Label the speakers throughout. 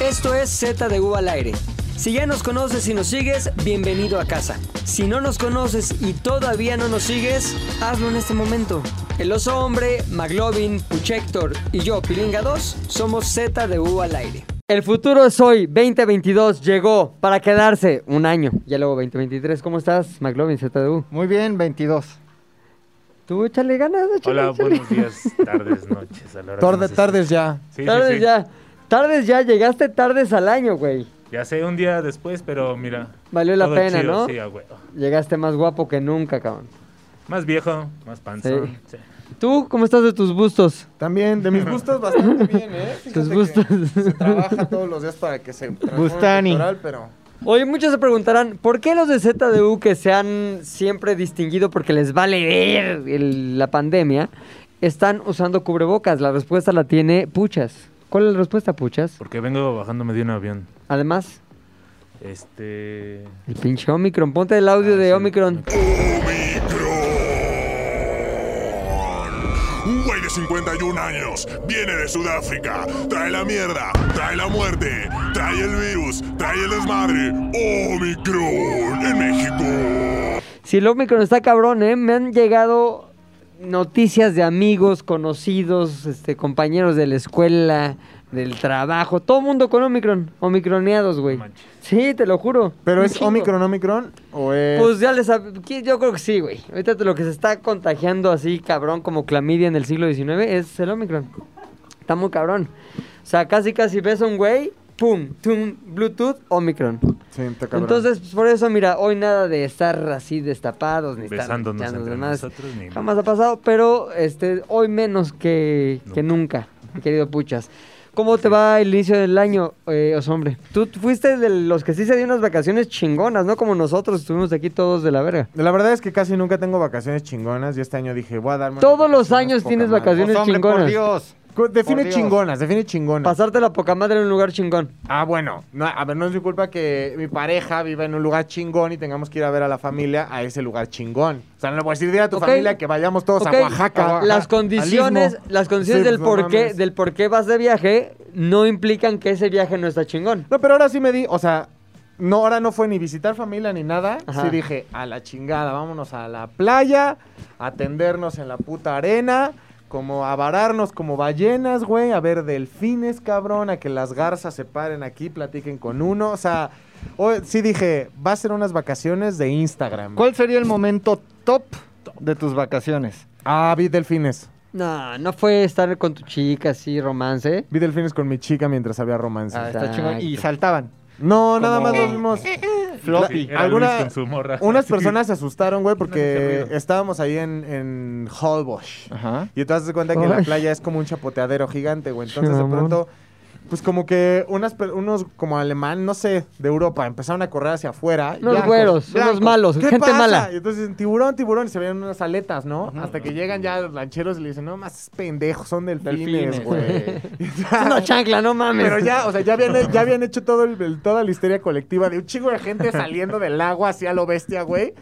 Speaker 1: Esto es Z de U al aire. Si ya nos conoces y nos sigues, bienvenido a casa. Si no nos conoces y todavía no nos sigues, hazlo en este momento. El oso hombre, Maglovin, Puchector y yo, Pilinga 2, somos Z de U al aire. El futuro es hoy, 2022 llegó para quedarse un año. Ya luego 2023, ¿cómo estás, McLovin ZDU?
Speaker 2: Muy bien, 22.
Speaker 1: Tú échale ganas, échale,
Speaker 3: Hola,
Speaker 1: échale.
Speaker 3: buenos días, tardes, noches. A la hora que
Speaker 2: Tarde,
Speaker 3: nos
Speaker 2: tardes ya.
Speaker 3: escuchen. Sí, sí,
Speaker 1: tardes
Speaker 3: sí.
Speaker 1: ya, tardes ya, llegaste tardes al año, güey.
Speaker 3: Ya sé, un día después, pero mira.
Speaker 1: Valió la
Speaker 3: todo
Speaker 1: pena,
Speaker 3: chido,
Speaker 1: ¿no?
Speaker 3: Sí, a huevo.
Speaker 1: Llegaste más guapo que nunca, cabrón.
Speaker 3: Más viejo, más panzón. sí.
Speaker 1: ¿Tú cómo estás de tus bustos?
Speaker 2: También, de mis gustos bastante bien, ¿eh? Fíjate
Speaker 1: Tus
Speaker 2: que
Speaker 1: gustos.
Speaker 2: Se trabaja todos los días para que se transforme
Speaker 1: Bustani.
Speaker 2: el pectoral, pero
Speaker 1: Oye, muchos se preguntarán, ¿por qué los de ZDU que se han siempre distinguido porque les vale ver el- la pandemia, están usando cubrebocas? La respuesta la tiene Puchas. ¿Cuál es la respuesta, Puchas?
Speaker 3: Porque vengo bajándome de un avión.
Speaker 1: Además,
Speaker 3: Este.
Speaker 1: el pinche Omicron. Ponte el audio
Speaker 3: Ah,
Speaker 1: de
Speaker 3: sí,
Speaker 1: Omicron.
Speaker 4: Un güey de 51 años viene de Sudáfrica. Trae la mierda, trae la muerte, trae el virus, trae el desmadre. Omicron en México.
Speaker 1: Si el Omicron está cabrón, ¿eh? Me han llegado noticias de amigos, conocidos, este, compañeros de la escuela, del trabajo. Todo mundo con Omicron. Omicroneados, güey.
Speaker 3: manches.
Speaker 1: Sí, te lo juro.
Speaker 2: pero
Speaker 1: Un
Speaker 2: es
Speaker 1: chingo.
Speaker 2: Omicron, Omicron o es
Speaker 1: Pues ya les... hab- que Yo creo que sí, güey. Ahorita lo que se está contagiando así, cabrón, como clamidia en el siglo XIX, es el Omicron. Está muy cabrón. O sea, casi casi ves a un güey, pum, tum, Bluetooth, Omicron.
Speaker 2: Sí, está cabrón.
Speaker 1: Entonces, pues, por eso, mira, hoy nada de estar así destapados, ni
Speaker 3: Besándonos
Speaker 1: estar
Speaker 3: entre
Speaker 1: demás.
Speaker 3: nosotros, ni-
Speaker 1: Jamás ha pasado, pero este, hoy menos que, que nunca, mi querido Puchas. ¿Cóos te va el inicio del año, eh, os hombre? Tú fuiste de los que sí se dio unas vacaciones chingonas, ¿no? Como nosotros estuvimos aquí todos de la verga.
Speaker 2: La verdad es que casi nunca tengo vacaciones chingonas y este año dije, voy a darme. unas
Speaker 1: Todos los
Speaker 2: vacaciones
Speaker 1: años
Speaker 2: poca
Speaker 1: tienes
Speaker 2: madre.
Speaker 1: vacaciones chingonas.
Speaker 2: Cu- Define
Speaker 5: Por Pues, Dios.
Speaker 2: chingonas, define chingonas.
Speaker 1: Pasarte la poca madre en un lugar chingón.
Speaker 2: Ah, bueno. No, a ver, no es mi culpa que mi pareja viva en un lugar chingón y tengamos que ir a ver a la familia a ese lugar chingón. O sea, no le voy a decir, dile a tu
Speaker 1: Ok.
Speaker 2: familia que vayamos todos
Speaker 1: Ok,
Speaker 2: a Oaxaca. a-
Speaker 1: Las
Speaker 2: a-
Speaker 1: condiciones,
Speaker 2: al Istmo.
Speaker 1: las condiciones
Speaker 2: Sí,
Speaker 1: del
Speaker 2: pues, no
Speaker 1: por qué,
Speaker 2: mames.
Speaker 1: del por qué vas de viaje no implican que ese viaje no está chingón.
Speaker 2: No, pero ahora sí me di, o sea, no, ahora no fue ni visitar familia ni nada.
Speaker 1: Ajá.
Speaker 2: Sí dije, a la chingada, vámonos a la playa, a tendernos en la puta arena, como a vararnos como ballenas, güey, a ver delfines, cabrón, a que las garzas se paren aquí, platiquen con uno. O sea, hoy sí dije, va a ser unas vacaciones de Instagram.
Speaker 5: ¿Cuál sería el momento top de tus vacaciones?
Speaker 2: Ah, vi delfines.
Speaker 1: No, no fue estar con tu chica así, romance.
Speaker 2: Vi delfines con mi chica mientras había romance.
Speaker 5: Ah,
Speaker 1: Exacto.
Speaker 5: está chingón. Y saltaban.
Speaker 2: No, nada
Speaker 5: Como-
Speaker 2: más los vimos.
Speaker 5: Floppy.
Speaker 3: Sí, era
Speaker 2: alguna-
Speaker 3: Luis con su morra.
Speaker 2: Unas
Speaker 3: Sí.
Speaker 2: personas se asustaron, güey,
Speaker 3: Qué
Speaker 2: porque
Speaker 3: ruido.
Speaker 2: estábamos ahí en, en Holbox.
Speaker 5: Ajá.
Speaker 2: Y entonces te das cuenta que la
Speaker 1: Ay.
Speaker 2: playa es como un chapoteadero gigante, güey.
Speaker 1: Sí,
Speaker 2: Entonces de
Speaker 1: mamón.
Speaker 2: pronto, pues como que unas, per- unos como alemán, no sé, de Europa, empezaron a correr hacia afuera.
Speaker 1: Unos
Speaker 2: blancos,
Speaker 1: güeros, unos
Speaker 2: blancos.
Speaker 1: malos,
Speaker 2: ¿Qué
Speaker 1: gente
Speaker 2: pasa?
Speaker 1: mala.
Speaker 2: Y entonces, tiburón, tiburón, y se veían unas aletas, ¿no? Hasta que llegan ya los lancheros y le dicen, no, más pendejos, son delfines,
Speaker 5: Delfines,
Speaker 2: güey.
Speaker 1: Es una chancla, no mames.
Speaker 2: Pero ya, o sea, ya habían, ya habían hecho todo el- el- toda la histeria colectiva de un chingo de gente saliendo del agua así a lo bestia, güey.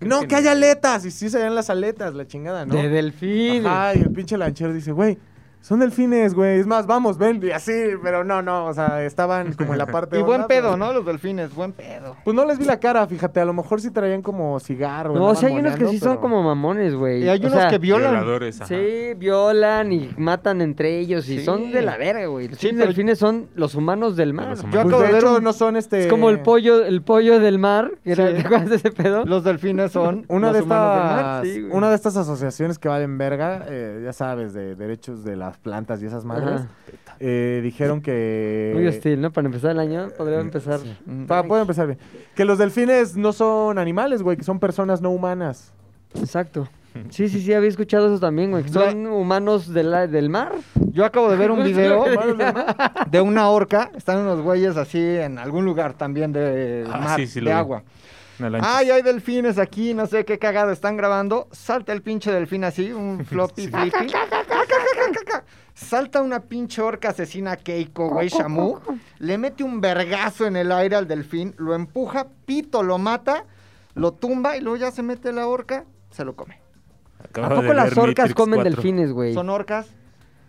Speaker 2: No, que hay aletas. Y sí se ven las aletas, la chingada, ¿no?
Speaker 1: De delfín.
Speaker 2: Ajá, y el pinche lanchero dice, güey, son delfines, güey. Es más, vamos, ven. Y así, pero no, no, o sea, estaban como en la parte...
Speaker 5: Y buen
Speaker 2: honda, pero-
Speaker 5: pedo, ¿no? Los delfines, buen pedo.
Speaker 2: Pues no les vi la cara, fíjate. A lo mejor sí traían como cigarro.
Speaker 1: No,
Speaker 2: andaban
Speaker 1: sí hay unos que
Speaker 2: moneando,
Speaker 1: sí son
Speaker 2: pero-
Speaker 1: como mamones, güey.
Speaker 5: Y hay
Speaker 1: O
Speaker 5: unos
Speaker 1: sea,
Speaker 5: que violan.
Speaker 3: Violadores, ajá.
Speaker 1: Sí, violan y matan entre ellos y
Speaker 5: Sí.
Speaker 1: son de la verga, güey. Los
Speaker 5: Sí,
Speaker 1: pinches
Speaker 5: pero-
Speaker 1: delfines son los humanos del mar.
Speaker 3: los humanos.
Speaker 5: Yo
Speaker 2: Pues,
Speaker 5: acabo de
Speaker 2: de
Speaker 5: ver
Speaker 2: hecho,
Speaker 5: un-
Speaker 2: no son este...
Speaker 1: Es como el pollo, el pollo del mar. que era-
Speaker 5: Sí.
Speaker 1: ¿Te acuerdas de ese pedo?
Speaker 5: Los delfines son
Speaker 2: Una
Speaker 5: los
Speaker 2: de,
Speaker 5: humanos del mar.
Speaker 2: estas,
Speaker 1: sí, güey.
Speaker 2: una de estas asociaciones que valen verga, eh, ya sabes, de derechos de las plantas y esas madres,
Speaker 1: Ajá.
Speaker 2: eh, dijeron que...
Speaker 1: Muy hostil, ¿no? Para empezar el año podría empezar.
Speaker 5: Mm.
Speaker 2: Pa- puedo empezar bien. Que los delfines no son animales, güey, que son personas no humanas.
Speaker 1: Exacto. Sí, sí, sí, había escuchado eso también, güey. que
Speaker 5: La-
Speaker 1: Son humanos de la- del mar.
Speaker 5: Yo acabo de ver un video
Speaker 2: Humanos del mar.
Speaker 5: de una orca. Están unos güeyes así en algún lugar también de
Speaker 3: Ah,
Speaker 5: mar,
Speaker 3: sí, sí lo
Speaker 5: de
Speaker 3: vi.
Speaker 5: agua.
Speaker 3: Una lancha.
Speaker 5: Ay, hay delfines aquí, no sé qué cagado están grabando. Salta el pinche delfín así, un floppy flippy. Salta una pinche orca asesina Keiko, güey, Shamu. Le mete un vergazo en el aire al delfín, lo empuja, pito, lo mata, lo tumba y luego ya se mete la orca, se lo come.
Speaker 3: Acabo
Speaker 1: ¿A
Speaker 3: de
Speaker 1: poco las
Speaker 3: ver
Speaker 1: orcas
Speaker 3: Matrix
Speaker 1: comen
Speaker 3: 4.
Speaker 1: delfines, güey?
Speaker 5: Son orcas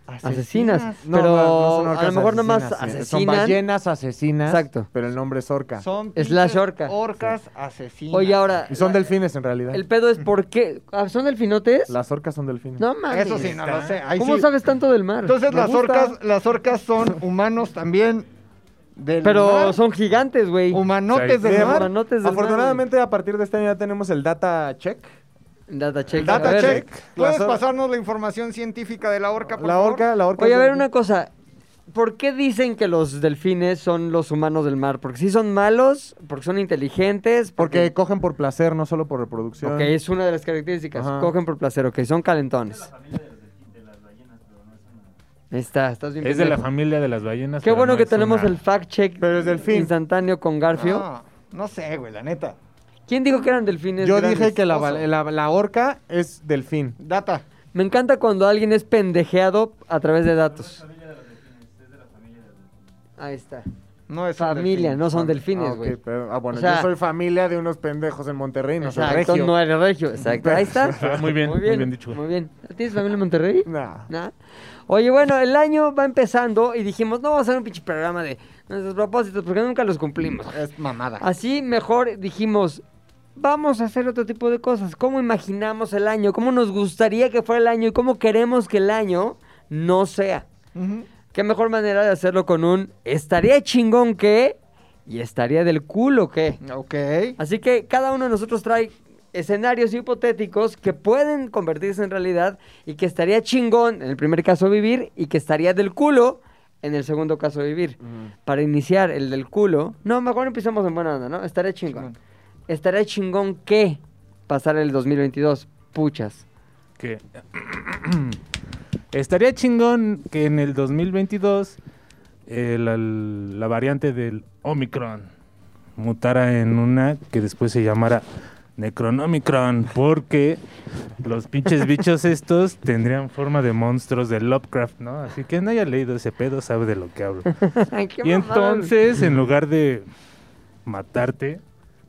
Speaker 1: Asesinas.
Speaker 2: No,
Speaker 1: pero
Speaker 2: no, no son orcas
Speaker 1: a lo mejor nomás
Speaker 2: asesinas, sí. Son
Speaker 1: asesinan.
Speaker 2: ballenas asesinas.
Speaker 1: Exacto.
Speaker 2: Pero el nombre es orca.
Speaker 5: Son
Speaker 1: Slash
Speaker 5: pinches
Speaker 1: orca.
Speaker 5: orcas asesinas.
Speaker 1: Oye, ahora.
Speaker 2: y son delfines en realidad.
Speaker 1: El pedo es por qué. ah, ¿Son delfinotes?
Speaker 2: Las orcas son delfines.
Speaker 1: No mames.
Speaker 5: Eso sí, no lo sé. Ahí
Speaker 1: ¿Cómo
Speaker 5: sí.
Speaker 1: sabes tanto del mar?
Speaker 5: Entonces
Speaker 2: Me
Speaker 5: las
Speaker 2: gusta.
Speaker 5: orcas, las orcas son humanos también. Del
Speaker 1: pero
Speaker 5: mar,
Speaker 1: son gigantes, güey.
Speaker 5: humanotes
Speaker 3: Sí.
Speaker 5: del
Speaker 2: Bien,
Speaker 5: mar.
Speaker 1: Humanotes del mar,
Speaker 2: Afortunadamente, a partir de este año ya tenemos el data check.
Speaker 1: Data check.
Speaker 2: Data
Speaker 1: a ver.
Speaker 2: check.
Speaker 5: ¿Puedes
Speaker 2: Las or-
Speaker 5: pasarnos la información científica de la orca, por
Speaker 2: La
Speaker 5: favor?
Speaker 2: orca, la orca.
Speaker 1: Oye, a
Speaker 2: es
Speaker 1: ver
Speaker 2: delfín.
Speaker 1: una cosa. ¿Por qué dicen que los delfines son los humanos del mar? ¿Porque sí son malos? ¿Porque son inteligentes?
Speaker 2: Porque cogen por placer, no solo por reproducción.
Speaker 1: Ok, es una de las características.
Speaker 2: Ajá.
Speaker 1: Cogen por placer, ok, son calentones. Ahí Está, estás bien.
Speaker 3: Es de la
Speaker 1: pendejo.
Speaker 3: familia de las ballenas.
Speaker 1: Qué
Speaker 3: pero
Speaker 1: bueno
Speaker 3: no
Speaker 1: que
Speaker 3: es
Speaker 1: tenemos
Speaker 3: una-
Speaker 1: el fact check
Speaker 2: Pero es delfín.
Speaker 1: instantáneo con Garfio.
Speaker 5: No, Ah, no sé, güey, la neta.
Speaker 1: ¿Quién dijo que eran delfines?
Speaker 2: Yo
Speaker 1: grandes?
Speaker 2: dije que la,
Speaker 5: oso.
Speaker 2: la, la orca es delfín.
Speaker 5: Data.
Speaker 1: Me encanta cuando alguien es pendejeado a través de datos. Ahí está.
Speaker 5: No es un
Speaker 1: Familia,
Speaker 5: delfín.
Speaker 1: no son
Speaker 2: Ah,
Speaker 1: delfines,
Speaker 2: ok,
Speaker 1: güey.
Speaker 2: pero- ah, bueno,
Speaker 1: O sea-
Speaker 2: yo soy familia de unos pendejos en Monterrey, no soy
Speaker 1: Exacto,
Speaker 2: regio.
Speaker 1: no eres regio. Exacto. Ahí está.
Speaker 3: Muy bien, muy bien dicho.
Speaker 1: Muy bien. ¿Tienes familia en Monterrey?
Speaker 2: Nah.
Speaker 1: Nah. Oye, bueno, el año va empezando y dijimos, no vamos a hacer un pinche programa de nuestros propósitos porque nunca los cumplimos.
Speaker 5: Es mamada.
Speaker 1: Así mejor dijimos, vamos a hacer otro tipo de cosas. ¿Cómo imaginamos el año? ¿Cómo nos gustaría que fuera el año? ¿Y cómo queremos que el año no sea?
Speaker 5: Ujú.
Speaker 1: ¿Qué mejor manera de hacerlo con un estaría chingón que y estaría del culo que?
Speaker 5: Ok.
Speaker 1: Así que cada uno de nosotros trae escenarios hipotéticos que pueden convertirse en realidad y que estaría chingón en el primer caso vivir y que estaría del culo en el segundo caso vivir. Para iniciar el del culo, no, mejor empezamos en buena onda, ¿no? Estaría chingón. Estaría chingón que pasar el 2022. Puchas.
Speaker 3: que estaría chingón que en el 2022 eh, la, la variante del Omicron mutara en una que después se llamara Necronomicron porque los pinches bichos estos tendrían forma de monstruos de Lovecraft, ¿no? Así que no haya leído ese pedo sabe de lo que hablo.
Speaker 1: ¿Qué
Speaker 3: Y
Speaker 1: mamada?
Speaker 3: entonces, en lugar de matarte,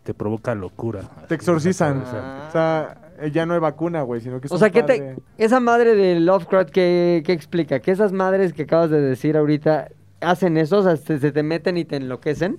Speaker 3: te provoca locura.
Speaker 2: Te exorcizan.
Speaker 5: Ah.
Speaker 2: O sea, eh, ya no hay vacuna, güey, sino que es
Speaker 1: O
Speaker 2: un
Speaker 1: sea, que te,
Speaker 2: padre.
Speaker 1: esa madre de Lovecraft que, que explica, que esas madres que acabas de decir ahorita hacen eso, o sea, se, se te meten y te enloquecen.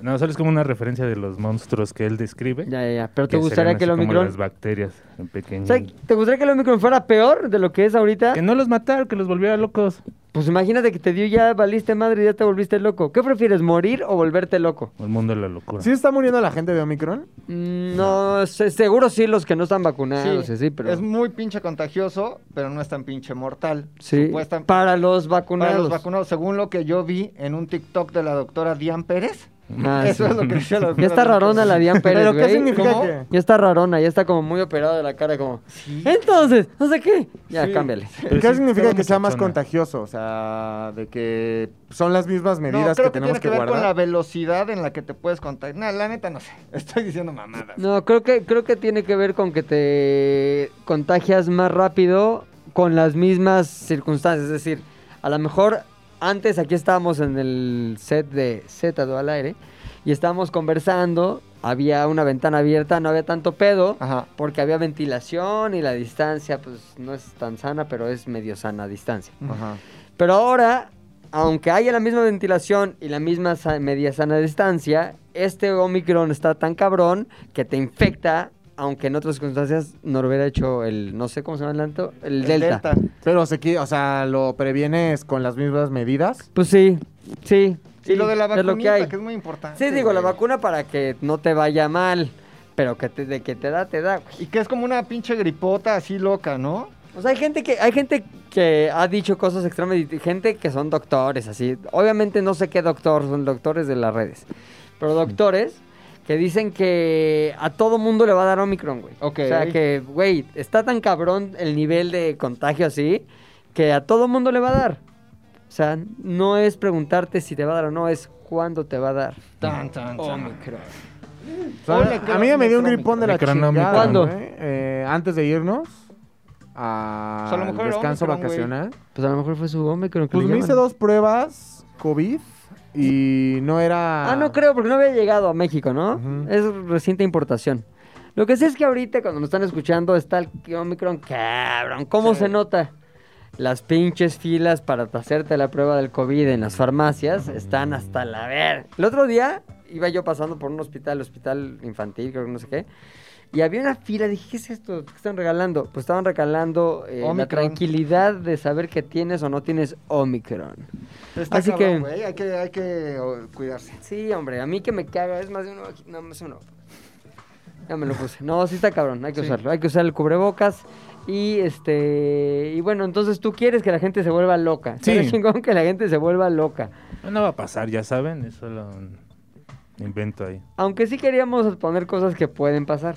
Speaker 3: No, solo es como una referencia de los monstruos que él describe.
Speaker 1: Ya, ya, ya. Pero te
Speaker 3: serían
Speaker 1: gustaría
Speaker 3: así
Speaker 1: que el
Speaker 3: como
Speaker 1: Omicron.
Speaker 3: las bacterias en pequeño.
Speaker 1: O sea, ¿te gustaría que el Omicron fuera peor de lo que es ahorita?
Speaker 3: Que no los matara, que los volviera locos.
Speaker 1: Pues imagínate que te dio ya, valiste madre y ya te volviste loco. ¿Qué prefieres, morir o volverte loco?
Speaker 3: El mundo de la locura.
Speaker 2: ¿Sí está muriendo la gente de Omicron?
Speaker 1: Mm, No, sé, seguro sí los que no están vacunados, sí,
Speaker 5: Sí,
Speaker 1: sí pero.
Speaker 5: Es muy pinche contagioso, pero no es tan pinche mortal.
Speaker 1: sí,
Speaker 5: Supuestam-
Speaker 1: para los
Speaker 5: para
Speaker 1: vacunados.
Speaker 5: los vacunados, según lo que yo vi en un TikTok de la doctora Dian Pérez.
Speaker 1: Ah,
Speaker 5: eso
Speaker 1: sí.
Speaker 5: es lo que decía la doctora.
Speaker 1: Ya está
Speaker 5: Dian
Speaker 1: rarona la Dian Pérez,
Speaker 2: ¿Pero qué
Speaker 1: güey.
Speaker 2: significa
Speaker 5: ¿Cómo?
Speaker 2: que...?
Speaker 1: Ya está rarona, ya está como muy operada de la cara, como.
Speaker 5: Sí.
Speaker 1: Entonces, no sé qué. Ya, cámbiale.
Speaker 3: Pero
Speaker 2: ¿Qué
Speaker 3: sí,
Speaker 2: significa
Speaker 3: estaba
Speaker 2: que sea más
Speaker 3: muchachona.
Speaker 2: contagioso? O sea, de que son las mismas
Speaker 5: No,
Speaker 2: medidas
Speaker 5: creo
Speaker 2: que tenemos
Speaker 5: tiene que,
Speaker 2: que,
Speaker 5: ver con la
Speaker 2: guardar.
Speaker 5: velocidad en la que te puedes contagiar. No, la neta no sé. Estoy diciendo mamadas.
Speaker 1: No, creo que, creo que tiene que ver con que te contagias más rápido con las mismas circunstancias. Es decir, a lo mejor antes aquí estábamos en el set de Z do al aire y estábamos conversando. Había una ventana abierta, no había tanto pedo.
Speaker 5: Ajá.
Speaker 1: Porque había ventilación y la distancia, pues no es tan sana, pero es medio sana distancia.
Speaker 2: Ajá.
Speaker 1: Pero ahora, aunque haya la misma ventilación y la misma sa- media sana distancia, este Omicron está tan cabrón que te infecta, aunque en otras circunstancias no lo hubiera hecho el, no sé cómo se llama el anto- el, delta.
Speaker 2: Pero, se qui- o sea, ¿lo previenes con las mismas medidas?
Speaker 1: Pues sí, sí. sí,
Speaker 5: Y lo de la
Speaker 1: es
Speaker 5: vacunita,
Speaker 1: lo que hay.
Speaker 5: que es muy importante.
Speaker 1: Sí, digo, la
Speaker 5: güey.
Speaker 1: vacuna para que no te vaya mal, pero que te, de que te da, te da. güey.
Speaker 5: Y que es como una pinche gripota así loca, ¿no?
Speaker 1: O sea, hay gente que, hay gente que ha dicho cosas extremas y gente que son doctores, así. Obviamente no sé qué doctor, son doctores de las redes. Pero doctores que dicen que a todo mundo le va a dar Omicron, güey.
Speaker 5: Ok.
Speaker 1: O sea que, güey, está tan cabrón el nivel de contagio así que a todo mundo le va a dar. O sea, no es preguntarte si te va a dar o no, es cuándo te va a dar.
Speaker 5: Tan, tan, tan.
Speaker 2: O sea,
Speaker 5: Ole,
Speaker 2: a mí me dio un
Speaker 5: Omicron,
Speaker 2: gripón de la
Speaker 3: Omicron,
Speaker 2: chingada,
Speaker 1: Omicron. ¿Cuándo?
Speaker 2: güey. Eh, antes de irnos a
Speaker 5: O sea, Pues a lo mejor era
Speaker 2: descanso
Speaker 5: Omicron, güey.
Speaker 2: vacacional.
Speaker 1: Pues a lo mejor fue su Omicron. que
Speaker 2: Pues
Speaker 1: le
Speaker 2: me
Speaker 1: llaman.
Speaker 2: hice dos pruebas COVID y no era...
Speaker 1: Ah, no creo, porque no había llegado a México, ¿no?
Speaker 2: Ujú.
Speaker 1: Es reciente importación. Lo que sé es que ahorita, cuando nos están escuchando, está el Omicron, cabrón. ¿Cómo se nota? las pinches filas para hacerte la prueba del COVID en las farmacias están hasta la ver. El otro día iba yo pasando por un hospital, hospital infantil, creo que no sé qué. Y había una fila, dije, ¿qué es esto? ¿Qué están regalando? Pues estaban regalando eh, la
Speaker 5: Omicron.
Speaker 1: tranquilidad de saber que tienes o no tienes Omicron.
Speaker 5: Está
Speaker 1: Así
Speaker 5: cabrón,
Speaker 1: que-
Speaker 5: güey, hay que, hay que oh, cuidarse.
Speaker 1: Sí, hombre, a mí que me caga, es más de uno. aquí- No, más de uno. Ya me lo puse. No, sí está cabrón, hay que
Speaker 5: Sí.
Speaker 1: usarlo. Hay que usar el cubrebocas. Y este. Y bueno, entonces tú quieres que la gente se vuelva loca.
Speaker 3: Sí.
Speaker 1: Sí. chingón que la gente se vuelva loca.
Speaker 3: No va a pasar, ya saben, es solo un invento ahí.
Speaker 1: Aunque sí queríamos poner cosas que pueden pasar.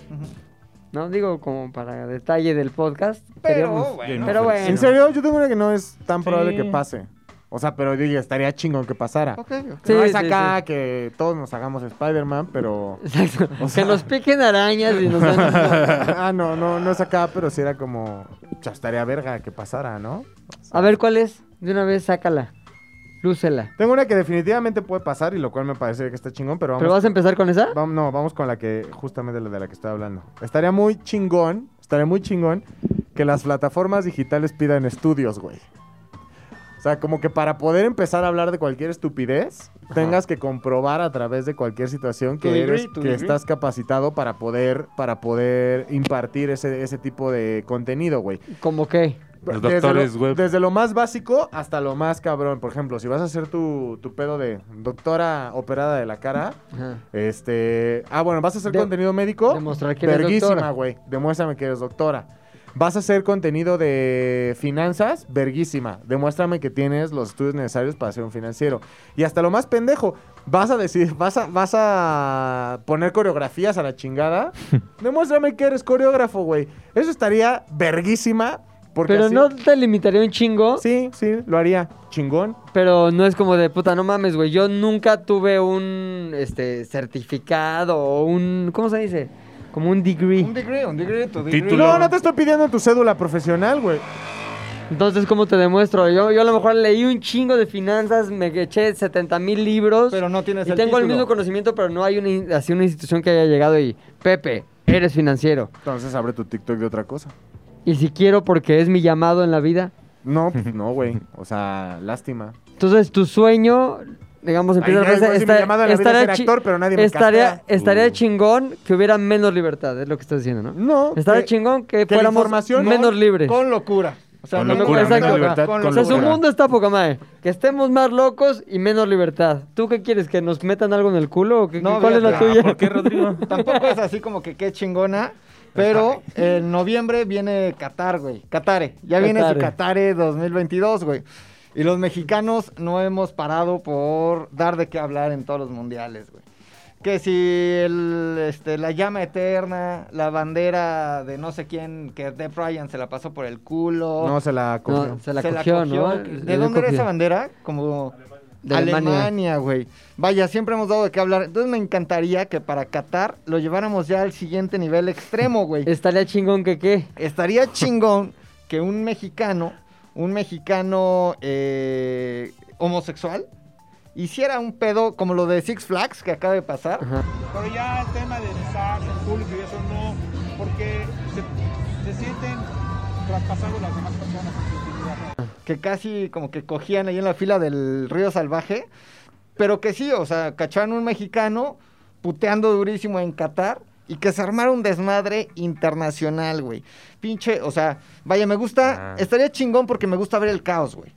Speaker 1: ¿No? Digo, como para detalle del podcast.
Speaker 5: Oh,
Speaker 1: queríamos-
Speaker 3: bueno.
Speaker 1: pero bueno.
Speaker 2: En serio, yo tengo una que no es tan
Speaker 3: Sí.
Speaker 2: probable que pase. O sea, pero yo digo, estaría chingón que pasara.
Speaker 5: Ok, ok.
Speaker 1: Sí,
Speaker 2: no es
Speaker 1: sí,
Speaker 2: acá
Speaker 1: sí.
Speaker 2: que todos nos hagamos Spider-Man, pero...
Speaker 1: Exacto.
Speaker 2: O sea-
Speaker 1: Que nos piquen arañas y nos dan-
Speaker 2: ah, no, no, no es acá, pero sí era como... O sea, estaría verga que pasara, ¿no?
Speaker 1: A ver, ¿cuál es? De una vez, sácala. Lúcela.
Speaker 2: Tengo una que definitivamente puede pasar y lo cual me parece que está chingón, pero vamos...
Speaker 1: ¿Pero vas a empezar con esa?
Speaker 2: Vam- no, vamos con la que, justamente la de la que estoy hablando. Estaría muy chingón, estaría muy chingón que las plataformas digitales pidan estudios, güey. O sea, como que para poder empezar a hablar de cualquier estupidez, tengas que comprobar a través de cualquier situación
Speaker 5: To
Speaker 2: que
Speaker 5: degree,
Speaker 2: eres,
Speaker 5: to
Speaker 2: que
Speaker 5: degree.
Speaker 2: estás capacitado para poder, para poder impartir ese, ese tipo de contenido, güey.
Speaker 1: ¿Cómo qué?
Speaker 3: Los
Speaker 2: Desde
Speaker 3: doctores
Speaker 2: lo-
Speaker 3: web.
Speaker 2: Desde lo más básico hasta lo más cabrón. Por ejemplo, si vas a hacer tu, tu pedo de doctora operada de la cara,
Speaker 1: Ajá.
Speaker 2: este. Ah, bueno, vas a hacer
Speaker 1: De-
Speaker 2: contenido médico.
Speaker 1: Demostrar que eres
Speaker 2: Verguísima,
Speaker 1: doctora.
Speaker 2: güey. Demuéstrame que eres doctora. Vas a hacer contenido de finanzas, verguísima. Demuéstrame que tienes los estudios necesarios para ser un financiero. Y hasta lo más pendejo, vas a decir, vas a, vas a poner coreografías a la chingada. Demuéstrame que eres coreógrafo, güey. Eso estaría verguísima. Porque
Speaker 1: Pero
Speaker 2: así-
Speaker 1: no te limitaría un chingo.
Speaker 2: Sí, sí, lo haría. Chingón.
Speaker 1: Pero no es como de puta, no mames, güey. Yo nunca tuve un este certificado o un. ¿Cómo se dice? Como un degree.
Speaker 5: Un degree, un degree, tu degree.
Speaker 3: Título.
Speaker 2: No, no te estoy pidiendo tu cédula profesional, güey.
Speaker 1: Entonces, ¿cómo te demuestro? Yo, yo a lo mejor leí un chingo de finanzas, me eché 70 mil libros.
Speaker 5: Pero no tienes
Speaker 1: y
Speaker 5: el
Speaker 1: tengo el
Speaker 5: título.
Speaker 1: mismo conocimiento, pero no hay una, in- así una institución que haya llegado y. Pepe, eres financiero.
Speaker 2: Entonces abre tu TikTok de otra cosa.
Speaker 1: Y si quiero, porque es mi llamado en la vida.
Speaker 2: No, pues no, güey. O sea, lástima.
Speaker 1: Entonces, tu sueño, digamos,
Speaker 2: Ay,
Speaker 1: empieza
Speaker 2: ya,
Speaker 1: con esa-
Speaker 2: güey, si mi llamada en la vida es ser
Speaker 1: chi-
Speaker 2: actor, pero nadie me
Speaker 1: estaría,
Speaker 2: castea. Mm.
Speaker 1: estaría
Speaker 3: Uh.
Speaker 1: chingón que hubiera menos libertad, es lo que estás diciendo, ¿no?
Speaker 2: No.
Speaker 1: Estaría
Speaker 2: que-
Speaker 1: chingón que,
Speaker 2: que la
Speaker 1: fuéramos
Speaker 2: información, ¿no?
Speaker 1: menos libres.
Speaker 5: Con locura. O sea,
Speaker 3: Con
Speaker 5: no-
Speaker 3: locura,
Speaker 5: exacto,
Speaker 1: menos
Speaker 3: libertad,
Speaker 5: con
Speaker 3: con
Speaker 1: O sea, su
Speaker 5: locura.
Speaker 1: mundo está poca madre. Que estemos más locos y menos libertad. ¿Tú qué quieres? ¿Que nos metan algo en el culo? ¿O qué-
Speaker 5: No,
Speaker 1: ¿Cuál es la
Speaker 5: fíjate.
Speaker 2: Ah,
Speaker 1: tuya?
Speaker 3: ¿Por qué, Rodrigo?
Speaker 5: Tampoco es así como que qué chingona. Pero en noviembre viene Qatar, güey. Qatare. Ya viene su
Speaker 1: Qatare.
Speaker 5: Qatare 2022, güey. Y los mexicanos no hemos parado por dar de qué hablar en todos los mundiales, güey. Que si el, este, la llama eterna, la bandera de no sé quién, que Deb Ryan se la pasó por el culo.
Speaker 2: No, se la cogió.
Speaker 1: No, se la cogió, ¿no?
Speaker 5: ¿De dónde era esa bandera? Como
Speaker 1: De
Speaker 5: de
Speaker 1: Alemania.
Speaker 5: Alemania, güey. Vaya, siempre hemos dado de qué hablar. Entonces me encantaría que para Qatar lo lleváramos ya al siguiente nivel extremo, güey.
Speaker 1: Estaría chingón que qué.
Speaker 5: Estaría chingón que un mexicano, un mexicano eh, homosexual, hiciera un pedo como lo de Six Flags que acaba de pasar.
Speaker 1: Ajá.
Speaker 6: Pero ya el tema de besar en público y eso no, porque se, se sienten traspasados las demás personas en su intimidad.
Speaker 5: que casi como que cogían ahí en la fila del río salvaje, pero que sí, o sea, cacharon un mexicano puteando durísimo en Qatar y que se armara un desmadre internacional, güey. Pinche, o sea, vaya, me gusta,
Speaker 3: Ah.
Speaker 5: estaría chingón porque me gusta ver el caos, güey.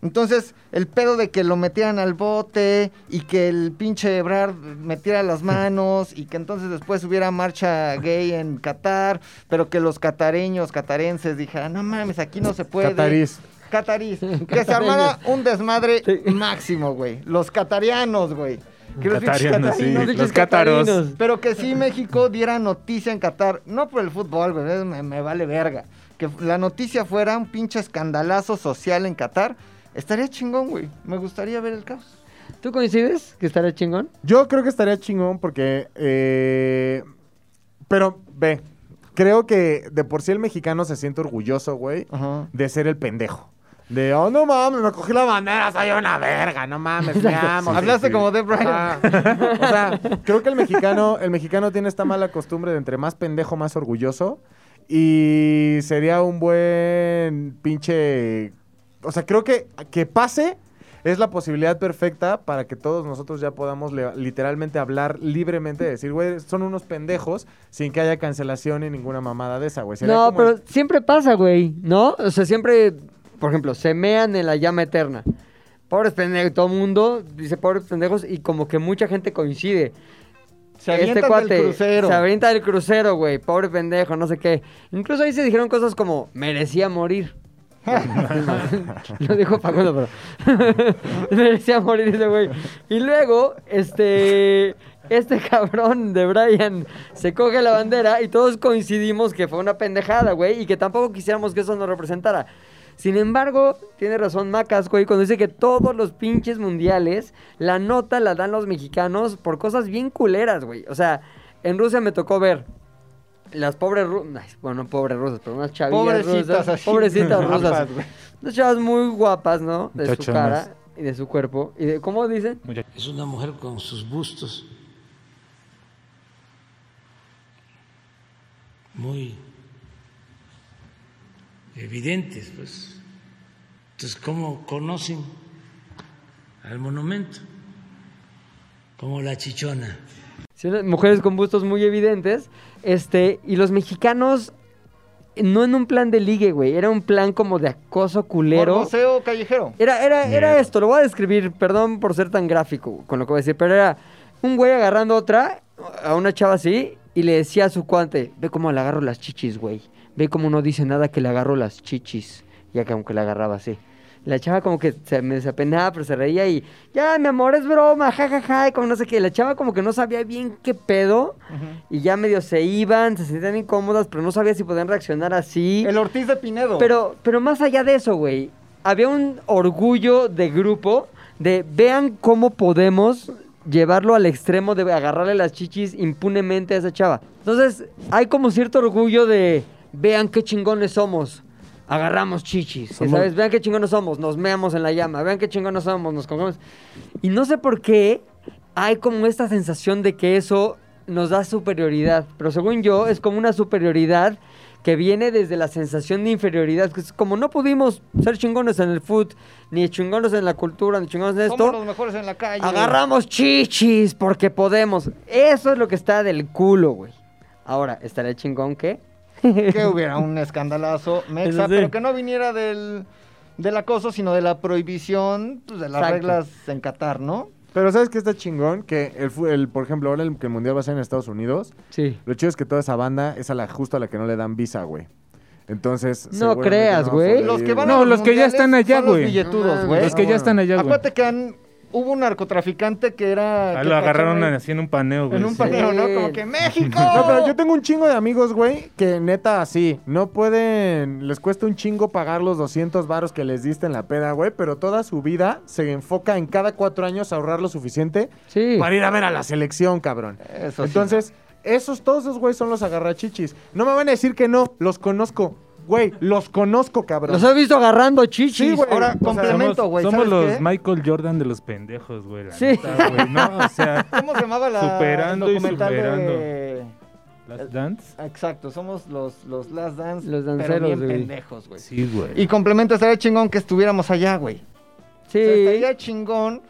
Speaker 5: Entonces, el pedo de que lo metieran al bote y que el pinche Ebrard metiera las manos y que entonces después hubiera marcha gay en Qatar, pero que los catareños, catarenses dijeran, no mames, aquí no se puede.
Speaker 2: Catarís.
Speaker 5: Catarís. Que se
Speaker 1: Catareños.
Speaker 5: armara un desmadre
Speaker 1: Sí.
Speaker 5: máximo, güey. Los catarianos, güey. Que los pinches
Speaker 3: Catarianos, sí.
Speaker 5: catarinos-
Speaker 3: Los cátaros.
Speaker 1: catarinos.
Speaker 5: Pero que sí México diera noticia en Qatar. No por el fútbol, güey. eso Me, me vale verga. Que la noticia fuera un pinche escandalazo social en Qatar. Estaría chingón, güey. Me gustaría ver el caos.
Speaker 1: ¿Tú coincides que estaría chingón?
Speaker 2: Yo creo que estaría chingón porque. eh, pero, ve. Creo que de por sí el mexicano se siente orgulloso, güey,
Speaker 5: Ajá.
Speaker 2: de ser el pendejo. De, oh, no mames, me cogí la bandera, soy una verga, no mames, me amo.
Speaker 5: Hablaste como de Brian.
Speaker 2: Ajá. O sea, creo que el mexicano, el mexicano tiene esta mala costumbre de entre más pendejo, más orgulloso. Y sería un buen pinche... O sea, creo que que pase es la posibilidad perfecta para que todos nosotros ya podamos le- literalmente hablar libremente, decir, güey, son unos pendejos sin que haya cancelación ni ninguna mamada de esa, güey. Sería
Speaker 1: No,
Speaker 2: como
Speaker 1: pero
Speaker 2: el-
Speaker 1: siempre pasa, güey, ¿no? O sea, siempre, por ejemplo, se mean en la llama eterna. Pobres pendejos, todo el mundo dice pobres pendejos y como que mucha gente coincide.
Speaker 5: Se avientan del crucero.
Speaker 1: Este se avienta del crucero, güey, pobre pendejo, no sé qué. Incluso ahí se dijeron cosas como, merecía morir. Lo dijo Facundo, pero. merecía morir ese güey. Y luego, este. Este cabrón de Brian se coge la bandera y todos coincidimos que fue una pendejada, güey, y que tampoco quisiéramos que eso nos representara. Sin embargo, tiene razón Macas, güey, cuando dice que todos los pinches mundiales, la nota la dan los mexicanos por cosas bien culeras, güey. O sea, en Rusia me tocó ver las pobres rusas, bueno, no pobres rusas, pero unas chavillas
Speaker 5: Pobrecitas
Speaker 1: rusas,
Speaker 5: así.
Speaker 1: pobrecitas rusas,
Speaker 5: Guapas, güey.
Speaker 1: unas chavas muy guapas, ¿no? De su
Speaker 3: Muchachonas.
Speaker 1: cara y de su cuerpo. Y de, ¿Cómo dicen?
Speaker 7: Es una mujer con sus bustos muy evidentes, pues. Entonces, ¿cómo conocen al monumento? Como la chichona.
Speaker 1: Sí, unas mujeres con bustos muy evidentes. Este, y los mexicanos, no en un plan de ligue, güey, era un plan como de acoso culero.
Speaker 5: Museo callejero.
Speaker 1: Era, era, era
Speaker 3: Mierda.
Speaker 1: esto, lo voy a describir, perdón por ser tan gráfico con lo que voy a decir, pero era un güey agarrando a otra, a una chava así, y le decía a su cuate, ve cómo le agarro las chichis, güey, ve cómo no dice nada que le agarro las chichis, ya que aunque la agarraba así. La chava como que se me desapenaba, pero se reía y, ya, mi amor, es broma, jajaja, y como no sé qué. La chava como que no sabía bien qué pedo, y ya medio se iban, se sentían incómodas, pero no sabía si podían reaccionar así.
Speaker 5: El Ortiz de Pinedo.
Speaker 1: Pero, pero más allá de eso, güey, había un orgullo de grupo de vean cómo podemos llevarlo al extremo de agarrarle las chichis impunemente a esa chava. Entonces, hay como cierto orgullo de vean qué chingones somos. Agarramos chichis,
Speaker 3: Somos-
Speaker 1: ¿sabes? Vean qué chingones somos, nos meamos en la llama, vean qué chingones somos, nos cogemos. Y no sé por qué hay como esta sensación de que eso nos da superioridad. Pero según yo, es como una superioridad que viene desde la sensación de inferioridad. Que es como no pudimos ser chingones en el food, ni chingones en la cultura, ni chingones en
Speaker 5: Somos los
Speaker 1: esto.
Speaker 5: mejores en la calle.
Speaker 1: Agarramos chichis porque podemos. Eso es lo que está del culo, güey. Ahora, ¿estaré chingón qué?
Speaker 5: Que hubiera un escandalazo mexa,
Speaker 1: Eso sí.
Speaker 5: pero que no viniera del, del acoso, sino de la prohibición pues, de las
Speaker 1: Exacto.
Speaker 5: reglas en Qatar, ¿no?
Speaker 2: Pero ¿sabes qué está chingón? Que, el, fu- el, por ejemplo, ahora el, que el Mundial va a ser en Estados Unidos,
Speaker 1: Sí.
Speaker 2: lo chido es que toda esa banda es a la, justo a la que no le dan visa, güey. Entonces...
Speaker 1: No
Speaker 2: seguramente
Speaker 1: creas,
Speaker 2: vamos a
Speaker 1: güey.
Speaker 2: sobrevivir,
Speaker 5: Los que van
Speaker 3: No,
Speaker 5: a
Speaker 3: los que ya
Speaker 5: mundiales
Speaker 3: están allá,
Speaker 5: son los
Speaker 3: güey.
Speaker 5: billetudos,
Speaker 1: No
Speaker 5: güey.
Speaker 3: Los que ya están allá, güey.
Speaker 5: Acuérdate que han- hubo un narcotraficante que era...
Speaker 3: Ah,
Speaker 5: que
Speaker 3: Lo agarraron
Speaker 5: cacharon ahí
Speaker 3: así en un paneo, güey.
Speaker 5: en un
Speaker 3: sí.
Speaker 5: paneo, ¿no? Como que ¡México!
Speaker 2: No, pero yo tengo un chingo de amigos, güey, que neta así, no pueden, les cuesta un chingo pagar los 200 varos que les diste en la peda, güey, pero toda su vida se enfoca en cada cuatro años ahorrar lo suficiente
Speaker 1: Sí.
Speaker 2: para ir a ver a la selección, cabrón.
Speaker 5: Eso sí.
Speaker 2: Entonces, esos, todos esos, güey, son los agarrachichis. No me van a decir que no, los conozco, güey, los conozco, cabrón.
Speaker 1: Los he visto agarrando chichis.
Speaker 2: Sí, güey.
Speaker 5: Ahora,
Speaker 2: O sea,
Speaker 5: complemento,
Speaker 3: Somos,
Speaker 5: güey.
Speaker 3: somos
Speaker 5: ¿sabes
Speaker 3: los
Speaker 5: qué?
Speaker 3: Michael Jordan de los pendejos, güey. la
Speaker 1: Sí.
Speaker 3: neta, güey, ¿no? O sea,
Speaker 5: ¿Cómo se llamaba la
Speaker 3: Superando y
Speaker 5: el documental de...
Speaker 3: superando. las dance.
Speaker 5: Exacto, somos los, los Last Dance,
Speaker 1: Los
Speaker 5: pero
Speaker 1: danceros,
Speaker 5: bien
Speaker 1: güey.
Speaker 5: pendejos, güey.
Speaker 3: Sí, güey.
Speaker 5: Y complemento, estaría chingón que estuviéramos allá, güey. O sea,
Speaker 1: Sí.
Speaker 5: estaría chingón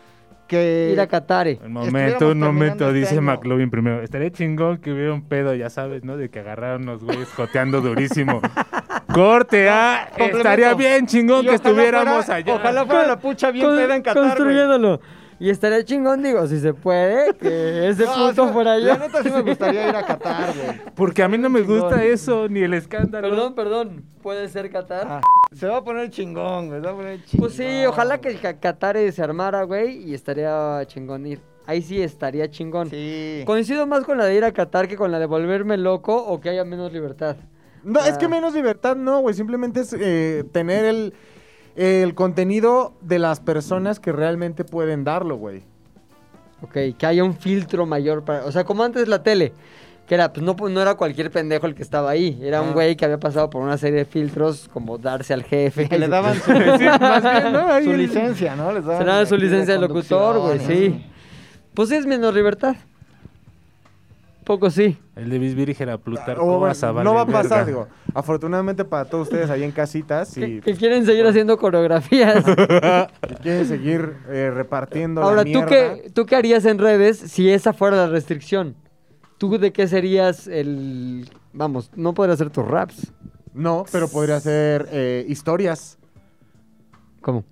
Speaker 5: que...
Speaker 1: Ir a Catare.
Speaker 3: Un momento,
Speaker 5: Estuviéramos
Speaker 3: un momento,
Speaker 5: terminando
Speaker 3: dice
Speaker 5: este año.
Speaker 3: McLovin primero. Estaría chingón que hubiera un pedo, ya sabes, ¿no? De que agarraron los güeyes joteando durísimo. Corte, ¿ah?
Speaker 5: complemento.
Speaker 3: Estaría bien chingón
Speaker 5: Y
Speaker 3: que
Speaker 5: ojalá
Speaker 3: estuviéramos
Speaker 5: fuera-
Speaker 3: allá.
Speaker 5: Ojalá fuera la pucha bien
Speaker 1: Con-
Speaker 5: peda en Qatar, güey.
Speaker 1: Construyéndolo. Y estaría chingón, digo, si se puede, que ese
Speaker 5: No,
Speaker 1: puto
Speaker 5: o sea,
Speaker 1: fuera allá.
Speaker 5: La neta sí me gustaría ir a Qatar, güey.
Speaker 3: Porque a mí no me gusta eso, ni el escándalo.
Speaker 1: Perdón, perdón. ¿Puede ser Qatar?
Speaker 5: Ah, se va a poner chingón, güey. Se va a poner chingón.
Speaker 1: pues sí, ojalá que Ca- Qatar eh, se armara, güey, y estaría chingón ir. Ahí sí estaría chingón.
Speaker 5: Sí.
Speaker 1: Coincido más con la de ir a Qatar que con la de volverme loco o que haya menos libertad.
Speaker 2: No,
Speaker 1: Ah.
Speaker 2: es que menos libertad no, güey. Simplemente es eh, tener el, el contenido de las personas que realmente pueden darlo, güey.
Speaker 1: Ok, que haya un filtro mayor para... O sea, como antes la tele, que era, pues no, no era cualquier pendejo el que estaba ahí. Era
Speaker 5: Ah.
Speaker 1: un güey que había pasado por una serie de filtros, como darse al jefe.
Speaker 5: Que le daban su,
Speaker 2: Ahí
Speaker 5: su
Speaker 2: el-
Speaker 5: licencia, ¿no? Les daban
Speaker 1: Se daban su
Speaker 5: aquí
Speaker 1: licencia de locutor, güey,
Speaker 5: conducción y
Speaker 1: sí. Pues es menos libertad. poco sí.
Speaker 3: El de Bisbirigera, Plutarco,
Speaker 2: O,
Speaker 3: vas a
Speaker 2: no va a
Speaker 3: valer
Speaker 2: pasar,
Speaker 3: verga.
Speaker 2: digo. Afortunadamente para todos ustedes ahí en casitas, si
Speaker 1: Que, que quieren seguir haciendo coreografías.
Speaker 2: si quieren seguir eh, repartiendo la
Speaker 1: Ahora, ¿tú
Speaker 2: mierda,
Speaker 1: qué, ¿tú qué harías en redes si esa fuera la restricción? ¿Tú de qué serías el... Vamos, no podrías hacer tus raps.
Speaker 2: No, pero podría hacer eh, historias.
Speaker 1: ¿Cómo?
Speaker 2: O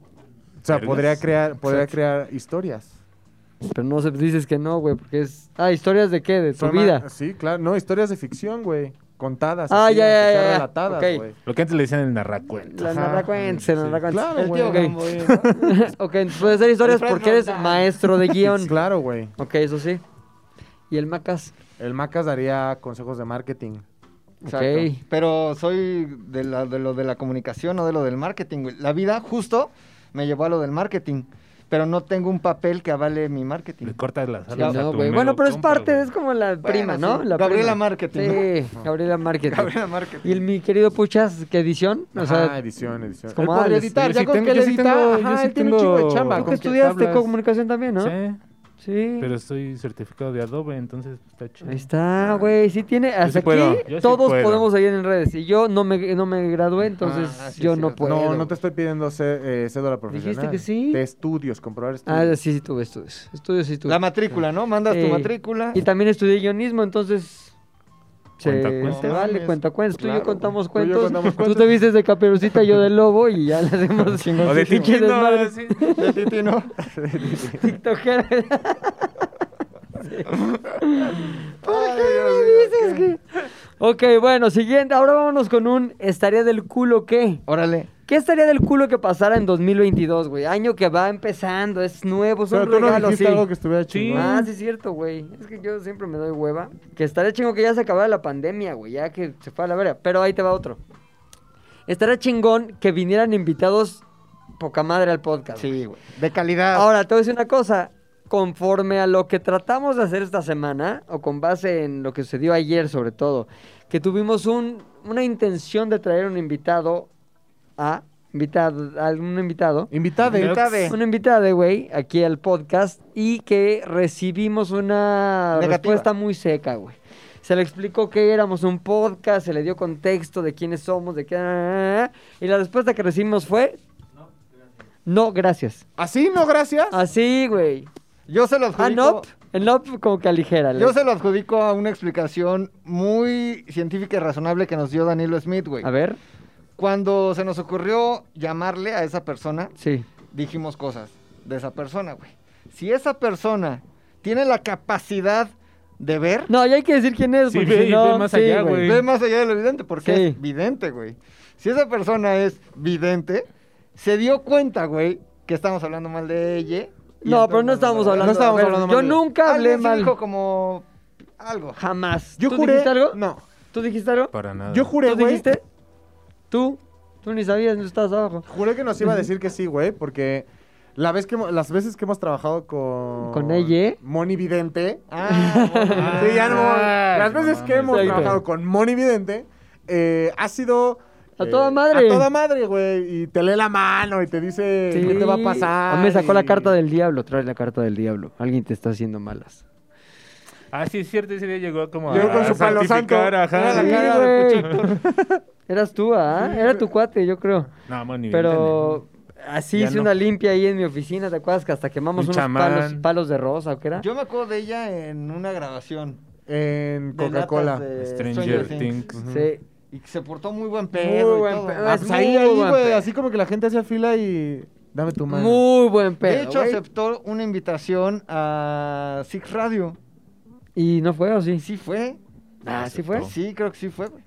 Speaker 2: sea,
Speaker 3: Vergas.
Speaker 2: podría crear, podría crear historias.
Speaker 1: Pero no se- dices que no, güey, porque es... Ah, ¿historias de qué? De tu
Speaker 2: Suena-
Speaker 1: vida.
Speaker 2: Sí, claro. No, historias de ficción, güey. Contadas.
Speaker 1: Ah,
Speaker 2: así,
Speaker 1: ya, ya,
Speaker 2: aunque
Speaker 1: ya,
Speaker 2: sean
Speaker 1: ya.
Speaker 2: relatadas,
Speaker 1: Ok.
Speaker 2: güey.
Speaker 3: Lo que antes le decían el narracuento.
Speaker 1: La
Speaker 2: Ajá.
Speaker 1: narracuense,
Speaker 2: Sí,
Speaker 1: la narracuense.
Speaker 2: claro,
Speaker 1: El
Speaker 2: güey.
Speaker 1: tío Gamboa. Ok, entonces puedes hacer historias porque eres maestro de guión.
Speaker 2: Claro, güey.
Speaker 1: Ok, eso sí. Y el Macas.
Speaker 2: El Macas daría consejos de marketing.
Speaker 1: Ok.
Speaker 5: Pero soy de, la- de lo de la comunicación, no de lo del marketing, güey. La vida, justo, me llevó a lo del marketing. Pero no tengo un papel que avale mi marketing.
Speaker 3: Le cortas las
Speaker 1: Sí,
Speaker 3: alas a
Speaker 1: no,
Speaker 3: tu
Speaker 1: güey.
Speaker 3: mero
Speaker 1: Bueno, pero es
Speaker 3: compa,
Speaker 1: parte,
Speaker 3: güey.
Speaker 1: es como la prima, ¿no?
Speaker 5: sí.
Speaker 1: La
Speaker 5: Gabriela
Speaker 1: prima.
Speaker 5: Marketing,
Speaker 1: Sí, Gabriela Marketing.
Speaker 5: Gabriela Marketing.
Speaker 1: Y el, mi querido Puchas, ¿qué edición? O
Speaker 2: ah,
Speaker 1: sea,
Speaker 2: edición, edición.
Speaker 1: como
Speaker 2: Él podría
Speaker 1: hables.
Speaker 2: editar,
Speaker 3: Yo
Speaker 2: ya
Speaker 3: sí
Speaker 2: con
Speaker 3: tengo-
Speaker 2: que
Speaker 3: yo
Speaker 2: él
Speaker 3: sí
Speaker 2: edita,
Speaker 3: tengo- yo
Speaker 2: ajá,
Speaker 3: sí
Speaker 2: él tiene un
Speaker 3: tengo-
Speaker 2: chingo de chamba.
Speaker 3: Tú
Speaker 1: tú
Speaker 2: con
Speaker 1: que
Speaker 2: quien te
Speaker 1: estudiaste
Speaker 2: hablas.
Speaker 1: comunicación también, ¿no? Sí.
Speaker 3: Sí, pero estoy certificado de Adobe, entonces está chido.
Speaker 1: Ahí está, güey. Sí tiene. Hasta aquí
Speaker 3: puedo, yo sí
Speaker 1: todos
Speaker 3: puedo.
Speaker 1: podemos seguir en redes. Y yo no me, no me gradué, entonces
Speaker 5: Ah, sí,
Speaker 1: yo
Speaker 5: es
Speaker 1: no
Speaker 5: cierto.
Speaker 1: puedo.
Speaker 2: No, no te estoy pidiendo cé- eh, cédula profesional.
Speaker 1: que sí.
Speaker 2: De estudios, comprobar
Speaker 1: Ah,
Speaker 2: estudios.
Speaker 1: sí, sí tuve estudios. Estudios sí tuve.
Speaker 5: La matrícula, ¿no? Mandas tu
Speaker 1: Sí.
Speaker 5: matrícula.
Speaker 1: Y también estudié guionismo, entonces. Se,
Speaker 3: Cuentacuentos.
Speaker 1: se
Speaker 5: No
Speaker 1: vale,
Speaker 5: mames.
Speaker 1: cuenta cuentos. Tú y yo
Speaker 2: Claro,
Speaker 1: contamos
Speaker 2: güey. Tú y yo
Speaker 1: cuentos. Tú,
Speaker 2: contamos cuentos.
Speaker 1: te vistes de caperucita, yo de lobo y ya le hacemos chingón.
Speaker 3: O de Tiki, no, sí.
Speaker 5: De ti, ti, ¿no?
Speaker 1: TikTokera.
Speaker 5: Dices que-
Speaker 1: ok, bueno, siguiente. Ahora vámonos con un estaría del culo qué.
Speaker 5: Órale.
Speaker 1: ¿Qué estaría del culo que pasara en 2022, güey? Año que va empezando, es nuevo, son
Speaker 2: Pero tú no
Speaker 1: regalos,
Speaker 2: dijiste
Speaker 1: sí.
Speaker 2: algo que estuviera
Speaker 3: Sí.
Speaker 2: chingón.
Speaker 1: Ah, sí es cierto, güey. Es que yo siempre me doy hueva. Que estaría chingón que ya se acabara la pandemia, güey. Ya que se fue a la verga. Pero ahí te va otro. Estaría chingón que vinieran invitados poca madre al podcast. güey.
Speaker 5: Sí, güey. De calidad.
Speaker 1: Ahora, te voy a decir una cosa. Conforme a lo que tratamos de hacer esta semana, o con base en lo que sucedió ayer sobre todo, que tuvimos un, una intención de traer un invitado a... Invitado, a un invitado.
Speaker 2: Invitade.
Speaker 5: Invitade.
Speaker 1: Una invitada, güey, aquí al podcast y que recibimos una
Speaker 5: Negativa.
Speaker 1: respuesta muy seca, güey. Se le explicó que éramos un podcast, se le dio contexto de quiénes somos, de qué... Y la respuesta que recibimos fue... No, gracias.
Speaker 2: ¿Así? ¿No, gracias?
Speaker 1: Ah. Así, güey.
Speaker 5: Yo se lo
Speaker 1: Ah,
Speaker 5: adjudico.
Speaker 1: no, el no como que aligera.
Speaker 5: Yo se lo adjudico a una explicación muy científica y razonable que nos dio Danilo Smith, güey.
Speaker 1: A ver,
Speaker 5: Cuando se nos ocurrió llamarle a esa persona,
Speaker 1: sí.
Speaker 5: dijimos cosas de esa persona, güey. Si esa persona tiene la capacidad de ver,
Speaker 1: No, ya hay que decir quién es,
Speaker 3: Sí,
Speaker 1: güey.
Speaker 3: ve
Speaker 1: si
Speaker 3: y
Speaker 1: no,
Speaker 3: ve más
Speaker 1: sí,
Speaker 3: allá, güey.
Speaker 5: ve más allá de lo evidente, porque
Speaker 1: Sí.
Speaker 5: es vidente, güey. Si esa persona es vidente, se dio cuenta, güey, que estamos hablando mal de ella. y
Speaker 1: No,
Speaker 5: entonces
Speaker 1: pero no estábamos hablando.
Speaker 2: No
Speaker 1: a
Speaker 2: estábamos
Speaker 1: ver,
Speaker 2: hablando mal
Speaker 1: Yo
Speaker 2: de-
Speaker 1: nunca hablé
Speaker 5: Alguien sí
Speaker 1: mal.
Speaker 5: dijo como algo.
Speaker 1: Jamás.
Speaker 2: Yo
Speaker 1: ¿Tú
Speaker 2: juré.
Speaker 1: dijiste algo?
Speaker 2: No.
Speaker 1: ¿Tú dijiste algo?
Speaker 3: Para nada.
Speaker 2: Yo juré,
Speaker 1: ¿Tú
Speaker 2: güey.
Speaker 1: dijiste? ¿Tú? Tú ni sabías, no estabas abajo.
Speaker 2: Juré que nos iba a decir que sí, güey, porque la vez que hemo- las veces que hemos trabajado con...
Speaker 1: Con ella.
Speaker 2: Moni Vidente.
Speaker 5: Ah,
Speaker 2: sí, ya no. Las
Speaker 3: no
Speaker 2: veces que
Speaker 3: mames.
Speaker 2: hemos
Speaker 1: Exacto.
Speaker 2: trabajado con Moni Vidente, eh, ha sido...
Speaker 1: A
Speaker 2: eh,
Speaker 1: toda madre.
Speaker 2: A toda madre, güey. Y te lee la mano y te dice qué te va a pasar.
Speaker 1: A mí me sacó la
Speaker 2: y-
Speaker 1: carta del diablo. Trae la carta del diablo. Alguien te está haciendo malas.
Speaker 3: Ah, sí, es cierto, ese día llegó como
Speaker 2: Llegó
Speaker 3: a
Speaker 2: con su palo santo.
Speaker 3: santificar, ajá.
Speaker 2: Era la
Speaker 1: Sí,
Speaker 2: cara
Speaker 1: güey.
Speaker 2: de
Speaker 1: Eras tú, ¿ah? Era tu cuate, yo creo.
Speaker 3: No, Moni
Speaker 1: Pero así
Speaker 3: Ya
Speaker 1: hice
Speaker 3: no.
Speaker 1: una limpia ahí en mi oficina, ¿te acuerdas? Que hasta quemamos
Speaker 3: Un
Speaker 1: unos
Speaker 3: chamán.
Speaker 1: palos, palos de rosa, ¿o qué era?
Speaker 5: Yo me acuerdo de ella en una grabación.
Speaker 2: En
Speaker 5: de latas
Speaker 2: Coca-Cola.
Speaker 5: de
Speaker 3: Vidente. Stranger Things.
Speaker 1: eh, Sí.
Speaker 5: Y que se portó muy buen
Speaker 1: Muy
Speaker 5: pedo. y
Speaker 1: buen
Speaker 5: todo.
Speaker 1: pedo.
Speaker 2: Ah,
Speaker 1: Es
Speaker 2: pues ahí,
Speaker 1: muy
Speaker 2: ahí,
Speaker 1: buen
Speaker 2: güey.
Speaker 1: pedo.
Speaker 2: Así como que la gente hacía fila y... Dame tu mano.
Speaker 1: Muy buen pedo,
Speaker 5: de hecho,
Speaker 1: güey.
Speaker 5: aceptó una invitación a Six Radio.
Speaker 1: ¿Y no fue o sí?
Speaker 5: Sí fue.
Speaker 1: Ah, ¿sí fue?
Speaker 5: Sí, creo que sí fue, güey.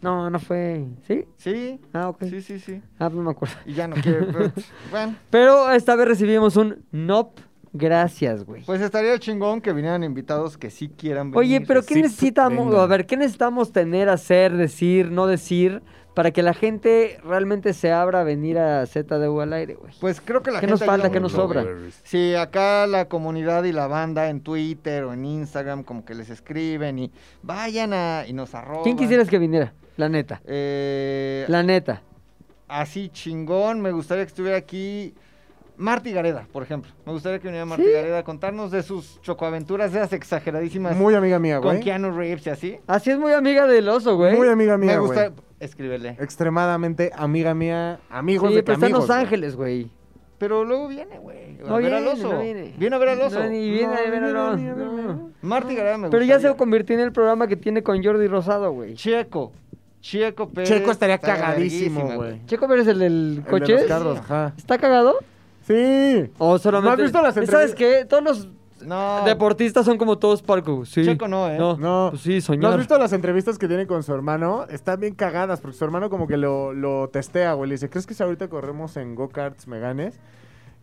Speaker 1: No, no fue. ¿Sí?
Speaker 5: Sí.
Speaker 1: Ah, ok.
Speaker 5: Sí, sí, sí.
Speaker 1: Ah, no me acuerdo.
Speaker 5: Y ya no quiere. pero, pues, bueno,
Speaker 1: Pero esta vez recibimos un nop, gracias, güey.
Speaker 5: pues estaría chingón que vinieran invitados que sí quieran venir.
Speaker 1: Oye, pero ¿qué
Speaker 3: sí,
Speaker 1: necesitamos?
Speaker 3: venga.
Speaker 1: A ver, ¿qué necesitamos tener, hacer, decir, no decir, para que la gente realmente se abra a venir a ZDU al aire, güey?
Speaker 5: Pues creo que la
Speaker 1: ¿Qué
Speaker 5: gente.
Speaker 1: nos falta?
Speaker 5: ayuda
Speaker 1: ¿Qué nos
Speaker 5: mucho,
Speaker 1: sobra?
Speaker 5: güey. Sí, acá la comunidad y la banda en Twitter o en Instagram como que les escriben y vayan a... y nos arroban.
Speaker 1: ¿Quién quisieras que viniera? La neta.
Speaker 5: Eh,
Speaker 1: La neta.
Speaker 5: Así chingón, me gustaría que estuviera aquí Marti Gareda, por ejemplo. Me gustaría que viniera Marti Gareda a contarnos de sus chocoaventuras, de esas exageradísimas.
Speaker 2: Muy amiga mía,
Speaker 5: con
Speaker 2: güey.
Speaker 5: Keanu Reeves y así.
Speaker 1: Así es muy amiga del oso, güey.
Speaker 2: Muy amiga mía,
Speaker 5: Me
Speaker 2: güey.
Speaker 5: gusta. Escríbele.
Speaker 2: Extremadamente amiga mía, amigos
Speaker 1: Sí,
Speaker 2: de
Speaker 1: pero está en
Speaker 2: amigos,
Speaker 1: Los Ángeles, güey.
Speaker 5: Pero luego viene, güey. A
Speaker 1: No
Speaker 5: ver
Speaker 1: viene,
Speaker 5: al oso.
Speaker 1: no viene.
Speaker 5: a ver al oso.
Speaker 1: No, ni viene, a ver, no, no.
Speaker 5: Marti Gareda me gusta.
Speaker 1: Pero ya se convirtió en el programa que tiene con Jordi Rosado, güey.
Speaker 5: Checo. Checo Pérez.
Speaker 2: Checo estaría
Speaker 5: está
Speaker 2: cagadísimo,
Speaker 5: verguísima,
Speaker 2: güey.
Speaker 1: Checo Pérez, el del
Speaker 2: El de
Speaker 1: coche.
Speaker 2: los carros, ajá.
Speaker 1: ¿Está cagado?
Speaker 2: Sí.
Speaker 1: O solamente.
Speaker 2: ¿No has visto las
Speaker 1: ¿Sabes
Speaker 2: entrevistas?
Speaker 1: qué? Todos los
Speaker 5: No.
Speaker 1: deportistas son como todos Parco. Sí.
Speaker 5: Checo no, ¿eh?
Speaker 1: No.
Speaker 2: No.
Speaker 1: Pues sí,
Speaker 2: ¿No
Speaker 1: soñar.
Speaker 2: has visto las entrevistas que tiene con su hermano? Están bien cagadas porque su hermano como que lo, lo testea, güey. Le dice, ¿crees que si ahorita corremos en go-karts me ganes?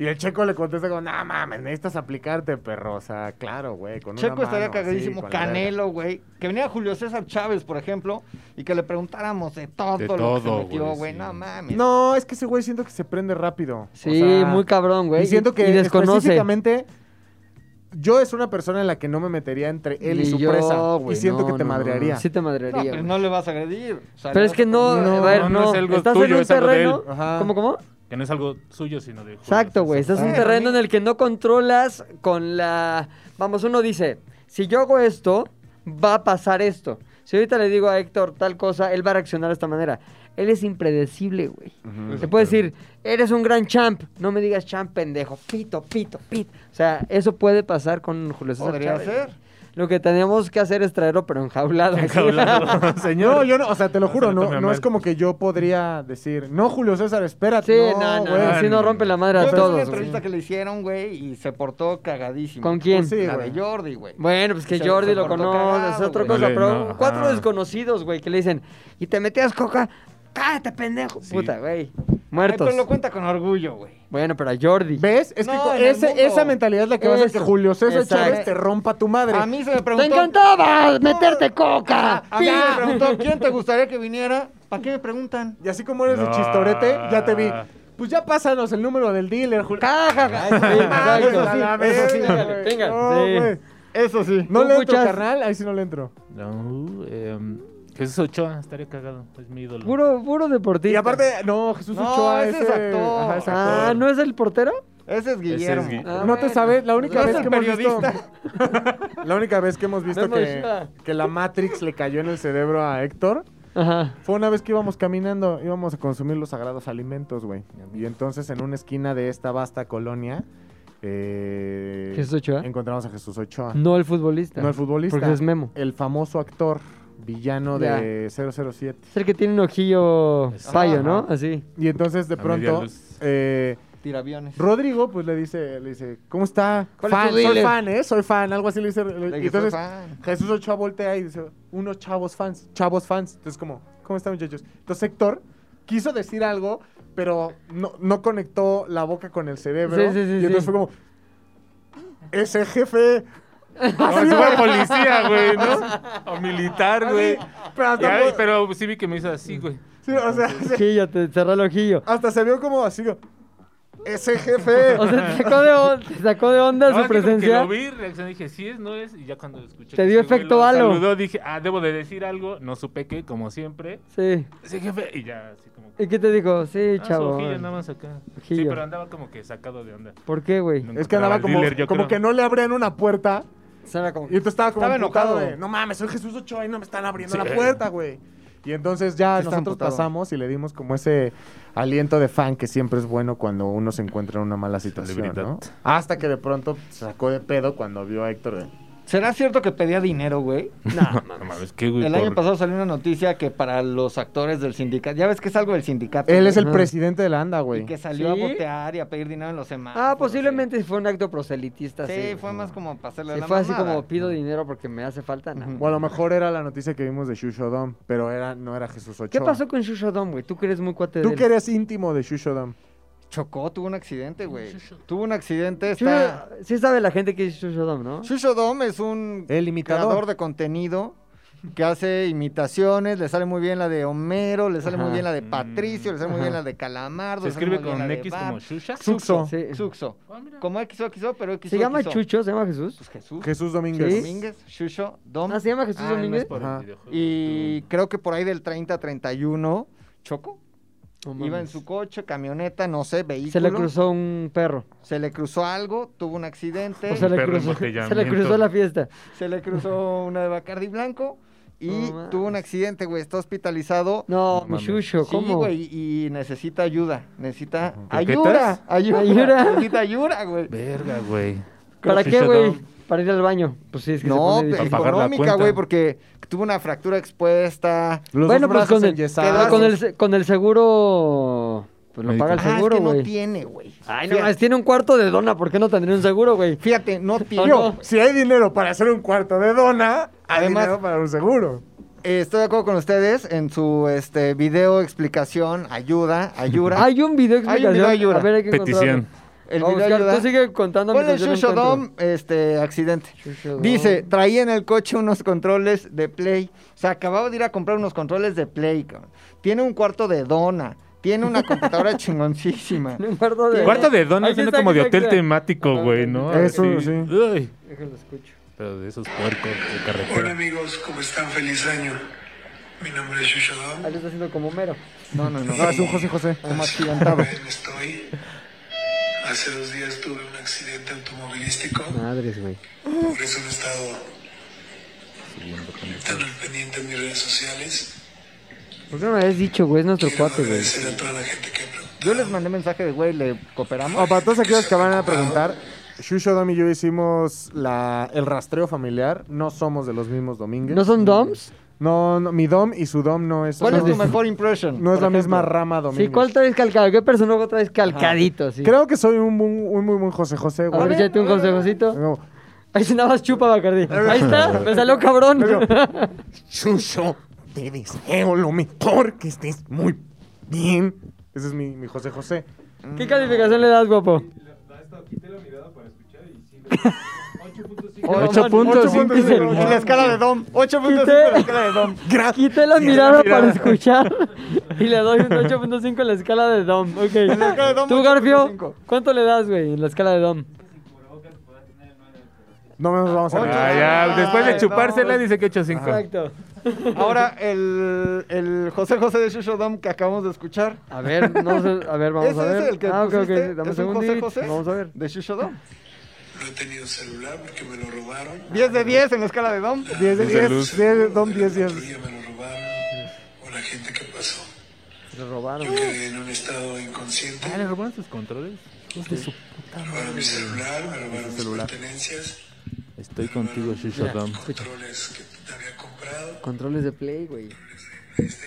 Speaker 2: Y el checo le contesta como, no mames, necesitas aplicarte, perro. O sea, claro, güey. Con una
Speaker 5: Checo estaría
Speaker 2: mano, así,
Speaker 5: cagadísimo.
Speaker 2: con la verga.
Speaker 5: Canelo, güey. Que viniera Julio César Chávez, por ejemplo, y que le preguntáramos de todo
Speaker 3: De
Speaker 5: lo que se
Speaker 3: todo,
Speaker 5: metió,
Speaker 3: güey,
Speaker 5: güey.
Speaker 3: sí.
Speaker 5: No mames.
Speaker 2: No, es que ese güey siento que se prende rápido. O
Speaker 1: Sí,
Speaker 2: sea,
Speaker 1: muy cabrón, güey.
Speaker 2: Y siento que
Speaker 1: y desconoce.
Speaker 2: específicamente... Yo es una persona en la que no me metería entre él y,
Speaker 1: Ni
Speaker 2: su
Speaker 1: yo,
Speaker 2: presa.
Speaker 1: güey,
Speaker 2: y siento
Speaker 1: no,
Speaker 2: que te
Speaker 1: no, no,
Speaker 2: madrearía.
Speaker 1: Sí te madrearía.
Speaker 5: No, pero
Speaker 1: güey.
Speaker 5: pues, no le vas a agredir. O sea,
Speaker 1: Pero
Speaker 5: le
Speaker 1: es
Speaker 5: vas
Speaker 1: que
Speaker 5: a-
Speaker 1: no, a ver, no,
Speaker 3: pues no, no es algo
Speaker 1: estás en
Speaker 3: tuyo,
Speaker 1: un
Speaker 3: es algo de
Speaker 1: terreno.
Speaker 2: él. Ajá.
Speaker 1: ¿Cómo, cómo?
Speaker 3: Que no es algo suyo, sino de...
Speaker 1: Exacto, güey. Estás en un
Speaker 5: Bueno,
Speaker 1: terreno en
Speaker 5: ni-
Speaker 1: el que no controlas con la. Vamos, uno dice: si yo hago esto, va a pasar esto. Si ahorita le digo a Héctor tal cosa, él va a reaccionar de esta manera. Él es impredecible, güey. Te puede decir, eres un gran champ. No me digas champ, pendejo. Pito, pito, pito. O sea, eso puede pasar con Julio César
Speaker 5: Podría
Speaker 1: Chávez.
Speaker 5: ser.
Speaker 1: Lo que tenemos que hacer es traerlo, pero enjaulado. así.
Speaker 3: Enjaulado, señor.
Speaker 2: No, yo no, o sea, te lo
Speaker 3: No,
Speaker 2: juro,
Speaker 3: se lo
Speaker 2: no,
Speaker 3: tome a
Speaker 2: no
Speaker 3: mal.
Speaker 2: es como que yo podría decir, no, Julio César, espérate.
Speaker 1: Sí, no, no,
Speaker 2: güey".
Speaker 1: no, sí nos rompe la madre a
Speaker 5: Yo vi una
Speaker 1: todos.
Speaker 5: entrevista
Speaker 1: güey.
Speaker 5: que le hicieron, güey, y se portó cagadísimo.
Speaker 1: ¿Con quién?
Speaker 2: Pues sí,
Speaker 5: La de
Speaker 2: güey.
Speaker 5: Jordi, güey.
Speaker 1: Bueno, pues que
Speaker 5: Se-
Speaker 1: Jordi
Speaker 5: se
Speaker 1: lo
Speaker 5: portó
Speaker 1: conoce, es
Speaker 5: cagado,
Speaker 1: otra
Speaker 5: güey.
Speaker 1: cosa,
Speaker 3: No le-
Speaker 1: pero
Speaker 3: no,
Speaker 1: cuatro
Speaker 3: ajá.
Speaker 1: desconocidos, güey, que le dicen, y te metías coca, cállate, pendejo.
Speaker 3: Sí.
Speaker 1: Puta, güey.
Speaker 5: Ay,
Speaker 1: Muertos.
Speaker 5: Pero lo cuenta con orgullo, güey.
Speaker 1: Bueno, pero a Jordi.
Speaker 2: ¿Ves? Es
Speaker 5: No, en
Speaker 2: que
Speaker 5: el
Speaker 2: ese-
Speaker 5: mundo.
Speaker 2: esa mentalidad es la que va a hacer que
Speaker 1: Eso.
Speaker 2: Julio César
Speaker 1: Exacto.
Speaker 2: Chávez te rompa tu madre.
Speaker 5: A mí se me
Speaker 1: ¡Te
Speaker 5: preguntó.
Speaker 1: encantaba ¡Ah, meterte
Speaker 2: Ah,
Speaker 1: coca!
Speaker 5: A mí se me preguntó quién te gustaría que viniera. ¿Para qué me preguntan?
Speaker 2: Y así como eres de
Speaker 3: No.
Speaker 2: chistorete, ya te vi. Pues ya pásanos el número del dealer, Julio. Ah, eso sí,
Speaker 1: Exacto.
Speaker 2: eso sí,
Speaker 1: Venga,
Speaker 2: güey.
Speaker 1: venga.
Speaker 2: No,
Speaker 1: Sí.
Speaker 2: güey.
Speaker 5: Eso sí.
Speaker 2: No
Speaker 1: Tú
Speaker 2: le entro,
Speaker 1: escuchas-
Speaker 2: carnal. Ahí sí no le entro.
Speaker 3: No, em, Jesús Ochoa estaría cagado. Es mi ídolo.
Speaker 1: Puro, puro deportista.
Speaker 2: Y aparte, no, Jesús
Speaker 5: No,
Speaker 2: Ochoa
Speaker 5: ese
Speaker 2: ese-
Speaker 5: es actor.
Speaker 2: ajá, es actor.
Speaker 1: Ah, ¿no es el portero?
Speaker 5: Ese es Guillermo.
Speaker 3: Gui-
Speaker 1: Ah,
Speaker 2: no
Speaker 1: bueno.
Speaker 2: te sabes, la única
Speaker 5: ¿No
Speaker 2: vez
Speaker 5: es
Speaker 2: que
Speaker 5: el
Speaker 2: hemos visto.
Speaker 5: periodista?
Speaker 2: La única vez que hemos visto
Speaker 1: Memo
Speaker 2: que,
Speaker 1: Ochoa.
Speaker 2: que la Matrix le cayó en el cerebro a Héctor
Speaker 1: Ajá.
Speaker 2: fue una vez que íbamos caminando, íbamos a consumir los sagrados alimentos, güey. Y entonces en una esquina de esta vasta colonia eh,
Speaker 1: ¿Jesús Ochoa?
Speaker 2: encontramos a Jesús Ochoa.
Speaker 1: No el futbolista.
Speaker 2: No el futbolista.
Speaker 1: Porque es Memo.
Speaker 2: El famoso actor villano de 007.
Speaker 1: Es el que tiene un ojillo
Speaker 3: Exacto.
Speaker 1: fallo, ¿no? Así.
Speaker 2: Y entonces de
Speaker 3: A media
Speaker 2: pronto
Speaker 3: luz.
Speaker 2: eh,
Speaker 5: Tirabiones.
Speaker 2: Rodrigo pues le dice, le dice, ¿cómo está?
Speaker 5: ¿Cuál es
Speaker 2: Fan,
Speaker 5: tu
Speaker 2: soy
Speaker 5: dealer?
Speaker 2: fan, ¿eh? Soy fan, algo así le dice. le-
Speaker 5: Le dije,
Speaker 2: entonces
Speaker 5: "Soy fan".
Speaker 2: Jesús Ochoa voltea y dice, unos chavos fans, chavos fans. Entonces, como, ¿cómo están, muchachos? Entonces, Héctor quiso decir algo, pero no, no conectó la boca con el cerebro.
Speaker 1: Sí, sí, sí,
Speaker 2: y entonces
Speaker 1: sí.
Speaker 2: fue como, ese jefe.
Speaker 3: No, es una Ah, policía, güey, ¿no? O
Speaker 1: Ah,
Speaker 3: militar, güey.
Speaker 2: Pero
Speaker 3: Ya,
Speaker 2: hasta,
Speaker 3: pero sí vi que me hizo así, güey.
Speaker 2: sí, o sea, se-
Speaker 1: Sí, ya te cerró el ojillo.
Speaker 2: hasta se vio como así, como, ese jefe.
Speaker 1: O sea, te sacó de, on- te sacó de onda
Speaker 3: No,
Speaker 1: su
Speaker 3: es que como que
Speaker 1: presencia.
Speaker 3: lo vi, reaccioné, dije, sí es, no es. Y ya cuando escuché.
Speaker 1: Te
Speaker 3: que
Speaker 1: dio
Speaker 3: ese güey
Speaker 1: efecto
Speaker 3: lo
Speaker 1: halo.
Speaker 3: Saludó, dije, ah, debo de decir algo. No supe qué, como siempre.
Speaker 1: Sí.
Speaker 3: Sí, jefe. Y ya, así como. que,
Speaker 1: ¿Y qué te dijo? Sí,
Speaker 3: "Ah, su
Speaker 1: chavo.
Speaker 3: ojillo nada más acá. Sí,
Speaker 1: Ojillo.
Speaker 3: pero andaba como que sacado de onda.
Speaker 1: ¿Por qué, güey?
Speaker 3: Ah, No
Speaker 2: es que andaba
Speaker 3: encontraba al
Speaker 2: como,
Speaker 3: dealer, yo
Speaker 2: como
Speaker 3: creo.
Speaker 2: que no le abrían una puerta.
Speaker 1: Suena como...
Speaker 2: Y entonces estaba como
Speaker 5: Estaba
Speaker 2: emputado
Speaker 5: enojado.
Speaker 2: de, no mames, soy Jesús Ochoa y no me están abriendo
Speaker 3: Sí.
Speaker 2: la puerta, güey. Y entonces ya
Speaker 5: Sí, está
Speaker 2: nosotros
Speaker 5: emputado.
Speaker 2: pasamos y le dimos como ese aliento de fan que siempre es bueno cuando uno se encuentra en una mala situación,
Speaker 3: Celebridad.
Speaker 2: ¿no? Hasta que de pronto se sacó de pedo cuando vio a Héctor. de,
Speaker 5: ¿Será cierto que pedía dinero, güey?
Speaker 3: No mames, qué, güey.
Speaker 5: El año
Speaker 3: por-
Speaker 5: pasado salió una noticia que para los actores del sindicato, ya ves que es algo del sindicato.
Speaker 2: Él
Speaker 5: güey,
Speaker 2: es el
Speaker 1: Ajá.
Speaker 2: presidente de la ANDA,
Speaker 5: Y
Speaker 2: güey.
Speaker 5: que salió
Speaker 1: ¿Sí?
Speaker 5: a botear y a pedir dinero en los semáforos.
Speaker 1: Ah, posiblemente fue un acto proselitista.
Speaker 5: Sí,
Speaker 1: Sí,
Speaker 5: Sí,
Speaker 1: güey.
Speaker 5: fue más como para hacerle
Speaker 1: Sí,
Speaker 5: la
Speaker 1: fue así
Speaker 5: mamada.
Speaker 1: como pido dinero porque me hace falta. no.
Speaker 5: Ujú.
Speaker 2: O a lo mejor era la noticia que vimos de Shushodom, pero era, no era Jesús Ochoa.
Speaker 1: ¿Qué pasó con Shushodom, güey? Tú que eres muy cuate de
Speaker 2: Tú
Speaker 1: él.
Speaker 2: que eres íntimo de Shushodom.
Speaker 5: Chocó, tuvo un accidente, güey. Tuvo un accidente,
Speaker 1: Sí,
Speaker 5: está...
Speaker 1: Sí sabe la gente que es Shushodom, ¿no?
Speaker 5: Shusho Dom es un
Speaker 2: El imitador.
Speaker 5: creador de contenido que hace imitaciones, le sale muy bien la de Homero, le sale muy
Speaker 1: Ajá.
Speaker 5: bien la de Patricio, le sale muy
Speaker 1: Ajá.
Speaker 5: bien la de Calamardo.
Speaker 3: Mm. Se
Speaker 5: le sale muy
Speaker 3: escribe
Speaker 5: bien la
Speaker 3: con
Speaker 5: de
Speaker 3: X como
Speaker 5: Bart.
Speaker 3: Shusha.
Speaker 2: Suxo.
Speaker 1: Sí.
Speaker 5: Suxo.
Speaker 3: Ah, mira.
Speaker 5: Como XOXO, pero XOXO.
Speaker 1: ¿Se llama Chucho? ¿Se llama Jesús?
Speaker 5: Pues Jesús.
Speaker 2: Jesús
Speaker 1: Sí.
Speaker 2: Domínguez.
Speaker 5: Domínguez, Shusho, Dom.
Speaker 1: Ah, ¿se llama Jesús
Speaker 5: Ah, no es
Speaker 1: Domínguez?
Speaker 3: Por el
Speaker 2: Ajá.
Speaker 3: videojuego.
Speaker 5: Y creo que por ahí del 30-31, Choco. Iba en su coche, camioneta, no sé, vehículo.
Speaker 1: Se le cruzó un perro.
Speaker 5: se le cruzó algo, tuvo un accidente.
Speaker 1: O se le
Speaker 3: perro
Speaker 1: cruzó,
Speaker 3: embotellamiento.
Speaker 1: se le cruzó la fiesta.
Speaker 5: Se le cruzó una de Bacardi Blanco y
Speaker 1: No mames.
Speaker 5: tuvo un accidente, güey. Está hospitalizado.
Speaker 1: No,
Speaker 3: No
Speaker 1: mi
Speaker 3: mames.
Speaker 1: chucho,
Speaker 5: Sí,
Speaker 1: ¿cómo?
Speaker 5: güey, y necesita ayuda. Necesita
Speaker 3: ¿Croquetas?
Speaker 5: ayuda, ayuda.
Speaker 1: Ayuda.
Speaker 5: Necesita ayuda, güey.
Speaker 3: Verga, güey.
Speaker 1: ¿Para
Speaker 3: Sí,
Speaker 1: qué,
Speaker 3: se
Speaker 1: güey?
Speaker 3: da-
Speaker 1: Para ir al baño. Pues sí, es que se
Speaker 5: No,
Speaker 1: pone
Speaker 5: pe-
Speaker 1: difícil.
Speaker 3: Para pagar la
Speaker 5: económica,
Speaker 3: cuenta.
Speaker 5: güey, porque tuvo una fractura expuesta.
Speaker 2: Los
Speaker 1: bueno,
Speaker 2: dos
Speaker 1: pues
Speaker 2: brazos
Speaker 1: con el,
Speaker 2: enyesados.
Speaker 1: con el se- con el seguro pues lo
Speaker 3: Médico.
Speaker 1: paga el
Speaker 5: Ah,
Speaker 1: seguro,
Speaker 5: es que
Speaker 1: güey.
Speaker 5: no tiene, güey.
Speaker 1: Ay, no, mames, tiene un cuarto de dona, ¿por qué no tendría un seguro, güey?
Speaker 5: Fíjate, no tiene.
Speaker 1: no?
Speaker 2: Si hay dinero para hacer un cuarto de dona, hay
Speaker 5: Además-
Speaker 2: dinero para un seguro.
Speaker 5: Eh, estoy de acuerdo con ustedes en su este video explicación, ayuda, ayuda.
Speaker 1: Hay un video
Speaker 5: Hay un
Speaker 1: explicación.
Speaker 5: video ayuda.
Speaker 1: A ver, hay que
Speaker 3: Petición.
Speaker 1: encontrarlo.
Speaker 5: el
Speaker 1: Vamos a
Speaker 5: video
Speaker 1: buscar,
Speaker 5: ayuda.
Speaker 1: Tú sigue contando
Speaker 5: Ponle
Speaker 1: mientras yo lo
Speaker 5: Shusho
Speaker 1: encuentro.
Speaker 5: Dom, este, accidente.
Speaker 1: Shusho Dom.
Speaker 5: Dice, traía en el coche unos controles de Play. O sea, acababa de ir a comprar unos controles de Play, cabrón. Tiene un cuarto de dona. Tiene una computadora chingoncísima.
Speaker 1: En un cuarto de
Speaker 3: Cuarto de dona
Speaker 1: Ahí
Speaker 3: suena
Speaker 1: está,
Speaker 3: como de
Speaker 1: aquí está,
Speaker 3: hotel
Speaker 1: aquí está.
Speaker 3: temático,
Speaker 1: Ah,
Speaker 3: güey,
Speaker 1: ok.
Speaker 3: ¿no?
Speaker 2: Eso,
Speaker 3: Así.
Speaker 2: sí.
Speaker 3: Uy,
Speaker 1: Déjalo, escucho.
Speaker 3: pero de esos puercos de
Speaker 4: Hola
Speaker 3: carretera.
Speaker 4: amigos, ¿cómo están? Feliz año. Mi nombre es Yusho Dom.
Speaker 1: Ahí lo está haciendo como mero.
Speaker 5: No, no, no.
Speaker 2: No, es un José José.
Speaker 5: más
Speaker 4: Así
Speaker 5: gigantado.
Speaker 4: ven, estoy. Hace dos días tuve un accidente automovilístico.
Speaker 1: Madres, güey.
Speaker 4: Por eso no he estado tan al pendiente en mis redes sociales.
Speaker 1: ¿Por qué no me habías dicho, güey? Es nuestro
Speaker 4: Quiero
Speaker 1: cuate, güey.
Speaker 4: agradecer a toda la gente que ha preguntado.
Speaker 5: Yo les mandé mensaje de, güey, ¿le cooperamos?
Speaker 2: O para todos aquellos que van a preguntar, Shusho Dom y yo hicimos la, el rastreo familiar. No somos de los mismos domingos.
Speaker 1: ¿No son doms?
Speaker 2: No, no, mi Dom y su Dom no es,
Speaker 5: ¿Cuál
Speaker 2: no
Speaker 5: es tu
Speaker 2: es-
Speaker 5: mejor impression?
Speaker 2: no es
Speaker 5: por
Speaker 2: la
Speaker 5: ejemplo?
Speaker 2: misma rama Domínguez.
Speaker 1: Sí, ¿cuál traes calcado? ¿Qué personaje traes calcadito? Sí.
Speaker 2: Creo que soy un, bu- un muy buen José José,
Speaker 1: A ver,
Speaker 2: güey.
Speaker 1: échate un consejocito.
Speaker 2: No,
Speaker 1: Ahí si nada más chupa, Bacardi. Ahí está, me salió cabrón.
Speaker 2: Shusho, te deseo lo mejor, que estés muy bien. Ese es mi, mi José José.
Speaker 1: ¿Qué calificación le das, guapo?
Speaker 5: Ocho
Speaker 3: puntos,
Speaker 5: puntos
Speaker 2: sí.
Speaker 5: en la escala de Dom. 8.5 en la escala de Dom.
Speaker 1: Quité la mirada para escuchar y le doy un 8.5 en la escala de Dom. Ok.
Speaker 5: escala de Dom,
Speaker 1: Tú,
Speaker 5: 8.5.
Speaker 1: Garfio, ¿cuánto le das, güey, en la escala de Dom?
Speaker 2: No nos vamos a
Speaker 5: Ocho.
Speaker 2: ver.
Speaker 3: Ah, ya, después de
Speaker 5: Ay,
Speaker 3: chupársela
Speaker 5: no.
Speaker 3: dice que 8-5.
Speaker 1: Exacto.
Speaker 5: Ahora, el, el José José de Shusho Dom que acabamos de escuchar.
Speaker 1: A ver, no sé, a ver, vamos
Speaker 5: ¿Ese
Speaker 1: a ver.
Speaker 5: es el que
Speaker 1: ah, ok, ok,
Speaker 5: pusiste?
Speaker 1: dame un
Speaker 5: ¿Es un José
Speaker 1: segundito.
Speaker 5: José?
Speaker 1: Vamos a ver.
Speaker 5: De Shusho Dom.
Speaker 4: No he tenido celular porque me lo robaron.
Speaker 5: 10 de 10 en la escala de Dom.
Speaker 2: 10 de
Speaker 3: Desde
Speaker 2: 10,
Speaker 3: luz.
Speaker 2: 10, Dom 10,
Speaker 4: La
Speaker 2: 10.
Speaker 4: patrulla me lo robaron. O la gente que pasó.
Speaker 1: Se robaron.
Speaker 4: Yo quedé en un estado inconsciente.
Speaker 3: Ah, ¿le robaron sus controles? Hijos de su-
Speaker 4: Me robaron mi celular, me robaron mis pertenencias,
Speaker 3: Estoy contigo, Shusho Dom.
Speaker 4: controles que había comprado.
Speaker 1: Controles de play, güey.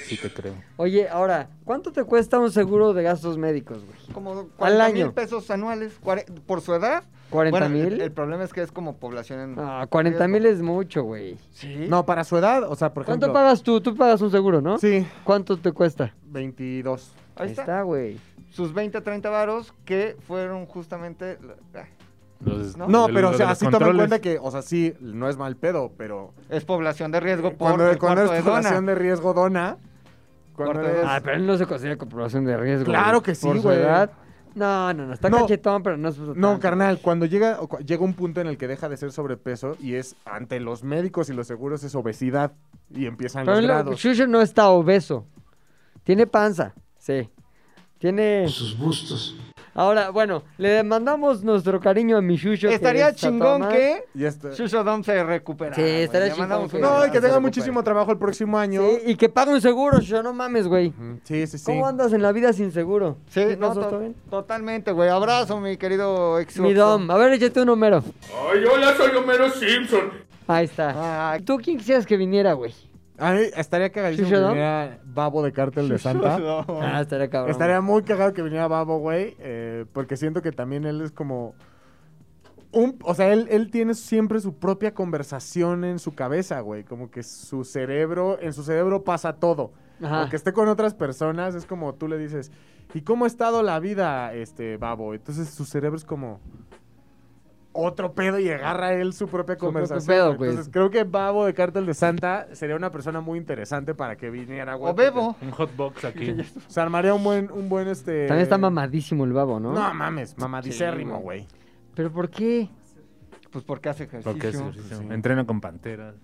Speaker 3: Sí te creo.
Speaker 1: Oye, ahora, ¿cuánto te cuesta un seguro de gastos médicos, güey?
Speaker 5: Como 40 mil
Speaker 1: año.
Speaker 5: pesos anuales. cuare- Por su edad.
Speaker 1: 40
Speaker 5: Bueno, el-
Speaker 1: mil.
Speaker 5: El problema es que es como población en.
Speaker 1: Ah, 40 mil es mucho, güey.
Speaker 5: Sí.
Speaker 2: No, para su edad, o sea, por
Speaker 1: ¿Cuánto
Speaker 2: ejemplo.
Speaker 1: pagas tú? Tú pagas un seguro, ¿no?
Speaker 2: Sí,
Speaker 1: ¿Cuánto te cuesta?
Speaker 2: 22.
Speaker 5: Ahí está.
Speaker 1: güey.
Speaker 5: Sus 20, 30 varos que fueron justamente. la- ah,
Speaker 3: Los-
Speaker 5: No,
Speaker 2: No,
Speaker 3: los-
Speaker 2: pero o
Speaker 3: los
Speaker 2: sea,
Speaker 3: de los
Speaker 2: así toma en
Speaker 3: controles.
Speaker 2: cuenta que, o sea, sí, no es mal pedo, pero
Speaker 5: Es población de riesgo por
Speaker 2: cuando,
Speaker 5: el
Speaker 2: cuando
Speaker 5: cuarto
Speaker 2: eres
Speaker 5: de dona.
Speaker 2: población de riesgo dona, cuando
Speaker 5: Cuarto de
Speaker 2: eres-
Speaker 5: dona.
Speaker 1: Ah, pero él no se considera comprobación de riesgo.
Speaker 2: Claro
Speaker 1: güey.
Speaker 2: que sí,
Speaker 1: Por su
Speaker 2: güey.
Speaker 1: edad. No, no, no. Está
Speaker 2: No.
Speaker 1: cachetón, pero no es.
Speaker 2: No, carnal, cuando llega o cu- llega un punto en el que deja de ser sobrepeso y es ante los médicos y los seguros es obesidad y empiezan
Speaker 1: Pero
Speaker 2: los
Speaker 1: él no,
Speaker 2: grados.
Speaker 1: Shusho no está obeso. Tiene panza. Sí. Tiene.
Speaker 7: Sus bustos.
Speaker 1: Ahora, bueno, le mandamos nuestro cariño a mi Shusho. que
Speaker 5: Estaría
Speaker 1: está toda
Speaker 5: chingón
Speaker 1: madre.
Speaker 5: que
Speaker 2: Y este-
Speaker 5: Shusho Dom se recuperara.
Speaker 1: Sí,
Speaker 5: güey.
Speaker 1: estaría
Speaker 5: Le
Speaker 1: chingón
Speaker 5: mandamos
Speaker 1: que-
Speaker 5: un
Speaker 2: No, y que
Speaker 5: abrazo.
Speaker 2: tenga muchísimo trabajo el próximo año.
Speaker 1: Sí, y que pague un seguro, Shusho. No mames, güey.
Speaker 2: Mm, Sí, sí, sí.
Speaker 1: ¿Cómo andas en la vida sin seguro?
Speaker 5: Sí,
Speaker 1: ¿Qué
Speaker 5: no,
Speaker 1: pasó?
Speaker 5: to-
Speaker 1: ¿Todo bien?
Speaker 5: totalmente, güey. Abrazo, mi querido ex.
Speaker 1: Mi Dom. A ver, échate un Homero.
Speaker 8: Ay, hola, soy Homero Simpson.
Speaker 1: Ahí está.
Speaker 5: Ah,
Speaker 1: ¿Tú quién quisieras que viniera, güey?
Speaker 2: A mí estaría cagadísimo
Speaker 1: ¿Shusho
Speaker 2: que
Speaker 1: Dom?
Speaker 2: viniera Babo de Cártel de Santa.
Speaker 1: Ah, estaría cabrón.
Speaker 2: Estaría muy cagado que viniera Babo, güey, eh, porque siento que también él es como... Un, o sea, él, él tiene siempre su propia conversación en su cabeza, güey. Como que su cerebro, en su cerebro pasa todo.
Speaker 1: Ajá.
Speaker 2: Aunque esté con otras personas, es como tú le dices, ¿y cómo ha estado la vida, este babo? Entonces su cerebro es como otro pedo y agarra él su propia
Speaker 1: propio
Speaker 2: conversación.
Speaker 1: pedo,
Speaker 2: güey.
Speaker 1: pues.
Speaker 2: Entonces creo que Babo de Cártel de Santa sería una persona muy interesante para que viniera, güey.
Speaker 5: o Bebo.
Speaker 3: Un hotbox aquí.
Speaker 2: porque Se armaría un buen, un buen este.
Speaker 1: También está mamadísimo el babo, ¿no?
Speaker 2: No, mames, mamadicérrimo, güey.
Speaker 1: ¿Pero por qué?
Speaker 5: Pues porque hace ejercicio.
Speaker 3: Porque es Entrena con panteras,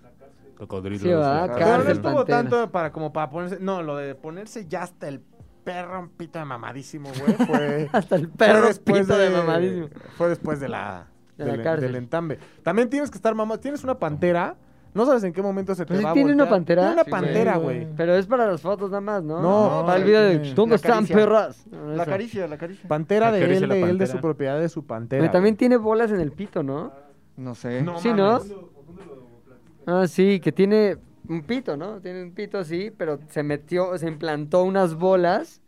Speaker 3: cocodrilos. este,
Speaker 1: Sí, ¿verdad?
Speaker 3: leopardos.
Speaker 2: Pero no
Speaker 1: Cárcel,
Speaker 2: estuvo
Speaker 1: Pantera.
Speaker 2: tanto para como para ponerse. No, lo de ponerse ya hasta el perro un pito de mamadísimo, güey. Fue,
Speaker 1: Hasta el perro
Speaker 2: después
Speaker 1: pito de mamadísimo.
Speaker 2: Fue después de la,
Speaker 1: De la
Speaker 2: del-
Speaker 1: cárcel.
Speaker 2: del entambe. También tienes que estar mamado. Tienes una pantera. No sabes en qué momento se te
Speaker 1: Pues sí
Speaker 2: va a
Speaker 1: tiene una
Speaker 2: voltear.
Speaker 1: pantera.
Speaker 2: Tiene una
Speaker 1: Sí,
Speaker 2: pantera,
Speaker 3: güey.
Speaker 2: güey.
Speaker 1: Pero es para las fotos nada más, ¿no?
Speaker 2: No,
Speaker 1: para el video de
Speaker 2: tiene-
Speaker 1: ¿Dónde
Speaker 5: la
Speaker 1: están
Speaker 5: caricia.
Speaker 1: perras? No,
Speaker 5: La
Speaker 1: eso.
Speaker 5: caricia, la caricia.
Speaker 2: Pantera de
Speaker 3: Acaricia
Speaker 2: él,
Speaker 3: la
Speaker 2: de él, de
Speaker 3: pantera.
Speaker 2: su propiedad, de su pantera.
Speaker 1: Pero también tiene bolas en el pito, ¿no?
Speaker 5: No sé.
Speaker 2: No
Speaker 1: sí,
Speaker 2: mames.
Speaker 1: ¿no? Ah, sí, que tiene un pito, ¿no? Tiene un pito así, pero se metió, se implantó unas bolas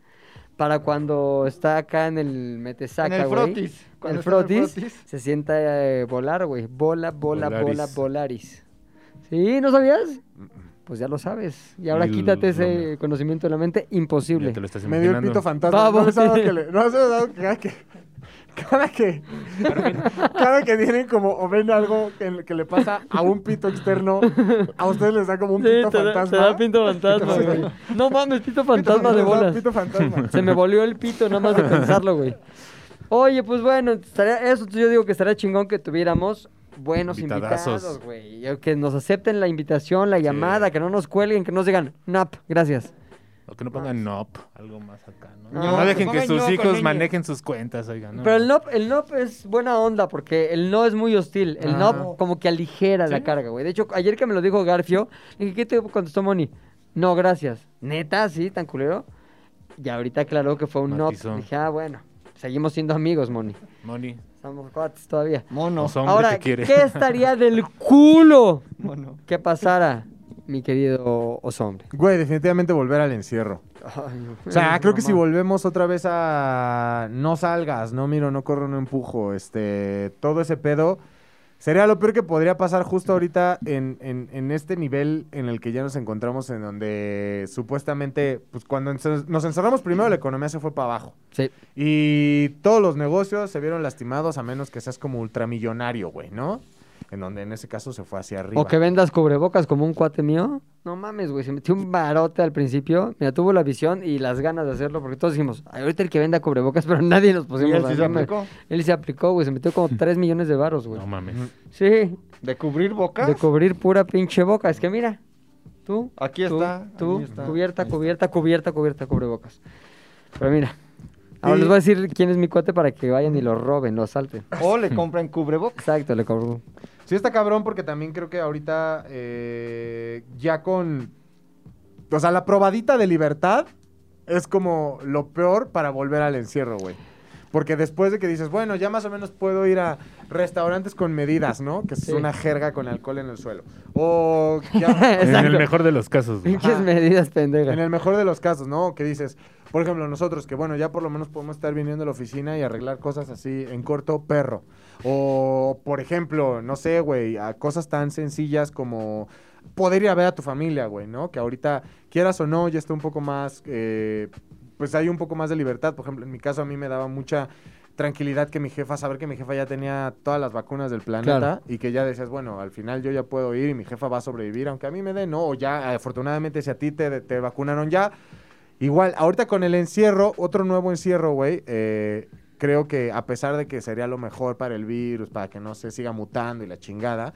Speaker 1: para cuando está acá en el metesaca,
Speaker 5: En el
Speaker 1: güey.
Speaker 5: frotis.
Speaker 1: En el
Speaker 5: Cuando está en el
Speaker 1: frotis,
Speaker 5: frotis.
Speaker 1: se sienta eh, volar, güey. Bola, bola, bola,
Speaker 3: Volaris.
Speaker 1: volaris. ¿Sí? ¿No sabías? Pues ya lo sabes. Y ahora
Speaker 3: Y
Speaker 1: quítate
Speaker 3: lo-
Speaker 1: ese conocimiento de la mente. Imposible.
Speaker 3: Ya te lo estás
Speaker 2: Me dio el
Speaker 3: imaginando.
Speaker 2: pito fantasma.
Speaker 1: Pavo,
Speaker 2: no les ha dado
Speaker 1: sí.
Speaker 2: que le- no les ha dado que cada que. Cada que, cada que tienen como o ven algo que, que le pasa a un pito externo, a ustedes les da como un
Speaker 1: Sí,
Speaker 2: pito
Speaker 1: te da-
Speaker 2: fantasma.
Speaker 1: te da pito fantasma,
Speaker 2: Sí.
Speaker 1: güey. No mames, pito
Speaker 2: Pito
Speaker 1: fantasma de
Speaker 2: les da
Speaker 1: bolas.
Speaker 2: Pito fantasma.
Speaker 1: Se me volvió el pito nada más de pensarlo, güey. Oye, pues bueno, estaría- eso yo digo que estaría chingón que tuviéramos buenos
Speaker 3: Invitadazos.
Speaker 1: invitados, güey. Y Que nos acepten la invitación, la llamada, que no nos cuelguen, que nos digan, nap, gracias.
Speaker 3: O que no pongan NOP, algo más acá, ¿no?
Speaker 1: No,
Speaker 3: No,
Speaker 1: que
Speaker 3: dejen que
Speaker 5: pongan no
Speaker 3: sus
Speaker 5: con
Speaker 3: hijos
Speaker 5: ñ.
Speaker 3: manejen sus cuentas, oigan. ¿no?
Speaker 1: Pero el nop, el nop es buena onda porque el no es muy hostil. El nop como que aligera la carga, güey. De hecho, ayer que me lo dijo Garfio, le dije, ¿qué te contestó Moni? No, gracias. Neta, sí, tan culero. Y ahorita aclaró que fue un nop.
Speaker 3: Matizó.
Speaker 1: Dije, ah, bueno, seguimos siendo amigos, Moni.
Speaker 3: Moni,
Speaker 1: Estamos cuates todavía.
Speaker 5: Mono.
Speaker 3: los hombres
Speaker 1: Ahora,
Speaker 3: que quiere.
Speaker 1: ¿qué estaría del culo
Speaker 5: Mono.
Speaker 1: que pasara, mi querido osombre?
Speaker 2: Güey, definitivamente volver al encierro.
Speaker 1: Pues
Speaker 2: O sea, creo que si volvemos otra vez a no salgas, no miro, no corro, no empujo, este, todo ese pedo, sería lo peor que podría pasar justo ahorita en, en- en este nivel en el que ya nos encontramos, en donde supuestamente, pues cuando encer- nos encerramos primero, la economía se fue para abajo.
Speaker 1: Sí.
Speaker 2: Y todos los negocios se vieron lastimados, a menos que seas como ultramillonario, güey, ¿no? En donde en ese caso se fue hacia arriba.
Speaker 1: O que vendas cubrebocas como un cuate mío. No mames, güey. Se metió un barote al principio. Mira, tuvo la visión y las ganas de hacerlo. Porque todos dijimos, "Ay, ahorita el que venda cubrebocas, pero nadie nos pusimos.
Speaker 5: ¿Y él sí
Speaker 1: a-
Speaker 5: se aplicó?
Speaker 1: Él se aplicó, güey. Se metió como 3 millones de varos, güey.
Speaker 3: No mames.
Speaker 1: sí.
Speaker 5: ¿De cubrir boca?
Speaker 1: De cubrir pura pinche boca. Es que mira, tú.
Speaker 5: Aquí
Speaker 1: tú,
Speaker 5: está,
Speaker 1: Tú,
Speaker 5: aquí está,
Speaker 1: cubierta, cubierta, cubierta, cubierta, cubrebocas. Pero mira. Ahora
Speaker 2: Y-
Speaker 1: les voy a decir quién es mi cuate para que vayan y lo roben, lo asalten.
Speaker 5: O le compran cubrebocas.
Speaker 1: Exacto, le cobro.
Speaker 2: Sí está cabrón porque también creo que ahorita eh, ya con... O sea, la probadita de libertad es como lo peor para volver al encierro, güey. Porque después de que dices, bueno, ya más o menos puedo ir a restaurantes con medidas, ¿no? Que es
Speaker 1: Sí.
Speaker 2: una jerga con alcohol en el suelo. O ya-
Speaker 3: En el
Speaker 1: Exacto.
Speaker 3: mejor de los casos, güey.
Speaker 1: Pinches medidas pendejas.
Speaker 2: en el mejor de los casos, ¿no? Que dices, por ejemplo, nosotros que, bueno, ya por lo menos podemos estar viniendo a la oficina y arreglar cosas así en corto perro. O, por ejemplo, no sé, güey, a cosas tan sencillas como poder ir a ver a tu familia, güey, ¿no? Que ahorita, quieras o no, ya está un poco más, eh, pues hay un poco más de libertad. Por ejemplo, en mi caso a mí me daba mucha tranquilidad que mi jefa, saber que mi jefa ya tenía todas las vacunas del planeta
Speaker 1: Claro.
Speaker 2: y que ya decías, bueno, al final yo ya puedo ir y mi jefa va a sobrevivir, aunque a mí me den, no, o ya, afortunadamente, si a ti te, te vacunaron ya. Igual, ahorita con el encierro, otro nuevo encierro, güey, eh, creo que a pesar de que sería lo mejor para el virus, para que no se siga mutando y la chingada,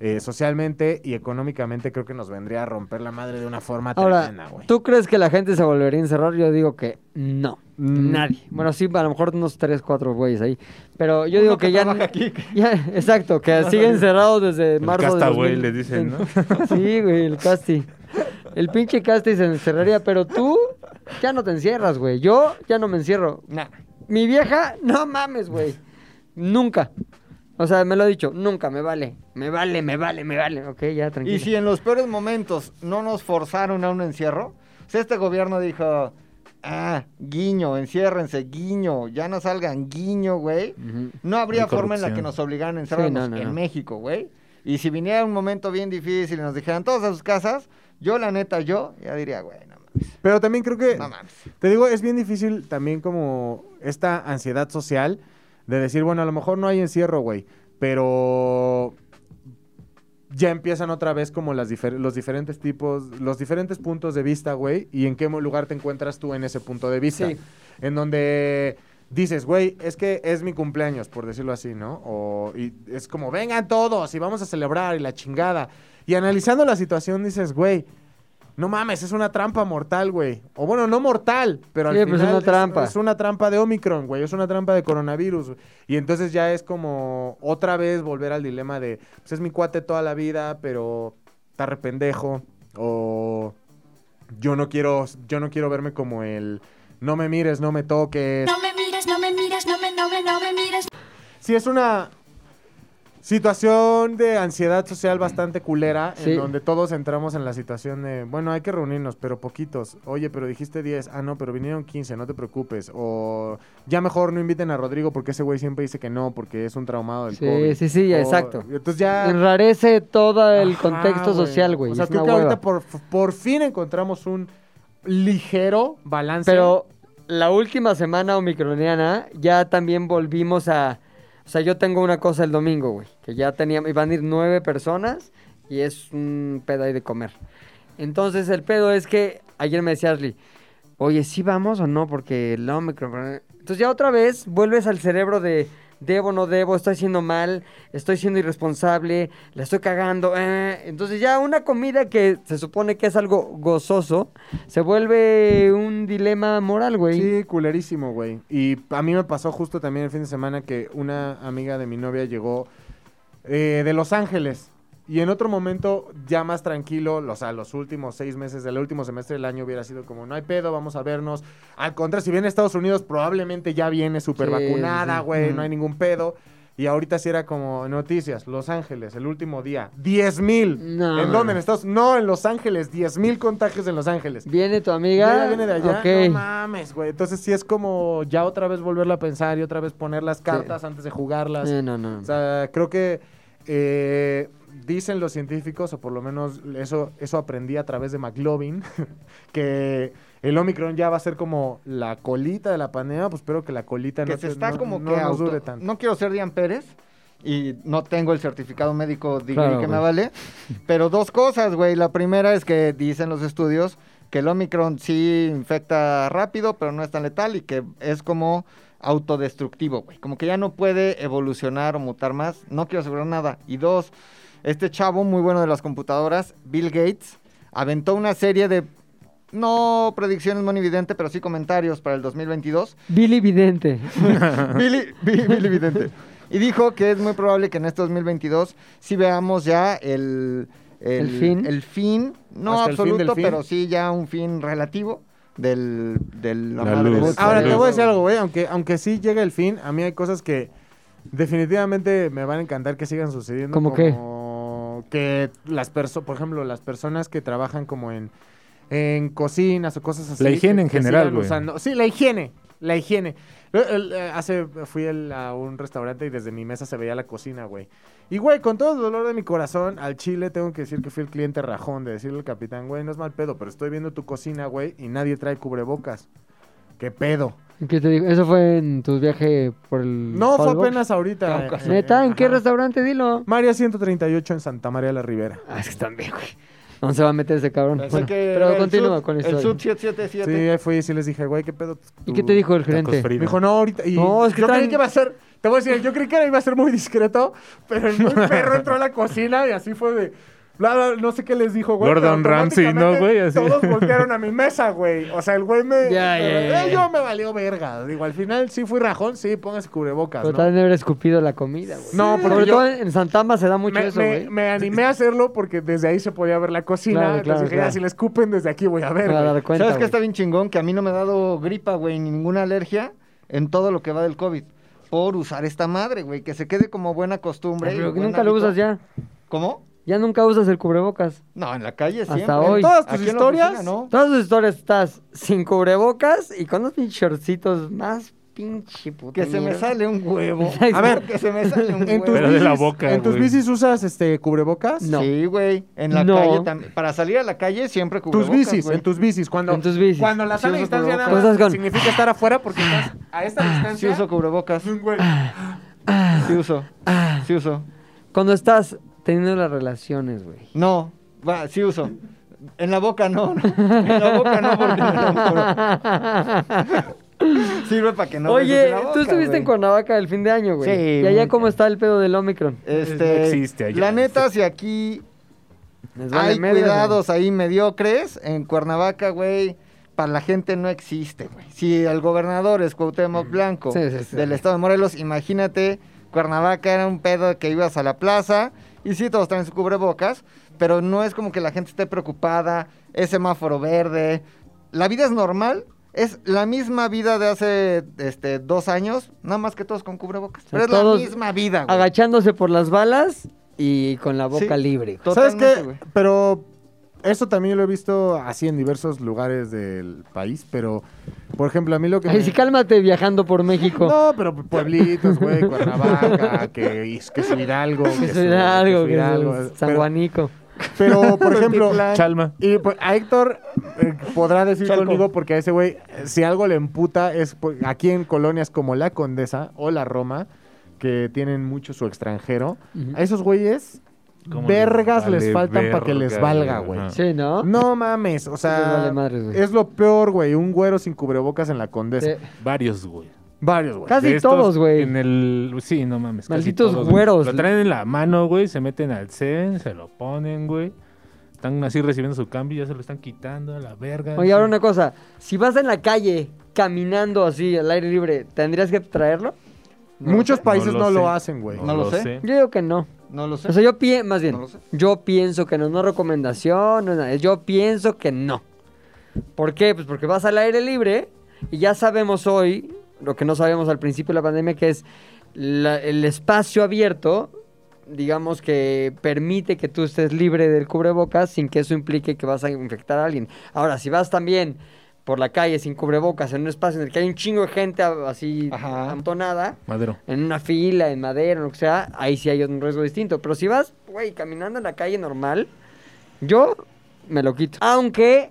Speaker 2: eh, socialmente y económicamente creo que nos vendría a romper la madre de una forma
Speaker 1: Ahora,
Speaker 2: tremenda, güey.
Speaker 1: ¿tú crees que la gente se volvería a encerrar? Yo digo que no.
Speaker 2: Mm.
Speaker 1: Nadie. Bueno, sí, a lo mejor unos 3, 4 güeyes ahí. Pero yo digo que, ya, ya- Exacto, que siguen encerrados desde
Speaker 3: El
Speaker 1: marzo de
Speaker 3: castaway
Speaker 1: 2000.
Speaker 3: le dicen, ¿no?
Speaker 1: Sí, güey, el casti. El pinche casti se encerraría, pero tú ya no te encierras, güey. Yo ya no me encierro.
Speaker 5: Nah.
Speaker 1: Mi vieja, no mames, güey. Nunca. O sea, me lo ha dicho, nunca, me vale. Me vale, me vale, me vale. Ok, ya, tranquilo.
Speaker 5: Y si en los peores momentos no nos forzaron a un encierro, si este gobierno dijo, ah, guiño, enciérrense, guiño, ya no salgan, guiño, güey, no habría
Speaker 3: Hay
Speaker 5: forma en la que
Speaker 3: corrupción.
Speaker 5: nos obligaran a encerrarnos
Speaker 1: Sí, no, no,
Speaker 5: en
Speaker 1: no.
Speaker 5: México, güey. Y si viniera un momento bien difícil y nos dijeran todos a sus casas, yo, la neta, yo, ya diría, güey, no mames,
Speaker 2: Pero también creo que...
Speaker 5: no mames.
Speaker 2: Te digo, es bien difícil también como esta ansiedad social de decir, bueno, a lo mejor no hay encierro, güey, pero ya empiezan otra vez como las difer- los diferentes tipos, los diferentes puntos de vista, güey, y en qué mo- lugar te encuentras tú en ese punto de vista.
Speaker 1: Sí.
Speaker 2: En donde dices, güey, es que es mi cumpleaños, por decirlo así, ¿no? O, y es como, vengan todos y vamos a celebrar y la chingada. Y analizando la situación dices, güey, No mames, es una trampa mortal, güey. O bueno, no mortal, pero al
Speaker 1: Sí,
Speaker 2: final
Speaker 1: pues es una trampa.
Speaker 2: Es, una trampa de Omicron, güey. Es una trampa de coronavirus. güey. Y entonces ya es como otra vez volver al dilema de, pues es mi cuate toda la vida, pero está rependejo. O yo no quiero, yo no quiero verme como el, no me mires, no me toques.
Speaker 9: No me mires, no me mires, no me, no me, no me mires.
Speaker 2: Sí, es una situación de ansiedad social bastante culera,
Speaker 1: Sí.
Speaker 2: en donde todos entramos en la situación de, bueno, hay que reunirnos, pero poquitos. Oye, pero dijiste 10, ah, no, pero vinieron 15, no te preocupes. O ya mejor no inviten a Rodrigo porque ese güey siempre dice que no, porque es un traumado del
Speaker 1: Sí,
Speaker 2: COVID.
Speaker 1: sí, sí,
Speaker 2: O-
Speaker 1: exacto.
Speaker 2: Entonces ya...
Speaker 1: Enrarece todo el
Speaker 2: Ajá,
Speaker 1: contexto social, güey.
Speaker 2: O sea,
Speaker 1: es
Speaker 2: creo
Speaker 1: una
Speaker 2: que
Speaker 1: hueva.
Speaker 2: ahorita por, por fin encontramos un ligero balance.
Speaker 1: Pero la última semana omicroniana ya también volvimos a... O sea, yo tengo una cosa el domingo, güey. Que ya teníamos... Iban a ir nueve personas y es un pedo ahí de comer. Entonces, el pedo es que ayer me decía Ashley, oye, ¿sí vamos o no? Porque el Omicron... Entonces ya otra vez vuelves al cerebro de... Debo, no debo, estoy haciendo mal, estoy siendo irresponsable, la estoy cagando. eh". Entonces ya una comida que se supone que es algo gozoso, se vuelve un dilema moral, güey.
Speaker 2: Sí, culerísimo, güey. Y a mí me pasó justo también el fin de semana que una amiga de mi novia llegó eh, de Los Ángeles. Y en otro momento, ya más tranquilo, o sea, los últimos seis meses del último semestre del año hubiera sido como, no hay pedo, vamos a vernos. Al contrario, si viene a Estados Unidos, probablemente ya viene súper
Speaker 1: Sí,
Speaker 2: vacunada,
Speaker 1: sí, sí.
Speaker 2: güey,
Speaker 1: Ujú.
Speaker 2: no hay ningún pedo. Y ahorita sí era como noticias, Los Ángeles, el último día, 10 mil.
Speaker 1: No,
Speaker 2: ¿En
Speaker 1: man.
Speaker 2: dónde? En Estados No, en Los Ángeles, 10 mil contagios en Los Ángeles.
Speaker 1: Viene tu
Speaker 2: Ya,
Speaker 1: amiga.
Speaker 2: ya viene de allá.
Speaker 1: Ok. Eh,
Speaker 2: No mames, güey. Entonces sí es como ya otra vez volverlo a pensar y otra vez poner las cartas antes de jugarlas.
Speaker 1: Eh, no, no,
Speaker 2: O
Speaker 1: no.
Speaker 2: sea, creo que eh, dicen los científicos, o por lo menos eso, eso aprendí a través de McLovin, que el Omicron ya va a ser como la colita de la pandemia, pues espero que la colita
Speaker 5: que
Speaker 2: no,
Speaker 5: se
Speaker 2: te-
Speaker 5: está
Speaker 2: no-
Speaker 5: como
Speaker 2: no
Speaker 5: que
Speaker 2: nos
Speaker 5: auto-
Speaker 2: dure tanto.
Speaker 5: no quiero ser Dian Pérez y no tengo el certificado médico degree
Speaker 1: Claro,
Speaker 5: que me
Speaker 1: güey.
Speaker 5: vale, pero dos cosas, güey. La primera es que dicen los estudios que el Omicron sí infecta rápido, pero no es tan letal y que es como autodestructivo, güey. Como que ya no puede evolucionar o mutar más. No quiero asegurar nada. Y dos, este chavo muy bueno de las computadoras, Bill Gates, aventó una serie de no predicciones monividente, pero sí comentarios para el 2022
Speaker 1: Billy Vidente.
Speaker 5: Billy, Billy, Billy Vidente. Y dijo que es muy probable que en este 2022 sí veamos ya el,
Speaker 1: ¿El fin?
Speaker 5: el fin, no
Speaker 2: Hasta el fin
Speaker 5: absoluto,
Speaker 2: del fin.
Speaker 5: pero sí ya un fin relativo del, del
Speaker 3: La luz.
Speaker 5: del-
Speaker 2: Ahora te
Speaker 3: Salud.
Speaker 2: voy a decir algo, güey. Aunque, aunque sí llegue el fin, a mí hay cosas que definitivamente me van a encantar que sigan sucediendo.
Speaker 1: ¿Cómo qué?
Speaker 2: como que las personas, por ejemplo, las personas que trabajan como en, en cocinas o cosas así.
Speaker 3: La higiene
Speaker 2: que-
Speaker 3: en
Speaker 2: que
Speaker 3: general,
Speaker 2: sigan
Speaker 3: güey.
Speaker 2: usando- Sí, la higiene. La higiene. Lo- el- eh, hace fui el- a un restaurante y desde mi mesa se veía la cocina, güey. Y, güey, con todo el dolor de mi corazón, al chile tengo que decir que fui el cliente rajón de decirle al capitán, güey, no es mal pedo, pero estoy viendo tu cocina, güey, y nadie trae cubrebocas. ¿Qué pedo?
Speaker 1: ¿Qué te digo? ¿Eso fue en tu viaje por el.
Speaker 2: No, fue
Speaker 1: Holbox?
Speaker 2: apenas ahorita. eh,
Speaker 1: Neta,
Speaker 2: eh,
Speaker 1: ¿en qué
Speaker 2: ajá.
Speaker 1: restaurante? Dilo.
Speaker 2: María 138 en Santa María la Ribera.
Speaker 1: Ah, es que también, güey. ¿Dónde se va a meter ese cabrón?
Speaker 5: Pensé
Speaker 1: Bueno,
Speaker 5: que
Speaker 1: pero
Speaker 5: el
Speaker 1: continúa
Speaker 5: sub-
Speaker 1: con
Speaker 5: El sub
Speaker 1: eso.
Speaker 5: 777.
Speaker 2: Sí, ahí fui y sí les dije, güey, ¿qué pedo?
Speaker 1: ¿Y
Speaker 2: Tú-
Speaker 1: qué te dijo el
Speaker 3: Tacos
Speaker 1: gerente?
Speaker 2: Me
Speaker 3: fritos.
Speaker 2: dijo, no, ahorita. Y
Speaker 1: No, es que
Speaker 2: yo
Speaker 1: traen-
Speaker 2: creí que iba a ser. Te voy a decir, yo creí que iba a ser muy discreto, pero el muy perro entró a la cocina y así fue de. bla, bla, no sé qué les dijo, güey.
Speaker 3: Gordon
Speaker 2: pero
Speaker 3: Ramsay,
Speaker 2: automáticamente
Speaker 3: ¿no, güey? Así.
Speaker 2: Todos voltearon a mi mesa, güey. O sea, el güey me.
Speaker 1: Ya,
Speaker 2: me-
Speaker 1: ya, ya,
Speaker 2: eh,
Speaker 1: ya.
Speaker 2: Yo me valió verga. Digo, al final sí fui rajón, sí, póngase cubrebocas.
Speaker 1: Pero
Speaker 2: ¿no?
Speaker 1: también haber escupido la comida, güey.
Speaker 2: No, porque
Speaker 1: Sobre
Speaker 2: yo-
Speaker 1: todo en Santamba se da mucho
Speaker 2: me,
Speaker 1: eso,
Speaker 2: me-
Speaker 1: güey.
Speaker 2: me animé a hacerlo porque desde ahí se podía ver la cocina.
Speaker 1: Claro,
Speaker 2: entonces
Speaker 1: claro,
Speaker 2: dije,
Speaker 1: claro.
Speaker 2: ya, si le escupen desde aquí voy a ver.
Speaker 1: Para
Speaker 2: güey".
Speaker 1: dar cuenta.
Speaker 5: ¿Sabes qué
Speaker 1: güey.
Speaker 5: está bien chingón? Que a mí no me ha dado gripa, güey, ni ninguna alergia en todo lo que va del COVID. Por usar esta madre, güey, que se quede como buena costumbre. y
Speaker 1: Ah, Pero que
Speaker 5: buen
Speaker 1: nunca lo
Speaker 5: hábito.
Speaker 1: usas ya.
Speaker 5: ¿Cómo?
Speaker 1: Ya nunca usas el cubrebocas.
Speaker 5: No, en la calle
Speaker 1: Hasta
Speaker 5: siempre.
Speaker 1: hoy.
Speaker 2: Todas tus
Speaker 5: Aquí en la
Speaker 2: historias.
Speaker 5: oficina, ¿no?
Speaker 1: Todas tus historias estás sin cubrebocas y con unos pinches shortcitos más pinche puta.
Speaker 5: Que se me
Speaker 1: mierda.
Speaker 5: sale un huevo.
Speaker 1: A ver,
Speaker 5: que se me sale un
Speaker 2: En
Speaker 5: huevo.
Speaker 2: tus,
Speaker 3: Pero de
Speaker 2: bicis,
Speaker 3: la boca,
Speaker 2: ¿en tus
Speaker 3: güey.
Speaker 2: bicis usas este cubrebocas?
Speaker 1: No.
Speaker 5: Sí, güey. En la
Speaker 1: No.
Speaker 5: calle también. Para salir a la calle siempre
Speaker 2: Tus
Speaker 5: cubrebocas,
Speaker 2: bicis,
Speaker 5: güey.
Speaker 2: en tus bicis. Cuando,
Speaker 1: En tus bicis.
Speaker 2: Cuando la
Speaker 1: Sí
Speaker 2: sana
Speaker 1: uso
Speaker 2: distancia nada
Speaker 1: cubrebocas. Pues,
Speaker 2: más
Speaker 1: Estás con-
Speaker 2: significa estar afuera porque estás a esta
Speaker 5: Sí
Speaker 2: distancia.
Speaker 5: uso cubrebocas.
Speaker 2: un güey. Ah,
Speaker 5: Sí uso. Sí
Speaker 1: Ah,
Speaker 5: uso.
Speaker 1: Cuando estás teniendo las relaciones, güey.
Speaker 5: No. Va, sí uso. En la boca no. no. En la boca no porque me enamoro. Sirve para que no beses
Speaker 1: Oye,
Speaker 5: en la
Speaker 1: tú
Speaker 5: boca,
Speaker 1: estuviste
Speaker 5: güey.
Speaker 1: en Cuernavaca el fin de año, güey.
Speaker 5: Sí,
Speaker 1: ¿Y
Speaker 5: muy
Speaker 1: allá cómo está el pedo del Omicron?
Speaker 5: Este,
Speaker 3: No existe allá.
Speaker 5: La neta, si aquí
Speaker 1: Les vale
Speaker 5: Hay
Speaker 1: madre,
Speaker 5: cuidados ahí mediocres. En Cuernavaca, güey, para la gente no existe, güey. Si el gobernador es Cuauhtémoc Blanco
Speaker 1: Sí, sí, sí.
Speaker 5: del estado de Morelos, imagínate, Cuernavaca era un pedo que ibas a la plaza. Y sí, todos traen su cubrebocas, pero no es como que la gente esté preocupada, es semáforo verde. La vida es normal, es la misma vida de hace este, dos años, nada más que todos con cubrebocas.
Speaker 1: O sea,
Speaker 5: Pero es
Speaker 1: todos
Speaker 5: la misma vida, güey.
Speaker 1: Agachándose por las balas y con la boca
Speaker 5: Sí.
Speaker 1: libre. güey.
Speaker 2: ¿Sabes
Speaker 5: Totalmente,
Speaker 2: qué?
Speaker 5: güey.
Speaker 2: Pero eso también lo he visto así en diversos lugares del país, pero por ejemplo, a mí lo que
Speaker 1: Ay,
Speaker 2: me-
Speaker 1: sí, cálmate viajando por México.
Speaker 2: No, pero pueblitos, güey, Cuernavaca, que, que su Hidalgo,
Speaker 1: que
Speaker 2: su-
Speaker 1: soy algo,
Speaker 2: su
Speaker 1: que
Speaker 2: Hidalgo.
Speaker 1: soy San
Speaker 2: Pero,
Speaker 1: Juanico.
Speaker 2: pero, por ejemplo,
Speaker 3: Chalma.
Speaker 2: y pues, a Héctor eh, podrá decir
Speaker 3: Chalco.
Speaker 2: conmigo porque a ese güey, eh, si algo le emputa es pues, aquí en colonias como La Condesa o La Roma, que tienen mucho su extranjero, a esos güeyes
Speaker 3: ¿Cómo les
Speaker 2: vergas les
Speaker 3: vale
Speaker 2: faltan para que les
Speaker 3: verga,
Speaker 2: valga,
Speaker 3: güey?
Speaker 2: güey.
Speaker 3: Ajá.
Speaker 1: Sí, ¿no?
Speaker 5: Mm,
Speaker 2: No mames, o
Speaker 1: Les
Speaker 2: sea,
Speaker 1: vale madres, güey.
Speaker 2: es lo peor, güey, un güero sin cubrebocas en La Condesa.
Speaker 5: pues,
Speaker 1: Sí.
Speaker 3: Varios, güey.
Speaker 2: Varios, güey.
Speaker 1: Casi
Speaker 3: De estos
Speaker 1: todos, güey.
Speaker 3: En el. Sí, no mames. casi
Speaker 1: Malditos
Speaker 3: todos, güey.
Speaker 1: güeros.
Speaker 3: Lo traen en la mano, güey. Se meten al CEN, se lo ponen, güey. Están así recibiendo su cambio y ya se lo están quitando a la verga.
Speaker 1: Oye, ahora una cosa. Si vas en la calle caminando así al aire libre, ¿tendrías que traerlo?
Speaker 2: Muchos
Speaker 1: Este
Speaker 2: países
Speaker 3: No
Speaker 2: no
Speaker 3: lo
Speaker 2: lo,
Speaker 3: sé.
Speaker 2: hacen, güey.
Speaker 5: No lo sé.
Speaker 1: Yo digo que no.
Speaker 5: No lo sé.
Speaker 1: O sea, yo pienso, más bien,
Speaker 5: No lo sé.
Speaker 1: yo pienso que no, no es recomendación, no es nada, es yo pienso que no. ¿Por qué? Pues porque vas al aire libre y ya sabemos hoy, lo que no sabíamos al principio de la pandemia, que es la- el espacio abierto, digamos que permite que tú estés libre del cubrebocas sin que eso implique que vas a infectar a alguien. Ahora, si vas también por la calle sin cubrebocas, en un espacio en el que hay un chingo de gente a- así
Speaker 5: Ajá.
Speaker 1: amontonada,
Speaker 3: Madero.
Speaker 1: en una fila, en madera, lo que sea, ahí sí hay un riesgo distinto. Pero si vas, güey, caminando en la calle normal, yo me lo quito. Aunque,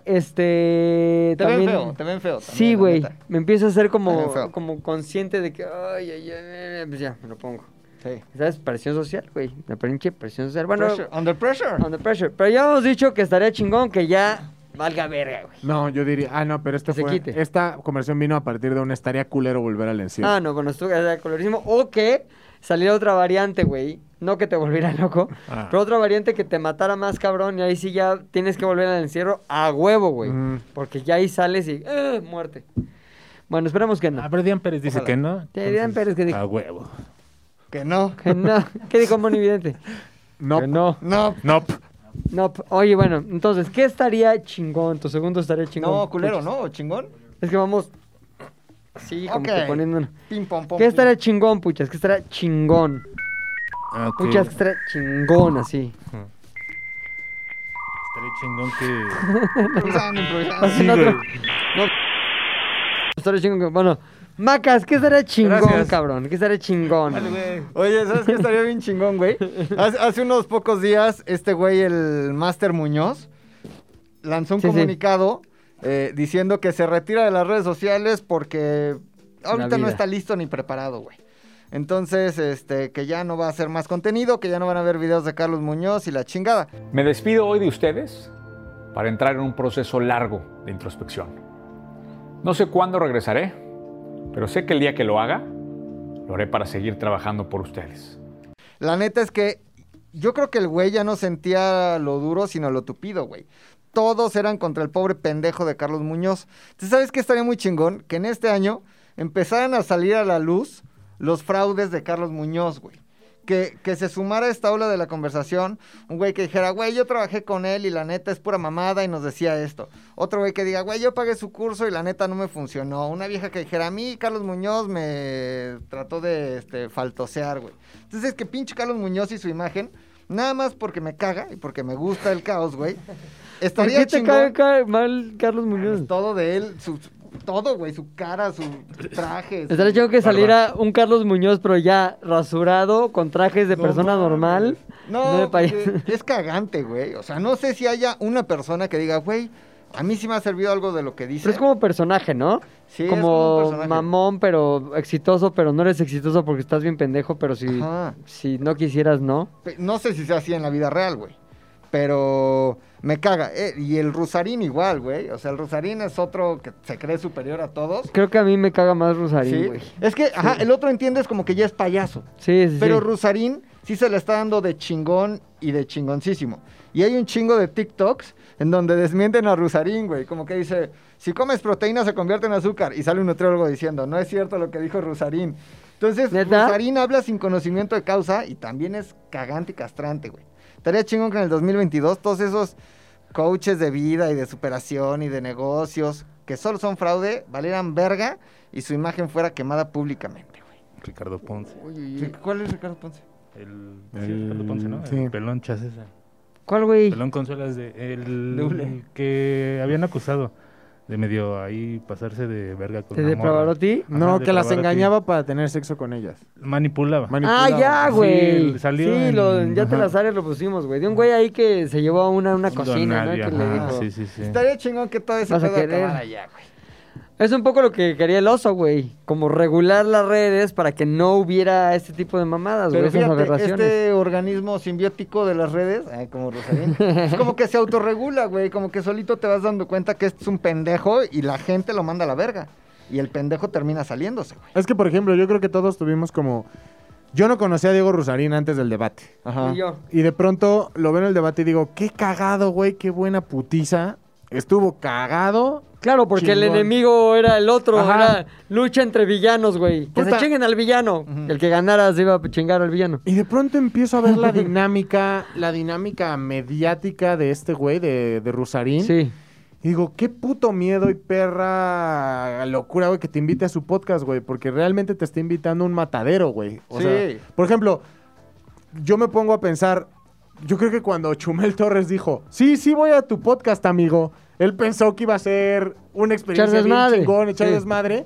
Speaker 1: este.
Speaker 5: Te
Speaker 1: también,
Speaker 5: ven feo, te ven feo. también,
Speaker 1: Sí,
Speaker 5: la
Speaker 1: güey.
Speaker 5: neta.
Speaker 1: Me empiezo a ser
Speaker 5: Está
Speaker 1: como,
Speaker 5: bien feo.
Speaker 1: como consciente de que, ay, ay, ay, ay, pues ya, me lo pongo.
Speaker 5: Sí.
Speaker 1: ¿Sabes? Presión social, güey. La pinche presión social. Bueno,
Speaker 5: Pressure, Under pressure.
Speaker 1: under pressure. Pero ya hemos dicho que estaría chingón que ya valga verga, güey.
Speaker 2: No, yo diría, ah, no, pero esto
Speaker 1: Que se
Speaker 2: fue,
Speaker 1: quite.
Speaker 2: esta conversión vino a partir de una estaría culero volver al encierro.
Speaker 1: Ah, no, bueno, esto era colorismo. O que saliera otra variante, güey. No que te volviera loco,
Speaker 3: Ah.
Speaker 1: pero otra variante que te matara más, cabrón. Y ahí sí ya tienes que volver al encierro a huevo, güey.
Speaker 2: Ujú.
Speaker 1: Porque ya ahí sales y. ¡eh! muerte. Bueno, esperemos que
Speaker 3: Ah,
Speaker 1: no.
Speaker 3: pero Dian Pérez dice que no.
Speaker 1: Sí, Dian
Speaker 3: entonces,
Speaker 1: Pérez que dijo.
Speaker 3: A huevo.
Speaker 5: Que no.
Speaker 1: Que no. ¿Qué dijo Moni Vidente?
Speaker 2: No,
Speaker 1: Que no.
Speaker 5: No,
Speaker 3: Nope.
Speaker 1: No. p- Oye, bueno, entonces, ¿qué estaría chingón? Tu segundo estaría chingón.
Speaker 5: no, pues, culero, ¿no? ¿Chingón?
Speaker 1: Es que vamos. Sí, como que
Speaker 5: Ok.
Speaker 1: poniendo una.
Speaker 5: Pim, pom, pom.
Speaker 1: ¿Qué
Speaker 5: pim.
Speaker 1: estaría chingón, puchas? ¿Qué estaría chingón?
Speaker 3: Ah, ok.
Speaker 1: Puchas, ¿qué estaría chingón así?
Speaker 3: Estaría chingón que.
Speaker 5: Improvisando, improvisando.
Speaker 1: Sin otro. No. Estaría chingón. que- Bueno, Macas, ¿qué estaría chingón,
Speaker 3: Gracias.
Speaker 1: cabrón? ¿Qué estaría chingón?
Speaker 5: Oye, ¿sabes qué estaría bien chingón, güey? Hace, hace unos pocos días, este güey, el Master Muñoz, lanzó un
Speaker 1: Sí, sí.
Speaker 5: comunicado eh, diciendo que se retira de las redes sociales porque ahorita no
Speaker 1: vida.
Speaker 5: está listo ni preparado, güey. Entonces, este, que ya no va a hacer más contenido, que ya no van a ver videos de Carlos Muñoz y la chingada.
Speaker 10: Me despido hoy de ustedes para entrar en un proceso largo de introspección. No sé cuándo regresaré, pero sé que el día que lo haga, lo haré para seguir trabajando por ustedes.
Speaker 5: La neta es que yo creo que el güey ya no sentía lo duro, sino lo tupido, güey. Todos eran contra el pobre pendejo de Carlos Muñoz. ¿Tú sabes qué estaría muy chingón? Que en este año empezaran a salir a la luz los fraudes de Carlos Muñoz, güey. Que, que se sumara a esta ola de la conversación un güey que dijera, güey, yo trabajé con él y la neta es pura mamada y nos decía esto. Otro güey que diga, güey, yo pagué su curso y la neta no me funcionó. Una vieja que dijera, a mí Carlos Muñoz me trató de este, faltosear, güey. Entonces, que pinche Carlos Muñoz y su imagen, nada más porque me caga y porque me gusta el caos, güey.
Speaker 1: ¿Por
Speaker 5: Estaría
Speaker 1: qué te
Speaker 5: chingón.
Speaker 1: cae ca- mal Carlos Muñoz?
Speaker 5: Pues, todo de él, su, su- todo, güey, su cara, su traje. su-
Speaker 1: Estaría chingón que saliera un Carlos Muñoz, pero ya rasurado, con trajes de persona normal.
Speaker 5: No,
Speaker 1: de payaso.
Speaker 5: porque es cagante, güey. O sea, no sé si haya una persona que diga, güey, a mí sí me ha servido algo de lo que dice.
Speaker 1: Pero es como personaje, ¿no?
Speaker 5: Sí, es como un
Speaker 1: como
Speaker 5: personaje.
Speaker 1: mamón, pero exitoso, pero no eres exitoso porque estás bien pendejo, pero si,
Speaker 5: Ajá.
Speaker 1: si no quisieras, no.
Speaker 5: Pe- No sé si sea así en la vida real, güey. Pero me caga. Eh, y el Rusarín igual, güey. O sea, el Rusarín es otro que se cree superior a todos.
Speaker 1: Creo que a mí me caga más Rosarín,
Speaker 5: Sí.
Speaker 1: güey.
Speaker 5: Es que, ajá, el otro entiendes como que ya es payaso.
Speaker 1: Sí, sí, sí.
Speaker 5: Pero Rusarín sí se le está dando de chingón y de chingoncísimo. Y hay un chingo de TikToks en donde desmienten a Rusarín, güey. Como que dice, si comes proteína se convierte en azúcar. Y sale un nutriólogo diciendo, no es cierto lo que dijo Rusarín. Entonces, Rusarín habla sin conocimiento de causa y también es cagante y castrante, güey. Estaría chingón que en el 2022 todos esos coaches de vida y de superación y de negocios que solo son fraude valieran verga y su imagen fuera quemada públicamente, güey.
Speaker 3: Ricardo Ponce.
Speaker 5: ¿Cuál es Ricardo Ponce?
Speaker 3: El, sí, Ricardo Ponce, ¿no? El pelón Chacesa.
Speaker 1: ¿Cuál, güey?
Speaker 3: Pelón Consuelas de el
Speaker 1: Doble.
Speaker 3: que habían acusado de medio ahí pasarse de verga con
Speaker 1: ¿De
Speaker 3: una
Speaker 1: de
Speaker 3: morra.
Speaker 1: Pavarotti?
Speaker 3: Ajá,
Speaker 2: No,
Speaker 3: de
Speaker 2: que las
Speaker 3: Pavarotti.
Speaker 2: engañaba para tener sexo con ellas.
Speaker 3: Manipulaba.
Speaker 1: Ah, ya, güey.
Speaker 3: Sí,
Speaker 1: Sí,
Speaker 3: salió en-
Speaker 1: lo- ya te
Speaker 3: ajá.
Speaker 1: las áreas lo pusimos, güey. De un güey ahí que se llevó a una, a una
Speaker 3: Don
Speaker 1: cocina, ¿no?
Speaker 3: Nadie,
Speaker 1: Que le
Speaker 3: ajá,
Speaker 1: dijo,
Speaker 3: Sí, sí, sí.
Speaker 5: Estaría chingón que todo eso
Speaker 1: Vas a
Speaker 5: pueda
Speaker 1: querer.
Speaker 5: acabar allá, güey.
Speaker 1: Es un poco lo que quería el oso, güey. Como regular las redes para que no hubiera este tipo de mamadas, güey.
Speaker 5: Pero
Speaker 1: Esas
Speaker 5: fíjate,
Speaker 1: aberraciones.
Speaker 5: este organismo simbiótico de las redes, ay, como Rosalín, es como que se autorregula, güey, como que solito te vas dando cuenta que este es un pendejo y la gente lo manda a la verga. Y el pendejo termina saliéndose, güey.
Speaker 2: Es que, por ejemplo, yo creo que todos tuvimos como... Yo no conocía a Diego Rusarín antes del debate.
Speaker 5: Ajá. Y yo.
Speaker 2: Y de pronto lo veo en el debate y digo, qué cagado, güey, qué buena putiza. Estuvo cagado.
Speaker 1: Claro, porque el
Speaker 2: Chingón.
Speaker 1: enemigo era el otro,
Speaker 2: Ajá.
Speaker 1: era lucha entre villanos, güey. Que se
Speaker 2: Puta.
Speaker 1: chinguen al villano. El que ganara se iba a chingar al villano.
Speaker 2: Y de pronto empiezo a ver la dinámica, la dinámica mediática de este güey, de, de Rusarín.
Speaker 1: Sí.
Speaker 2: Y digo, qué puto miedo y perra locura, güey, que te invite a su podcast, güey. Porque realmente te está invitando a un matadero, güey. O
Speaker 5: Sí.
Speaker 2: sea, por ejemplo, yo me pongo a pensar, yo creo que cuando Chumel Torres dijo, sí, sí voy a tu podcast, amigo. Él pensó que iba a ser una experiencia bien
Speaker 1: desmadre.
Speaker 2: chingón, echar
Speaker 1: Sí.
Speaker 2: desmadre.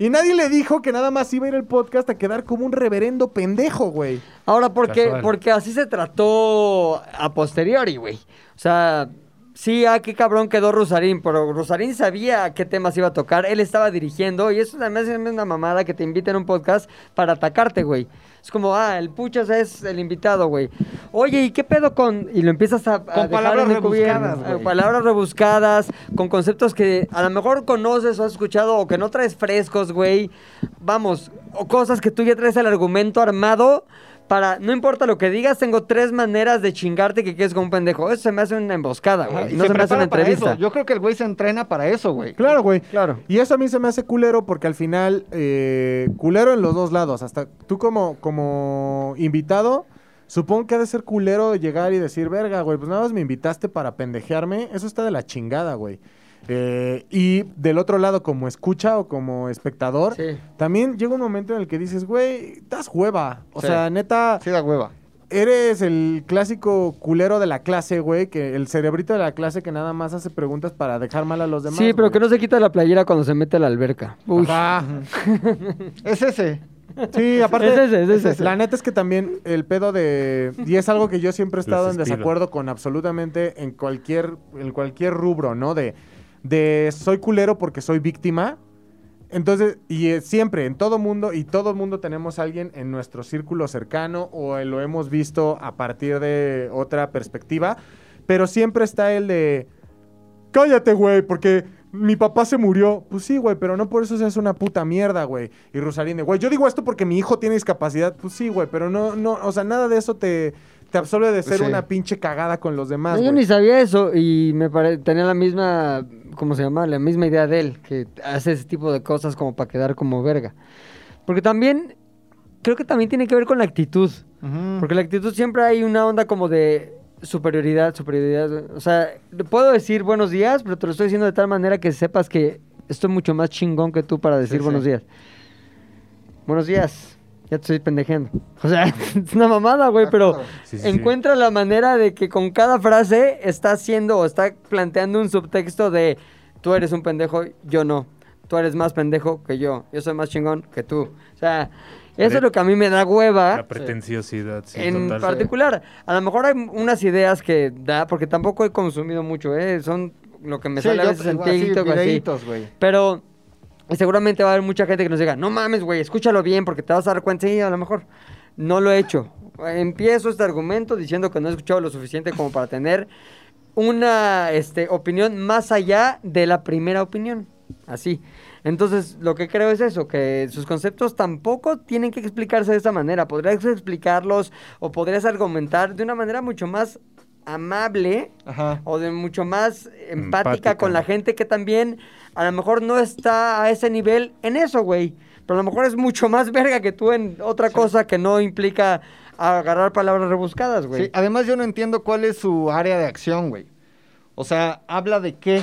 Speaker 2: Y nadie le dijo que nada más iba a ir el podcast a quedar como un reverendo pendejo, güey.
Speaker 1: Ahora, porque,
Speaker 2: Casual.
Speaker 1: porque así se trató a posteriori, güey. O sea, sí, ah, qué cabrón quedó Rosarín, pero Rosarín sabía a qué temas iba a tocar, él estaba dirigiendo, y eso también es una mamada que te inviten a un podcast para atacarte, güey. Es como, ah, el puchas es el invitado, güey. Oye, ¿y qué pedo con...? Y lo empiezas a... a dejar
Speaker 5: palabras
Speaker 1: en el cubierto.
Speaker 5: rebuscadas, güey.
Speaker 1: Eh, Palabras rebuscadas, con conceptos que a lo mejor conoces o has escuchado o que no traes frescos, güey. Vamos, o cosas que tú ya traes el argumento armado para, no importa lo que digas, tengo tres maneras de chingarte que quedes con un pendejo. Eso se me hace una emboscada,
Speaker 5: Ajá,
Speaker 1: güey.
Speaker 5: y
Speaker 1: No se, me hace una
Speaker 5: prepara para
Speaker 1: entrevista.
Speaker 5: eso. Yo creo que el güey se entrena para eso, güey.
Speaker 2: Claro, güey.
Speaker 1: Claro.
Speaker 2: Y eso a mí se me hace culero porque al final, eh, culero en los dos lados. Hasta tú como, como invitado, supongo que ha de ser culero llegar y decir, verga, güey, pues nada más me invitaste para pendejearme. Eso está de la chingada, güey. Eh, y del otro lado, como escucha o como espectador,
Speaker 1: Sí.
Speaker 2: también llega un momento en el que dices, güey, das hueva. O
Speaker 5: Sí.
Speaker 2: sea, neta,
Speaker 5: Sí da hueva.
Speaker 2: Eres el clásico culero de la clase, güey, que el cerebrito de la clase que nada más hace preguntas para dejar mal a los demás.
Speaker 1: sí, pero
Speaker 2: güey.
Speaker 1: que no se quita la playera cuando se mete a la alberca. Uy.
Speaker 2: Ajá.
Speaker 5: Es ese.
Speaker 2: Sí, aparte.
Speaker 1: Es ese, es ese.
Speaker 2: La neta es que también el pedo de. Y es algo que yo siempre he estado
Speaker 3: Los
Speaker 2: en
Speaker 3: espido.
Speaker 2: desacuerdo con absolutamente en cualquier, en cualquier rubro, ¿no? De, de soy culero porque soy víctima. Entonces, y eh, siempre, en todo mundo, y todo mundo tenemos a alguien en nuestro círculo cercano o eh, lo hemos visto a partir de otra perspectiva. Pero siempre está el de. Cállate, güey, porque mi papá se murió. Pues sí, güey, pero no por eso seas una puta mierda, güey. Y Rosalín de, güey, yo digo esto porque mi hijo tiene discapacidad. Pues sí, güey, pero no, no, o sea, nada de eso te, te absorbe de ser
Speaker 5: Sí.
Speaker 2: una pinche cagada con los demás,
Speaker 1: No, yo
Speaker 2: güey.
Speaker 1: ni sabía eso y me pare- tenía la misma, ¿cómo se llama? La misma idea de él, que hace ese tipo de cosas como para quedar como verga. Porque también, creo que también tiene que ver con la actitud.
Speaker 5: Ujú.
Speaker 1: Porque la actitud siempre hay una onda como de superioridad, superioridad. O sea, le puedo decir buenos días, pero te lo estoy diciendo de tal manera que sepas que estoy mucho más chingón que tú para decir
Speaker 5: sí.
Speaker 1: buenos días. Buenos días. Ya te estoy pendejeando. O sea, es una mamada, güey, pero
Speaker 3: Sí, sí, sí.
Speaker 1: encuentra la manera de que con cada frase está haciendo o está planteando un subtexto de tú eres un pendejo, yo no. Tú eres más pendejo que yo. Yo soy más chingón que tú. O sea, eso es lo que a mí me da hueva
Speaker 3: La pretenciosidad, sí,
Speaker 1: en
Speaker 3: total.
Speaker 1: particular. A lo mejor hay unas ideas que da, porque tampoco he consumido mucho, ¿eh? Son lo que me
Speaker 5: Sí,
Speaker 1: sale a
Speaker 5: yo-
Speaker 1: veces en
Speaker 5: así,
Speaker 1: TikTok, así.
Speaker 5: videitos, güey.
Speaker 1: Pero seguramente va a haber mucha gente que nos diga, no mames, güey, escúchalo bien porque te vas a dar cuenta. Sí, a lo mejor no lo he hecho. Empiezo este argumento diciendo que no he escuchado lo suficiente como para tener una este, opinión más allá de la primera opinión. Así. Entonces, lo que creo es eso, que sus conceptos tampoco tienen que explicarse de esta manera. Podrías explicarlos o podrías argumentar de una manera mucho más amable o de mucho más empática,
Speaker 3: Empática.
Speaker 1: con la gente que también a lo mejor no está a ese nivel en eso, güey. Pero a lo mejor es mucho más verga que tú en otra cosa que no implica agarrar palabras rebuscadas, güey.
Speaker 5: Sí, además yo no entiendo cuál es su área de acción, güey. O sea, habla de qué.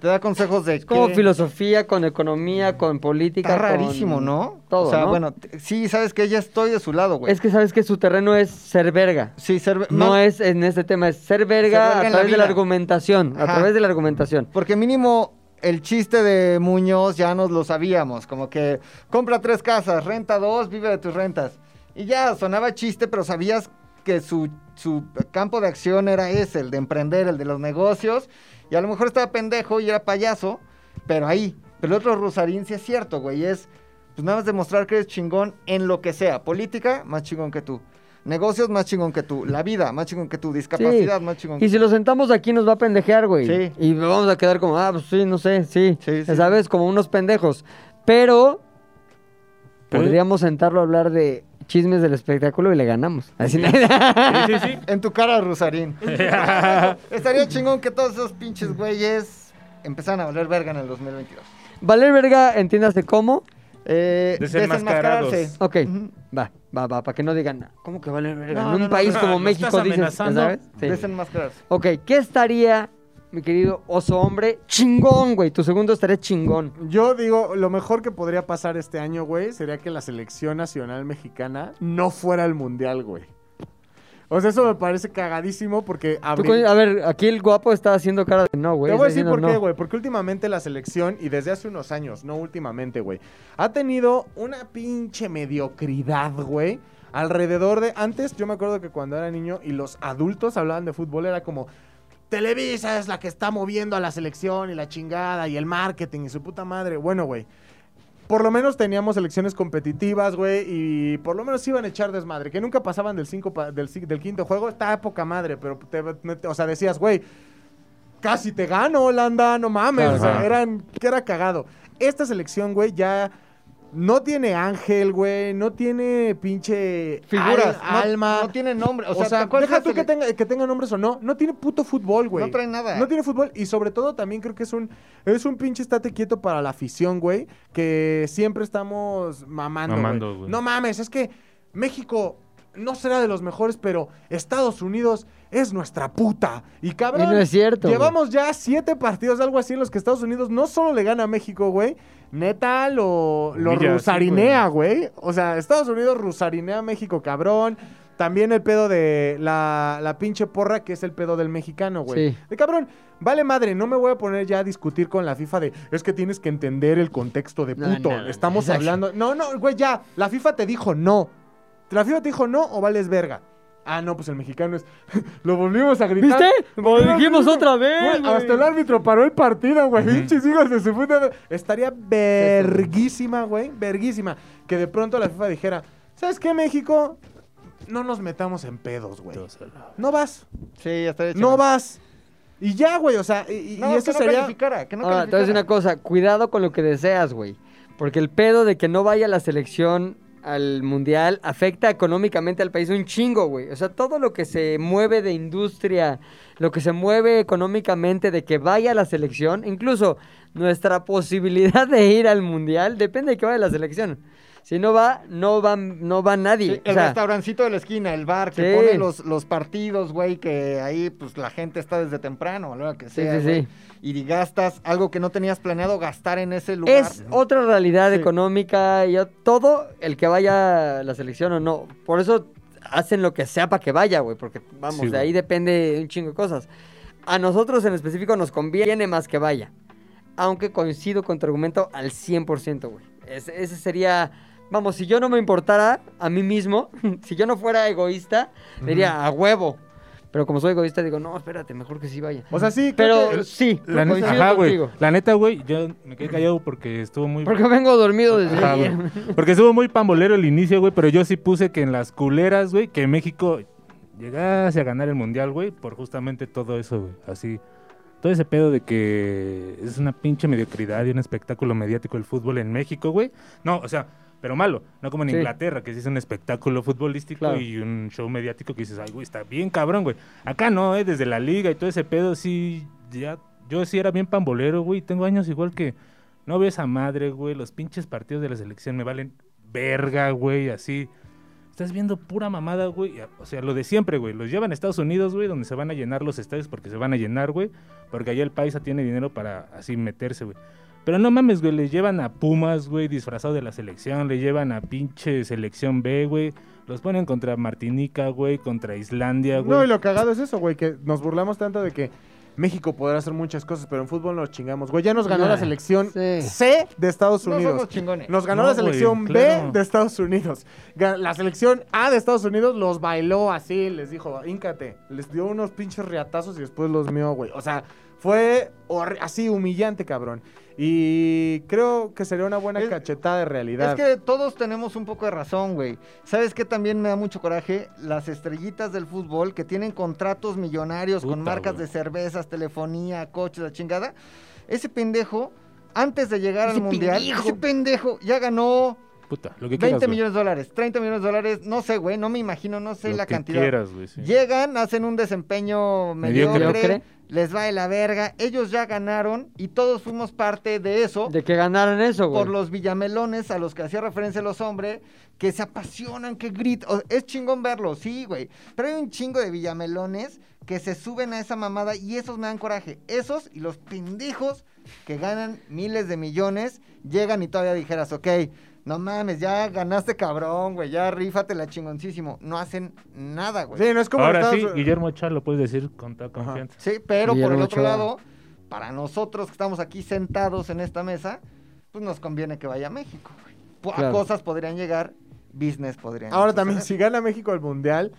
Speaker 5: Te da consejos de
Speaker 1: Como
Speaker 5: qué.
Speaker 1: filosofía, con economía, con política.
Speaker 5: Está
Speaker 1: con
Speaker 5: rarísimo, ¿no?
Speaker 1: Todo.
Speaker 5: O sea,
Speaker 1: ¿no?
Speaker 5: bueno, t- sí, sabes que ya estoy de su lado, güey.
Speaker 1: Es que sabes que su terreno es ser verga.
Speaker 5: Sí, ser ver-
Speaker 1: No
Speaker 5: no.
Speaker 1: es en este tema, es ser verga,
Speaker 5: Ser verga
Speaker 1: a
Speaker 5: en la
Speaker 1: través de la
Speaker 5: vida.
Speaker 1: argumentación. A
Speaker 5: Ajá.
Speaker 1: través de la argumentación.
Speaker 5: Porque mínimo el chiste de Muñoz ya nos lo sabíamos. Como que compra tres casas, renta dos, vive de tus rentas. Y ya sonaba chiste, pero sabías que su, su campo de acción era ese, el de emprender, el de los negocios. Y a lo mejor estaba pendejo y era payaso, pero ahí. Pero el otro Rosarín sí es cierto, güey. Es pues nada más demostrar que eres chingón en lo que sea. Política, más chingón que tú. Negocios, más chingón que tú. La vida, más chingón que tú. Discapacidad,
Speaker 1: Sí.
Speaker 5: más chingón que
Speaker 1: Y si lo sentamos aquí nos va a pendejear, güey.
Speaker 5: Sí.
Speaker 1: Y vamos a quedar como, ah, pues sí, no sé, sí. ¿Sabes? Como unos pendejos. Pero podríamos sentarlo a hablar de chismes del espectáculo y le ganamos. Así
Speaker 5: En tu cara, Rusarín. Estaría chingón que todos esos pinches güeyes empezaran a valer verga en el 2022.
Speaker 1: Valer verga, entiéndase cómo.
Speaker 5: Eh,
Speaker 1: Desenmascarados.
Speaker 5: desenmascararse.
Speaker 1: Ok, va, va, va, para que no digan, "Ah, ¿cómo que valer verga?
Speaker 5: No,
Speaker 1: en un
Speaker 5: no, no,
Speaker 1: país
Speaker 5: no,
Speaker 1: como
Speaker 5: no,
Speaker 1: México
Speaker 5: estás
Speaker 1: dices, ¿ya
Speaker 5: amenazando.
Speaker 1: ¿sabes? Sí.
Speaker 5: Desenmascararse.
Speaker 1: Ok, ¿qué estaría, mi querido oso hombre? Chingón, güey. Tu segundo estaría chingón.
Speaker 2: Yo digo, lo mejor que podría pasar este año, güey, sería que la selección nacional mexicana no fuera al mundial, güey. O sea, eso me parece cagadísimo porque
Speaker 1: Tú,
Speaker 2: habría...
Speaker 1: coño, a ver, aquí el guapo está haciendo cara de no, güey.
Speaker 2: Te voy a
Speaker 1: está
Speaker 2: decir
Speaker 1: diciendo
Speaker 2: por qué,
Speaker 1: no.
Speaker 2: güey. Porque últimamente la selección, y desde hace unos años, no últimamente, güey, ha tenido una pinche mediocridad, güey. Alrededor de. Antes, yo me acuerdo que cuando era niño y los adultos hablaban de fútbol, era como. Televisa es la que está moviendo a la selección y la chingada y el marketing y su puta madre. Bueno, güey. Por lo menos teníamos selecciones competitivas, güey, y por lo menos iban a echar desmadre. Que nunca pasaban del, cinco pa- del, ci- del quinto juego, está poca madre, pero te, te- o sea, decías, güey, casi te gano, Holanda, no mames. O sea,
Speaker 3: Ajá.
Speaker 2: eran, que era cagado. Esta selección, güey, ya no tiene ángel, güey, no tiene pinche
Speaker 5: Figuras,
Speaker 2: al-
Speaker 5: no-
Speaker 2: alma.
Speaker 5: no tiene nombre, o
Speaker 2: O sea,
Speaker 5: sea, ¿te acuerdas
Speaker 2: deja tú
Speaker 5: de-
Speaker 2: que tenga, que tenga nombres o no, no tiene puto fútbol, güey.
Speaker 5: No trae nada.
Speaker 2: No tiene fútbol y sobre todo también creo que es un es un pinche estate quieto para la afición, güey, que siempre estamos mamando,
Speaker 3: Mamando,
Speaker 2: güey.
Speaker 3: güey.
Speaker 2: No mames, es que México no será de los mejores, pero Estados Unidos es nuestra puta. Y
Speaker 1: Y
Speaker 2: cabrón,
Speaker 1: no es cierto,
Speaker 2: llevamos ya siete partidos, algo así, en los que Estados Unidos no solo le gana a México, güey, neta lo, lo
Speaker 3: Humilla, sí,
Speaker 2: rusarinea, güey. O sea, Estados Unidos rusarinea a México, cabrón. También el pedo de la, la pinche porra, que es el pedo del mexicano, güey.
Speaker 1: Sí.
Speaker 2: De cabrón, vale madre, no me voy a poner ya a discutir con la FIFA de es que tienes que entender el contexto de
Speaker 1: No,
Speaker 2: puto.
Speaker 1: no, no,
Speaker 2: Estamos
Speaker 1: exacto.
Speaker 2: hablando. No, no, güey, ya. La FIFA te dijo no. La FIFA te dijo no o vales verga. Ah, no, pues el mexicano es. Lo volvimos a gritar.
Speaker 1: ¿Viste? Lo dijimos
Speaker 2: Güey,
Speaker 1: otra vez, güey.
Speaker 2: Hasta el árbitro paró el partido, güey. Pinches hijos de su puta. madre. Estaría verguísima, güey. Verguísima. Que de pronto la FIFA dijera: ¿Sabes qué, México? No nos metamos en pedos, güey. No vas.
Speaker 5: Sí, estaría
Speaker 2: No
Speaker 5: chingón.
Speaker 2: vas. Y ya, güey. O sea, y, y-
Speaker 5: No,
Speaker 2: y eso
Speaker 5: que no
Speaker 2: sería.
Speaker 5: calificara, que no
Speaker 1: Ahora, Ah, te voy a decir
Speaker 5: calificara.
Speaker 1: una cosa, cuidado con lo que deseas, güey. Porque el pedo de que no vaya la selección al mundial afecta económicamente al país un chingo, güey. O sea, todo lo que se mueve de industria, lo que se mueve económicamente de que vaya la selección, incluso nuestra posibilidad de ir al mundial depende de que vaya la selección. Si no va, no va, no va nadie.
Speaker 5: Sí,
Speaker 1: O
Speaker 5: el
Speaker 1: sea,
Speaker 5: restaurancito de la esquina, el bar, que
Speaker 1: Sí.
Speaker 5: pone los, los partidos, güey, que ahí pues la gente está desde temprano, a la hora que sea,
Speaker 1: sí,
Speaker 5: güey.
Speaker 1: sí.
Speaker 5: Y gastas algo que no tenías planeado gastar en ese lugar.
Speaker 1: Es otra realidad económica y o- todo el que vaya a la selección o no. Por eso hacen lo que sea para que vaya, güey, porque vamos,
Speaker 3: Sí,
Speaker 1: de
Speaker 3: güey.
Speaker 1: ahí depende un chingo de cosas. A nosotros en específico nos conviene más que vaya. Aunque coincido con tu argumento al 100%, güey. Ese, ese sería, vamos, si yo no me importara a mí mismo, si yo no fuera egoísta, diría a huevo. Pero como soy egoísta, digo, no, espérate, mejor que sí vaya.
Speaker 2: O sea, sí, creo
Speaker 1: Pero
Speaker 2: que-
Speaker 1: sí,
Speaker 3: La, ne-
Speaker 1: coincido
Speaker 3: Ajá, güey.
Speaker 1: contigo.
Speaker 3: La neta, güey, yo me quedé callado porque estuvo muy...
Speaker 1: Porque vengo dormido desde
Speaker 3: Ajá,
Speaker 1: ayer.
Speaker 3: güey. Porque estuvo muy pambolero el inicio, güey, pero yo sí puse que en las culeras, güey, que México llegase a ganar el mundial, güey, por justamente todo eso, güey. Así, todo ese pedo de que es una pinche mediocridad y un espectáculo mediático el fútbol en México, güey. No, o sea, pero malo. No como en
Speaker 1: Sí.
Speaker 3: Inglaterra, que sí es un espectáculo futbolístico
Speaker 1: Claro.
Speaker 3: y un show mediático que dices, ay, güey, está bien cabrón, güey. Acá no, ¿eh? Desde la liga y todo ese pedo, sí, ya. Yo sí era bien pambolero, güey. Tengo años igual que. No veo esa madre, güey. Los pinches partidos de la selección me valen verga, güey, así. Estás viendo pura mamada, güey. O sea, lo de siempre, güey. Los llevan a Estados Unidos, güey, donde se van a llenar los estadios porque se van a llenar, güey. Porque allá el paisa tiene dinero para así meterse, güey. Pero no mames, güey. Les llevan a Pumas, güey, disfrazado de la selección. Le llevan a pinche selección B, güey. Los ponen contra Martinica, güey. Contra Islandia, güey.
Speaker 2: No, y lo cagado es eso, güey, que nos burlamos tanto de que México podrá hacer muchas cosas, pero en fútbol nos chingamos. Güey, ya nos ganó
Speaker 5: Nah,
Speaker 2: la selección
Speaker 5: sí.
Speaker 2: C de Estados
Speaker 5: No
Speaker 2: Unidos.
Speaker 5: somos chingones.
Speaker 2: Nos ganó
Speaker 5: No,
Speaker 2: la
Speaker 5: güey,
Speaker 2: selección
Speaker 5: claro.
Speaker 2: B de Estados Unidos. Ga- La selección A de Estados Unidos los bailó así, les dijo, íncate. Les dio unos pinches riatazos y después los mió, güey. O sea, fue horri- así humillante, cabrón. Y creo que sería una buena cachetada de realidad.
Speaker 5: Es que todos tenemos un poco de razón, güey. ¿Sabes qué también me da mucho coraje? Las estrellitas del fútbol que tienen contratos millonarios con
Speaker 1: Puta,
Speaker 5: marcas
Speaker 1: güey.
Speaker 5: de cervezas, telefonía, coches, la chingada. Ese pendejo, antes de llegar
Speaker 1: Ese
Speaker 5: al mundial,
Speaker 1: pendejo.
Speaker 5: ese pendejo ya ganó
Speaker 3: Puta, lo que
Speaker 5: 20
Speaker 3: quieras, güey.
Speaker 5: millones de dólares, 30 millones de dólares, no sé, güey, no me imagino, no sé
Speaker 3: Lo
Speaker 5: la
Speaker 3: que
Speaker 5: cantidad.
Speaker 3: quieras, güey, sí.
Speaker 5: Llegan, hacen un desempeño
Speaker 3: Mediocre.
Speaker 5: mediocre,
Speaker 1: Mediocre.
Speaker 5: les va de la verga, ellos ya ganaron y todos fuimos parte de eso
Speaker 1: De que ganaran eso, güey.
Speaker 5: por los villamelones a los que hacía referencia los hombres, que se apasionan, que gritan. O- Es chingón verlos, sí, güey. Pero hay un chingo de villamelones que se suben a esa mamada y esos me dan coraje. Esos y los pendejos que ganan miles de millones llegan y todavía dijeras, ok, no mames, ya ganaste cabrón, güey, ya rífatela chingoncísimo. No hacen nada, güey.
Speaker 2: Sí, no es como
Speaker 3: Ahora
Speaker 2: Estados-
Speaker 3: sí, Guillermo Chá lo puedes decir con toda confianza.
Speaker 5: Sí, pero por el
Speaker 3: Guillermo Ochoa.
Speaker 5: otro lado, para nosotros que estamos aquí sentados en esta mesa, pues nos conviene que vaya a México. güey. Po- a
Speaker 2: Claro.
Speaker 5: Cosas podrían llegar, business podrían
Speaker 2: Ahora también,
Speaker 5: suceder.
Speaker 2: si gana México el Mundial,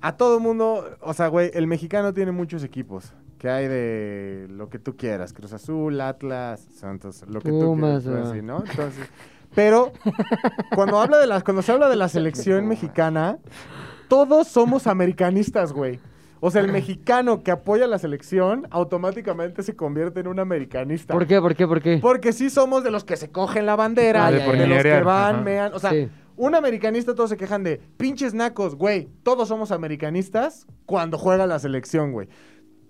Speaker 2: a todo mundo, o sea, güey, el mexicano tiene muchos equipos. Que hay de lo que tú quieras, Cruz Azul, Atlas, Santos, lo que
Speaker 1: Pumas,
Speaker 2: tú quieras,
Speaker 1: ah.
Speaker 2: así, ¿no? Entonces, pero cuando habla de las, cuando se habla de la selección mexicana, todos somos americanistas, güey. O sea, el mexicano que apoya la selección automáticamente se convierte en un americanista.
Speaker 1: ¿Por qué? ¿Por qué? ¿Por qué?
Speaker 2: Porque sí somos de los que se cogen la bandera,
Speaker 1: Ah,
Speaker 2: de,
Speaker 1: ya, ya.
Speaker 2: de los que
Speaker 1: Ajá.
Speaker 2: van, mean. O sea,
Speaker 1: Sí.
Speaker 2: un americanista todos se quejan de pinches nacos, güey. Todos somos americanistas cuando juega la selección, güey.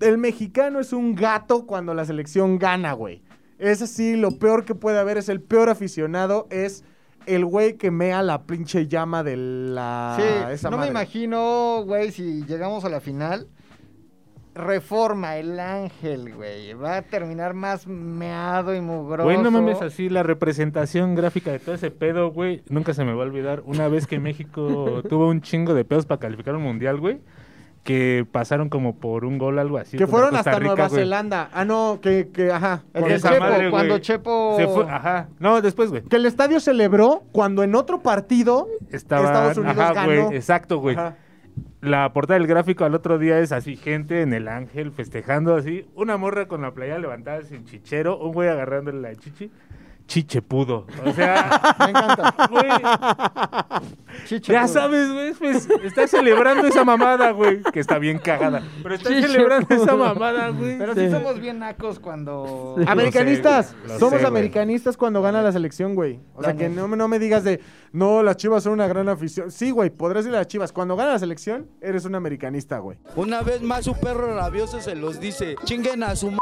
Speaker 2: El mexicano es un gato cuando la selección gana, güey. Es así, lo peor que puede haber es el peor aficionado, es el güey que mea la pinche llama de la...
Speaker 5: Sí,
Speaker 2: ah, esa
Speaker 5: no
Speaker 2: madre.
Speaker 5: me imagino, güey, si llegamos a la final. Reforma, el ángel, güey. Va a terminar más meado y mugroso.
Speaker 3: Güey, no mames así, la representación gráfica de todo ese pedo, güey, nunca se me va a olvidar. Una vez que México tuvo un chingo de pedos para calificar un mundial, güey, que pasaron como por un gol, algo así.
Speaker 2: Que
Speaker 3: contra
Speaker 2: fueron
Speaker 3: Costa
Speaker 2: hasta
Speaker 3: Rica,
Speaker 2: Nueva
Speaker 3: güey.
Speaker 2: Zelanda. Ah, no, que, que ajá.
Speaker 3: El
Speaker 2: Con
Speaker 3: de
Speaker 2: esa
Speaker 3: Chepo, cuando
Speaker 2: güey.
Speaker 3: Chepo- Se fue- ajá. No, después, güey.
Speaker 2: Que el estadio celebró cuando en otro partido
Speaker 3: Estaban-
Speaker 2: Estados Unidos
Speaker 3: ajá,
Speaker 2: ganó.
Speaker 3: güey, exacto, güey.
Speaker 2: Ajá.
Speaker 3: La portada del gráfico al otro día es así, gente en el ángel festejando así, una morra con la playa levantada sin chichero, un güey agarrándole la chichi, chiche pudo. O sea,
Speaker 5: me encanta.
Speaker 3: ya sabes, güey, pues, está celebrando esa mamada, güey, que está bien cagada. Pero está celebrando esa mamada, güey.
Speaker 5: Pero sí somos bien nacos cuando.
Speaker 3: Sí.
Speaker 2: Americanistas,
Speaker 3: Lo sé, güey.
Speaker 2: somos
Speaker 3: Lo sé, güey.
Speaker 2: americanistas cuando gana la selección, güey. O sea, que
Speaker 5: Daniel.
Speaker 2: no, me- no me digas de, no, las chivas son una gran afición. Sí, güey, podrás ir a las chivas. Cuando gana la selección, eres un americanista, güey.
Speaker 11: Una vez más su perro rabioso se los dice. Chinguen a su m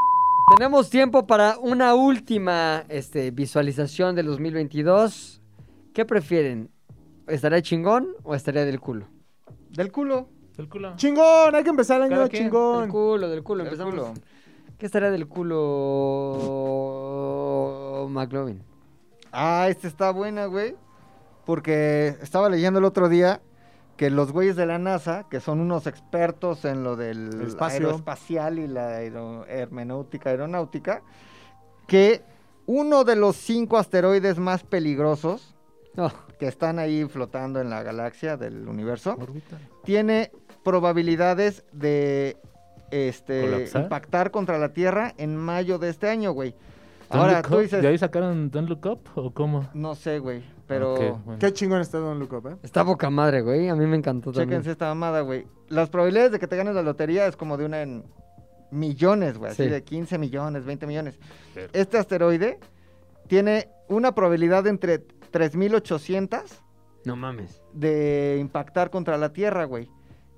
Speaker 1: Tenemos tiempo para una última este, visualización del 2022. ¿Qué prefieren? ¿Estaría chingón o estaría del culo?
Speaker 5: Del culo.
Speaker 3: Del culo.
Speaker 2: Chingón, hay que empezar el año
Speaker 1: Cada quien. Del
Speaker 2: chingón.
Speaker 1: culo, del culo. empezamos. ¿Qué estaría del culo McLovin?
Speaker 5: Ah, esta está buena, güey. Porque estaba leyendo el otro día que los güeyes de la NASA, que son unos expertos en lo del
Speaker 2: El espacio.
Speaker 5: aeroespacial y la aero- hermenéutica, aeronáutica, que uno de los cinco asteroides más peligrosos que están ahí flotando en la galaxia del universo tiene probabilidades de este,
Speaker 3: ¿Colapsar?
Speaker 5: impactar contra la Tierra en mayo de este año, güey.
Speaker 3: Don't
Speaker 5: Ahora
Speaker 3: Look
Speaker 5: tú
Speaker 3: Up,
Speaker 5: dices,
Speaker 3: ¿De ahí sacaron Don't Look Up o
Speaker 2: Oh.
Speaker 3: cómo?
Speaker 5: no sé, güey, pero
Speaker 3: Ok, bueno.
Speaker 2: Qué chingón está Don Luco, ¿eh?
Speaker 1: Está boca madre, güey. A mí me encantó también.
Speaker 5: chéquense esta mamada, güey. Las probabilidades de que te ganes la lotería es como de una en millones, güey, así
Speaker 1: Sí.
Speaker 5: de 15 millones, 20 millones.
Speaker 1: Pero-
Speaker 5: Este asteroide tiene una probabilidad de entre 3800
Speaker 1: No mames.
Speaker 5: de impactar contra la Tierra, güey.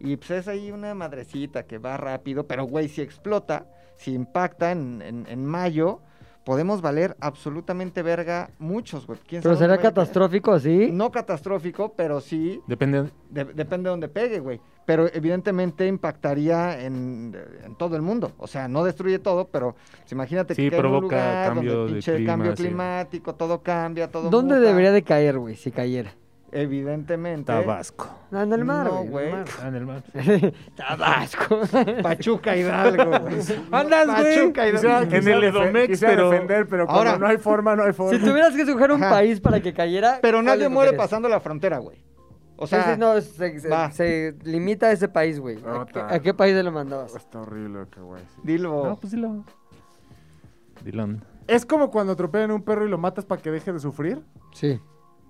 Speaker 5: Y pues es ahí una madrecita que va rápido, pero güey, si explota, si impacta en, en- en mayo, podemos valer absolutamente verga muchos, güey. ¿Quién
Speaker 1: Pero
Speaker 5: sabe
Speaker 1: será
Speaker 5: dónde vaya a caer?
Speaker 1: catastrófico, ¿sí?
Speaker 5: No catastrófico, pero sí
Speaker 3: Depende.
Speaker 5: de- depende de dónde pegue, güey. Pero evidentemente impactaría en, en todo el mundo. O sea, no destruye todo, pero pues, imagínate
Speaker 3: Sí,
Speaker 5: que cae en un
Speaker 3: provoca
Speaker 5: lugar
Speaker 3: cambio
Speaker 5: donde
Speaker 3: de
Speaker 5: pinche
Speaker 3: clima,
Speaker 5: cambio
Speaker 3: sí.
Speaker 5: climático, todo cambia, todo
Speaker 1: ¿Dónde
Speaker 5: muta.
Speaker 1: debería de caer, güey, si cayera?
Speaker 5: Evidentemente.
Speaker 3: Tabasco.
Speaker 1: No, en el mar,
Speaker 5: No,
Speaker 1: güey. en el
Speaker 5: güey.
Speaker 1: mar.
Speaker 3: En el mar.
Speaker 1: Tabasco.
Speaker 5: Pachuca Hidalgo, güey.
Speaker 3: Andas, güey.
Speaker 5: Pachuca
Speaker 3: Quisiera-
Speaker 5: Hidalgo.
Speaker 3: En el Edomex, pero-
Speaker 5: Ahora-
Speaker 2: Ahora, no hay forma, no hay forma.
Speaker 1: Si tuvieras que escoger un
Speaker 5: Ajá.
Speaker 1: país para que cayera.
Speaker 5: Pero
Speaker 1: ¿cuál
Speaker 5: nadie muere
Speaker 1: escogerías?
Speaker 5: pasando la frontera, güey. O
Speaker 1: Sí,
Speaker 5: sea,
Speaker 1: sí, no, se, se-
Speaker 5: va.
Speaker 1: se limita a ese país, güey. ¿A, qué-
Speaker 2: Ota.
Speaker 1: a qué país se lo mandabas?
Speaker 2: Está horrible, qué güey.
Speaker 5: dilo.
Speaker 3: No, pues dilo. Dilón.
Speaker 2: Es como cuando atropellan a un perro y lo matas para que deje de sufrir.
Speaker 1: Sí.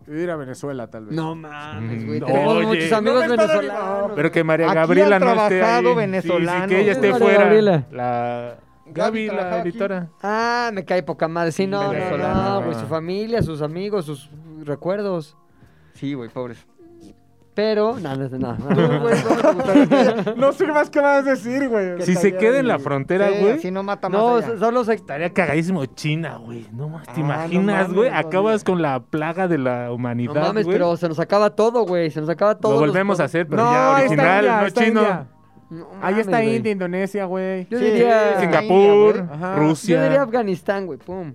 Speaker 2: Ir a Venezuela, tal vez.
Speaker 1: No mames, güey.
Speaker 3: Mm,
Speaker 1: Tenemos
Speaker 3: oye.
Speaker 1: muchos amigos
Speaker 2: No me están
Speaker 1: venezolanos.
Speaker 3: Pero que María
Speaker 5: Aquí
Speaker 3: Gabriela
Speaker 5: han
Speaker 3: no esté ahí.
Speaker 5: trabajado
Speaker 3: Sí, sí,
Speaker 5: venezolanos.
Speaker 3: que ella esté
Speaker 1: María
Speaker 3: fuera.
Speaker 1: Gabriela.
Speaker 3: La Gaby, la
Speaker 5: trabajaba aquí.
Speaker 3: editora.
Speaker 1: Ah, me cae poca madre. Sí, no, no,
Speaker 5: Venezolano,
Speaker 1: no,
Speaker 5: no.
Speaker 1: güey. Su familia, sus amigos, sus recuerdos.
Speaker 5: Sí, güey, pobres.
Speaker 1: Pero, no, no, no.
Speaker 5: Tú,
Speaker 1: no.
Speaker 5: güey, no me gustaría que-
Speaker 2: No sé más qué vas a decir, güey.
Speaker 3: Si se queda en la frontera,
Speaker 5: Sí,
Speaker 3: güey.
Speaker 5: así no mata más
Speaker 1: No,
Speaker 5: allá.
Speaker 1: solo se...
Speaker 3: Estaría cagadísimo China, güey. No más, te
Speaker 5: Ah, no
Speaker 3: imaginas,
Speaker 5: mames,
Speaker 3: güey.
Speaker 5: no
Speaker 3: Acabas
Speaker 5: digas.
Speaker 3: con la plaga de la
Speaker 1: No
Speaker 3: humanidad.
Speaker 1: mames,
Speaker 3: güey.
Speaker 1: pero se nos acaba todo, güey. Se nos acaba todo.
Speaker 3: Lo volvemos a hacer, pero
Speaker 2: No,
Speaker 3: ya
Speaker 2: ahí está
Speaker 3: original,
Speaker 2: India,
Speaker 3: no
Speaker 2: está
Speaker 3: chino.
Speaker 2: India. Ahí está India,
Speaker 1: India.
Speaker 2: Indonesia, güey.
Speaker 1: Yo
Speaker 5: Sí,
Speaker 1: diría...
Speaker 5: está
Speaker 3: Singapur,
Speaker 5: India, güey.
Speaker 2: Ajá.
Speaker 3: Rusia.
Speaker 1: Yo diría Afganistán, güey. Pum.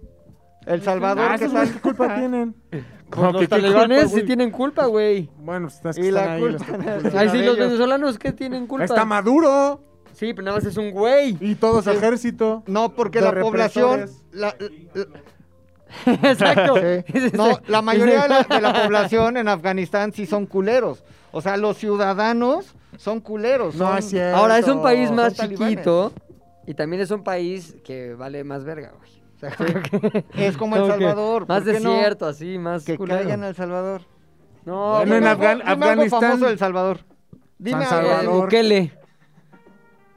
Speaker 5: El Salvador,
Speaker 2: Ah,
Speaker 5: ¿qué
Speaker 2: esos
Speaker 5: tal?
Speaker 2: güeyes, ¿Qué culpa tienen?
Speaker 3: Como
Speaker 1: Los
Speaker 3: que-
Speaker 1: talibanes sí
Speaker 2: güey?
Speaker 1: tienen culpa, güey.
Speaker 2: Bueno, pues estás que
Speaker 5: Y
Speaker 2: están
Speaker 5: la
Speaker 2: ahí,
Speaker 5: culpa.
Speaker 2: los-
Speaker 1: Ay, sí,
Speaker 5: Pues
Speaker 1: los
Speaker 5: de ellos.
Speaker 1: venezolanos que tienen culpa.
Speaker 2: Está Maduro
Speaker 1: Sí, pero nada más es un güey.
Speaker 2: y todo su ejército.
Speaker 5: No, porque
Speaker 2: de
Speaker 5: la población.
Speaker 2: represores.
Speaker 5: La, la-
Speaker 1: Exacto.
Speaker 5: Sí. No, la mayoría de la, de la población en Afganistán sí son culeros. O sea, los ciudadanos son culeros.
Speaker 2: No
Speaker 5: son-
Speaker 2: es cierto.
Speaker 1: Ahora es un país
Speaker 5: son
Speaker 1: más
Speaker 5: talibanes.
Speaker 1: chiquito y también es un país que vale más verga, güey. O sea, creo que-
Speaker 5: Es como El
Speaker 1: creo que
Speaker 5: Salvador.
Speaker 1: Más
Speaker 5: ¿por qué no?
Speaker 1: desierto, así, más
Speaker 5: Que
Speaker 1: culero.
Speaker 5: caigan a El Salvador.
Speaker 1: No,
Speaker 3: Bueno,
Speaker 1: güey.
Speaker 3: en Afgan-
Speaker 5: Dime algo- dime algo
Speaker 3: Afganistán.
Speaker 5: famoso de El Salvador. Dime
Speaker 2: San
Speaker 5: algo.
Speaker 1: Eh,
Speaker 2: Salvador.
Speaker 1: Bukele.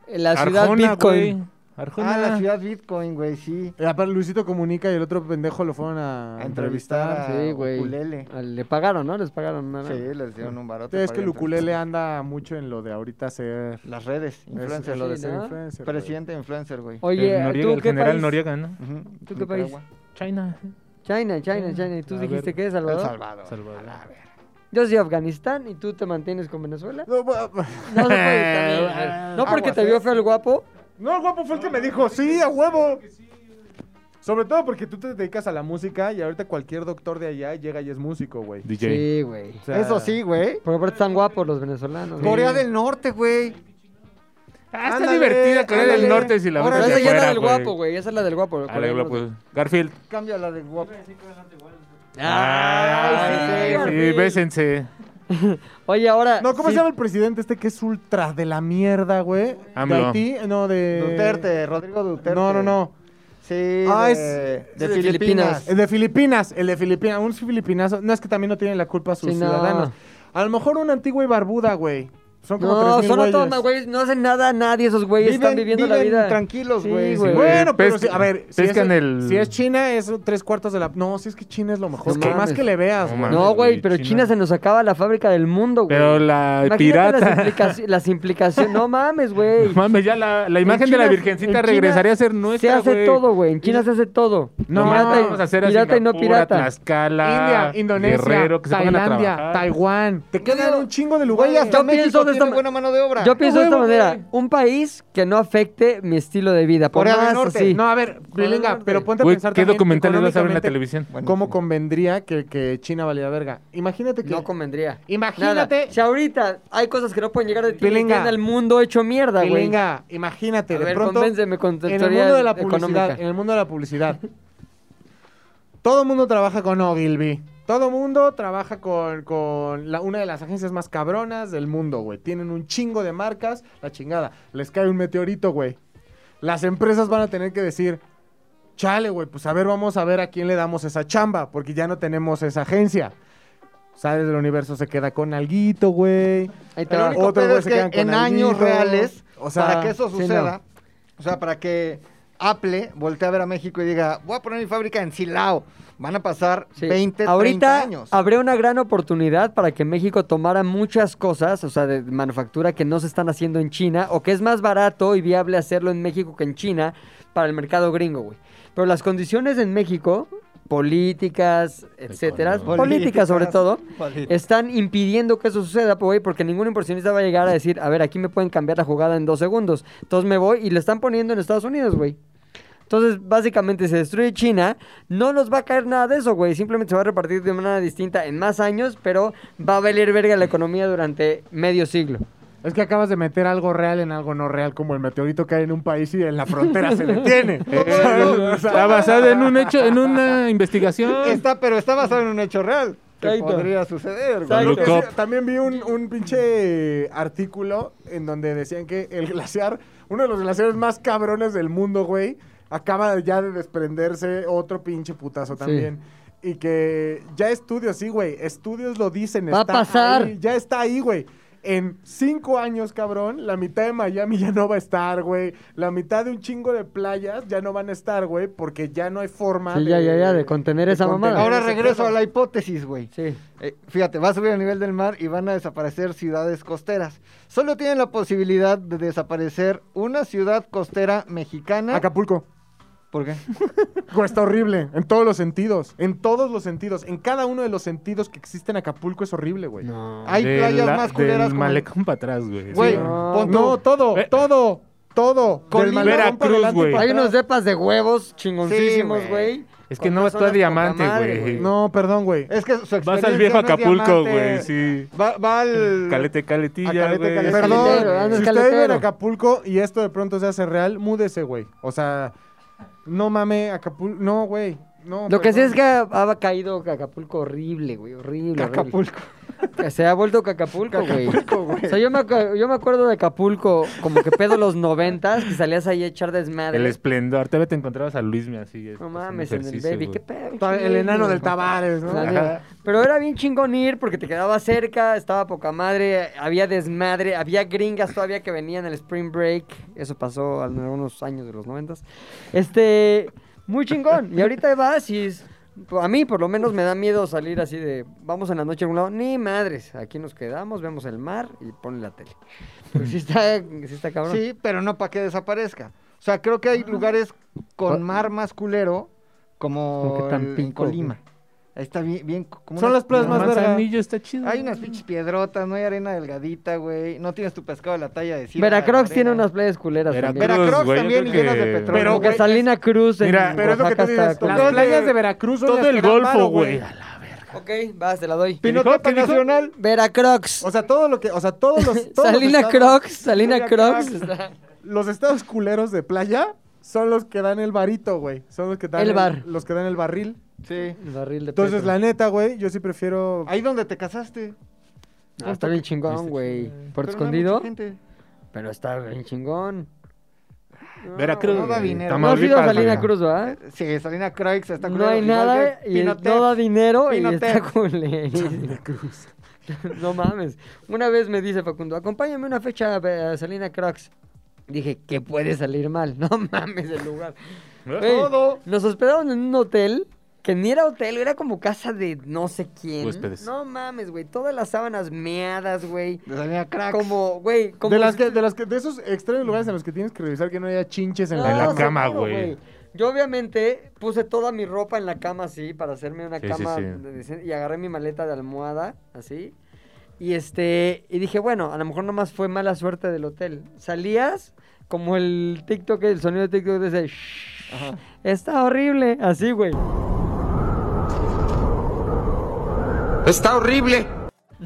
Speaker 1: En La ciudad
Speaker 3: Arjona,
Speaker 1: Bitcoin.
Speaker 3: güey. Arjona.
Speaker 5: Ah, la ciudad Bitcoin, güey, sí.
Speaker 2: Y aparte Luisito comunica y el otro pendejo lo fueron a,
Speaker 5: A
Speaker 2: entrevistar.
Speaker 5: entrevistar
Speaker 1: Sí,
Speaker 5: Ah,
Speaker 1: güey.
Speaker 5: ukulele.
Speaker 1: Ah, Le pagaron, ¿no? Les pagaron nada.
Speaker 5: Sí, les dieron un barote.
Speaker 2: Es
Speaker 5: para
Speaker 2: que el
Speaker 5: ir a entrevistar.
Speaker 2: ukulele anda mucho en lo de ahorita ser
Speaker 5: Las redes,
Speaker 2: influencer,
Speaker 5: influencer.
Speaker 2: lo de
Speaker 1: sí,
Speaker 2: ser
Speaker 1: ¿no?
Speaker 2: influencer. güey.
Speaker 5: Presidente influencer, güey.
Speaker 1: Oye,
Speaker 3: el, Noriega,
Speaker 1: ¿tú
Speaker 3: el
Speaker 1: qué
Speaker 3: general
Speaker 1: país?
Speaker 3: Noriega, ¿no?
Speaker 5: Ujú,
Speaker 1: ¿Tú qué
Speaker 5: Nicaragua.
Speaker 3: China.
Speaker 1: China, China, China. ¿Y tú
Speaker 3: A
Speaker 1: dijiste
Speaker 3: ver,
Speaker 1: que es
Speaker 5: El
Speaker 1: Salvador?
Speaker 5: Salvador.
Speaker 3: Salvador.
Speaker 1: Yo soy Afganistán y tú te mantienes con Venezuela.
Speaker 2: No, bu-
Speaker 1: No se puede también, a ver. No porque
Speaker 2: Aguas,
Speaker 1: te
Speaker 2: ¿eh?
Speaker 1: vio feo el guapo.
Speaker 2: No, guapo fue el que me dijo, sí, a huevo. Sobre todo porque tú te dedicas a la música y ahorita cualquier doctor de allá llega y es músico, güey.
Speaker 3: DJ.
Speaker 1: Sí, güey.
Speaker 2: O sea,
Speaker 5: Eso sí, güey.
Speaker 1: Porque aparte están guapos los venezolanos. güey.
Speaker 5: Corea del Norte, güey.
Speaker 3: Ah, está
Speaker 2: Ándale,
Speaker 3: divertida Corea del
Speaker 2: ándale.
Speaker 3: Norte si la
Speaker 5: Ahora
Speaker 1: Pero
Speaker 3: ves
Speaker 1: esa
Speaker 3: desde
Speaker 1: ya es la
Speaker 3: afuera,
Speaker 1: del guapo, güey. Esa es la del guapo.
Speaker 3: Ah, la del
Speaker 1: Corea del
Speaker 3: guapo. Garfield.
Speaker 5: Cambia la del guapo.
Speaker 1: Ay, sí,
Speaker 3: Ay, Ah, sí,
Speaker 1: Garfield.
Speaker 3: bésense.
Speaker 1: Norte. Oye, ahora.
Speaker 2: No,
Speaker 1: sí,
Speaker 2: ¿cómo se llama el presidente este que es ultra de la mierda, güey?
Speaker 3: AMLO.
Speaker 2: De Haití, no, de...
Speaker 5: Duterte, Rodrigo Duterte.
Speaker 2: Eh, No, no, no.
Speaker 5: Sí,
Speaker 2: Ah,
Speaker 5: de,
Speaker 2: es-
Speaker 5: de
Speaker 2: es de
Speaker 5: Filipinas.
Speaker 2: El de Filipinas, el de Filipinas, un filipinazo. No es que también no tienen la culpa sus
Speaker 1: Sí, no.
Speaker 2: ciudadanos. A lo mejor una antigua y barbuda, güey. Son como
Speaker 1: No,
Speaker 2: 3000
Speaker 1: son a todos,
Speaker 2: güeyes.
Speaker 1: güey. No hacen nada a nadie. Esos güeyes
Speaker 5: Viven-
Speaker 1: están viviendo la
Speaker 5: viven
Speaker 1: vida.
Speaker 5: tranquilos,
Speaker 1: Sí,
Speaker 5: güey.
Speaker 1: güey.
Speaker 2: Bueno, pero
Speaker 3: Pesca-
Speaker 2: si- a ver, si es,
Speaker 3: pescan el-
Speaker 2: si es China, es tres cuartos de la. No, si es que China es lo mejor.
Speaker 1: No
Speaker 2: Por más
Speaker 1: mames.
Speaker 2: que le veas,
Speaker 3: No
Speaker 2: güey.
Speaker 3: mames,
Speaker 1: No, güey,
Speaker 3: güey,
Speaker 1: pero
Speaker 3: China.
Speaker 1: China se nos acaba la fábrica del mundo, güey.
Speaker 3: Pero la
Speaker 1: Imagínate Las,
Speaker 3: pirata.
Speaker 1: implicaci- las implicaciones. No mames, güey.
Speaker 3: Mames, ya la, la imagen
Speaker 1: En
Speaker 3: de la
Speaker 1: China- en
Speaker 3: Virgencita
Speaker 1: China
Speaker 3: regresaría a ser
Speaker 1: Se
Speaker 3: nuestra,
Speaker 1: hace
Speaker 3: güey.
Speaker 1: todo, güey. En China se hace todo.
Speaker 3: No,
Speaker 1: pirata, y-
Speaker 3: vamos a hacer a
Speaker 1: pirata y no
Speaker 3: Singapur, a
Speaker 1: pirata.
Speaker 3: Tlaxcala,
Speaker 2: India, Indonesia,
Speaker 3: Ah, Guerrero, que se pongan a
Speaker 2: Tailandia,
Speaker 3: trabajar.
Speaker 2: Taiwán. Te quedan
Speaker 5: digo-
Speaker 2: un chingo de
Speaker 5: Güey,
Speaker 2: lugares.
Speaker 5: hasta
Speaker 1: Yo pienso
Speaker 5: México
Speaker 1: de
Speaker 5: tiene
Speaker 1: esta ma-
Speaker 5: buena mano de obra.
Speaker 1: Yo pienso de esta
Speaker 2: huevo,
Speaker 1: manera,
Speaker 2: güey.
Speaker 1: un país que no afecte mi estilo de vida. Por
Speaker 5: Corea del
Speaker 1: más
Speaker 5: Norte,
Speaker 1: así.
Speaker 2: No, a ver,
Speaker 1: Joder,
Speaker 2: venga,
Speaker 1: güey.
Speaker 2: pero ponte a
Speaker 3: Güey,
Speaker 2: pensar
Speaker 3: ¿qué
Speaker 2: también
Speaker 3: documentales vas a ver en la
Speaker 2: económicamente
Speaker 3: televisión?
Speaker 2: ¿Cómo convendría que, que China valiera verga? Imagínate que.
Speaker 1: No convendría.
Speaker 2: Imagínate-
Speaker 1: Nada. Si ahorita hay cosas que no pueden llegar de ti,
Speaker 2: Pilinga.
Speaker 1: venga el mundo hecho mierda, güey.
Speaker 2: Venga, imagínate,
Speaker 1: A
Speaker 2: de
Speaker 1: ver,
Speaker 2: pronto.
Speaker 1: convénceme con tu
Speaker 2: en el
Speaker 1: teoría
Speaker 2: mundo de la
Speaker 1: económica.
Speaker 2: publicidad. En el mundo de la publicidad. todo el mundo trabaja con Ogilvy. Todo el mundo trabaja con, con la- una de las agencias más cabronas del mundo, güey. Tienen un chingo de marcas, la chingada. Les cae un meteorito, güey. Las empresas van a tener que decir, chale, güey, pues a ver, vamos a ver a quién le damos esa chamba, porque ya no tenemos esa agencia. Sales del universo, se queda con alguito, güey.
Speaker 1: Ahí te
Speaker 5: El
Speaker 1: va.
Speaker 5: único
Speaker 2: Otros
Speaker 5: pedo
Speaker 2: güeyes
Speaker 5: es
Speaker 2: se
Speaker 5: que
Speaker 2: quedan con
Speaker 5: en años
Speaker 2: alguito.
Speaker 5: reales,
Speaker 2: O sea,
Speaker 5: para que eso
Speaker 1: sí, no.
Speaker 5: suceda, O sea, para que Apple voltee a ver a México y diga, voy a poner mi fábrica en Silao. Van a pasar 20, 30
Speaker 1: Ahorita
Speaker 5: años.
Speaker 1: habría una gran oportunidad para que México tomara muchas cosas, o sea, de manufactura que no se están haciendo en China, o que es más barato y viable hacerlo en México que en China para el mercado gringo, güey. Pero las condiciones en México, políticas, etcétera,
Speaker 5: Económicas.
Speaker 1: políticas sobre todo,
Speaker 5: Políticas.
Speaker 1: están impidiendo que eso suceda, güey, porque ningún inversionista va a llegar a decir, a ver, aquí me pueden cambiar la jugada en dos segundos. Entonces me voy y lo están poniendo en Estados Unidos, güey. Entonces, básicamente, se destruye China. No nos va a caer nada de eso, güey. Simplemente se va a repartir de manera distinta en más años, pero va a valer verga la economía durante medio siglo.
Speaker 2: Es que acabas de meter algo real en algo no real, como el meteorito cae en un país y en la frontera se detiene.
Speaker 3: Eh, está basada en un hecho, en una investigación.
Speaker 5: Está, pero está basado en un hecho real. Que
Speaker 2: Exacto.
Speaker 5: podría suceder, güey.
Speaker 2: Lo que
Speaker 3: Look
Speaker 2: sea, también vi un, un pinche artículo en donde decían que el glaciar, uno de los glaciares más cabrones del mundo, güey, acaba ya de desprenderse otro pinche putazo también. Y que ya estudios, sí, güey, estudios lo dicen.
Speaker 1: Va a pasar.
Speaker 2: ahí, ya está ahí, güey. En cinco años, cabrón, la mitad de Miami ya no va a estar, güey. La mitad de un chingo de playas ya no van a estar, güey, porque ya no hay forma.
Speaker 1: Sí, ya, ya, ya, de contener esa mamada.
Speaker 5: Ahora regreso a la hipótesis, güey.
Speaker 1: Sí.
Speaker 5: Eh, fíjate, va a subir el nivel del mar y van a desaparecer ciudades costeras. Solo tienen la posibilidad de desaparecer una ciudad costera mexicana.
Speaker 2: Acapulco.
Speaker 5: ¿Eh? ¿Por qué?
Speaker 2: Cuesta horrible, en todos los sentidos, en todos los sentidos, en cada uno de los sentidos que existe en Acapulco es horrible, güey.
Speaker 5: Hay
Speaker 3: De
Speaker 5: playas
Speaker 3: la-
Speaker 5: más culeras
Speaker 3: Del
Speaker 5: como-
Speaker 3: malecón para atrás, güey.
Speaker 5: Güey, Eh,
Speaker 3: Sí, Ah.
Speaker 5: no,
Speaker 2: No, todo, todo, todo.
Speaker 5: Con
Speaker 2: Del
Speaker 5: Lima,
Speaker 2: Malecón
Speaker 3: Veracruz,
Speaker 2: para adelante y
Speaker 3: güey.
Speaker 2: para
Speaker 1: Hay
Speaker 2: atrás.
Speaker 1: unos depas de huevos chingoncísimos,
Speaker 5: Sí, güey.
Speaker 1: güey.
Speaker 3: Es que
Speaker 1: Con
Speaker 3: no
Speaker 1: personas
Speaker 3: está
Speaker 1: poca
Speaker 3: diamante,
Speaker 1: madre,
Speaker 3: güey.
Speaker 2: No, perdón, güey.
Speaker 5: Es que su
Speaker 3: Vas
Speaker 5: experiencia
Speaker 3: al viejo
Speaker 5: no es
Speaker 3: Acapulco,
Speaker 5: diamante.
Speaker 3: güey, sí.
Speaker 5: Va, va al...
Speaker 3: Calete,
Speaker 5: a
Speaker 3: caletilla,
Speaker 5: Caleta,
Speaker 3: güey.
Speaker 5: Caleta.
Speaker 2: Perdón,
Speaker 1: Caletero, ando
Speaker 2: si
Speaker 1: en
Speaker 2: usted vive en
Speaker 1: caletero.
Speaker 2: Acapulco y esto de pronto se hace real, múdese, güey. O sea, no mame, Acapulco, no, güey. No,
Speaker 1: Lo que sí
Speaker 2: perdón.
Speaker 1: es que ha, ha caído Acapulco horrible, güey, horrible. horrible.
Speaker 5: Acapulco.
Speaker 1: Que Se ha vuelto Acapulco, güey.
Speaker 5: Acapulco, güey.
Speaker 1: O sea, yo me, acu- yo me acuerdo de Acapulco, como que pedo los noventas, que salías ahí a echar desmadre.
Speaker 3: El esplendor. Todavía te encontrabas a Luis, me así.
Speaker 1: No
Speaker 3: haciendo
Speaker 1: mames, en el
Speaker 3: ejercicio,
Speaker 1: baby,
Speaker 3: güey.
Speaker 1: qué pedo.
Speaker 2: Ta- El enano del
Speaker 1: tabaco.
Speaker 2: Tabares, ¿no?
Speaker 1: Pero era bien chingón ir porque te quedaba cerca, estaba poca madre, había desmadre, había gringas todavía que venían el Spring Break. Eso pasó en algunos años de los noventas. Este, muy chingón. Y ahorita vas y es- a mí por lo menos me da miedo salir así de, vamos en la noche a un lado, ni madres, aquí nos quedamos, vemos el mar y pone la tele. Porque sí está, sí está cabrón.
Speaker 5: Sí, pero no para que desaparezca. O sea, creo que hay lugares
Speaker 3: Ah.
Speaker 5: con mar más culero
Speaker 1: Como
Speaker 5: como
Speaker 1: que
Speaker 5: el- en
Speaker 1: Tampico,
Speaker 5: Colima. Ahí está bien, bien como
Speaker 2: Son
Speaker 5: unas-
Speaker 2: las playas más verga.
Speaker 3: Manzanillo está chido.
Speaker 5: Hay unas pinches piedrotas, no hay arena delgadita, güey. No tienes tu pescado de la talla de Sierra
Speaker 1: Veracruz
Speaker 5: de
Speaker 1: tiene
Speaker 5: arena.
Speaker 1: unas playas culeras
Speaker 3: Veracruz,
Speaker 1: también.
Speaker 5: Veracruz
Speaker 3: güey, yo
Speaker 5: también
Speaker 3: creo
Speaker 5: y llenas de
Speaker 3: que-
Speaker 5: petróleo.
Speaker 1: Pero
Speaker 2: Pero,
Speaker 1: que
Speaker 2: güey,
Speaker 1: Salina Cruz en
Speaker 3: Mira,
Speaker 2: Pero es lo que
Speaker 1: Oaxaca
Speaker 2: tú
Speaker 1: está
Speaker 2: dices,
Speaker 1: con-
Speaker 2: las playas de Veracruz son las
Speaker 3: Todo
Speaker 2: que
Speaker 3: el
Speaker 2: dan varo,
Speaker 3: golfo, güey.
Speaker 1: Ok, vas, te la doy.
Speaker 2: Pinotepa Nacional.
Speaker 1: Veracruz.
Speaker 2: O sea, todo lo que, o sea, todos los todos los
Speaker 1: Salina
Speaker 2: estados-
Speaker 1: Crocs, Salina
Speaker 2: Salina
Speaker 1: Crocs.
Speaker 2: Crocs. los estados culeros de playa son los que dan el barito, güey. Son los que dan
Speaker 1: El bar.
Speaker 2: los que dan el barril.
Speaker 5: Sí.
Speaker 1: El barril de
Speaker 2: Entonces,
Speaker 1: petróleo.
Speaker 2: la neta, güey, yo sí prefiero
Speaker 5: Ahí donde te casaste.
Speaker 1: Ah, está bien
Speaker 2: Este,
Speaker 1: chingón, güey. Puerto Escondido, pero está bien chingón.
Speaker 3: Veracruz.
Speaker 5: No da
Speaker 3: güey.
Speaker 5: dinero.
Speaker 1: No has ido a
Speaker 3: Tamaulipas,
Speaker 1: Salina
Speaker 3: güey.
Speaker 1: Cruz, ¿verdad?
Speaker 5: Sí, Salina Croix está
Speaker 1: No
Speaker 5: culero,
Speaker 1: hay
Speaker 5: igual
Speaker 1: nada
Speaker 5: que
Speaker 1: y
Speaker 5: Pinotep.
Speaker 1: no da dinero y
Speaker 5: Pinotep.
Speaker 1: está culerísimo. No mames. Una vez me dice Facundo, acompáñame una fecha a a Salina Crocs. Dije, ¿qué puede salir mal? No mames el lugar. Güey,
Speaker 5: Todo.
Speaker 1: Nos hospedaron en un hotel que ni era hotel, era como casa de no sé quién.
Speaker 3: Huéspedes.
Speaker 1: No mames, güey. Todas las sábanas meadas, güey.
Speaker 5: De Salina Croix.
Speaker 1: Como, güey, como.
Speaker 2: de las que de las que de esos extraños lugares en los que tienes que revisar que no haya chinches en
Speaker 1: No,
Speaker 2: la
Speaker 3: en la
Speaker 2: cama.
Speaker 3: cama,
Speaker 1: seguro,
Speaker 3: güey.
Speaker 1: Yo obviamente puse toda mi ropa en la cama así para hacerme una
Speaker 3: Sí, sí,
Speaker 1: cama
Speaker 3: sí.
Speaker 1: de- decente, y agarré mi maleta de almohada así. Y este y dije, bueno, a lo mejor nomás fue mala suerte del hotel. Salías como el TikTok, el sonido de TikTok de ese shh, Está horrible, así, güey.
Speaker 11: Está horrible.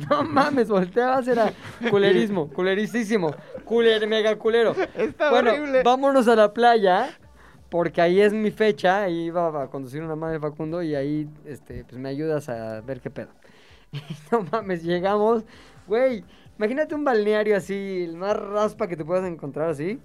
Speaker 1: No mames, volteabas, era culerismo, culerísimo, culer, mega culero.
Speaker 5: Está
Speaker 1: bueno,
Speaker 5: horrible.
Speaker 1: vámonos a la playa, porque ahí es mi fecha, ahí iba a conducir una madre Facundo y ahí este, pues me ayudas a ver qué pedo. no mames, llegamos, güey, imagínate un balneario así, el más raspa que te puedas encontrar así.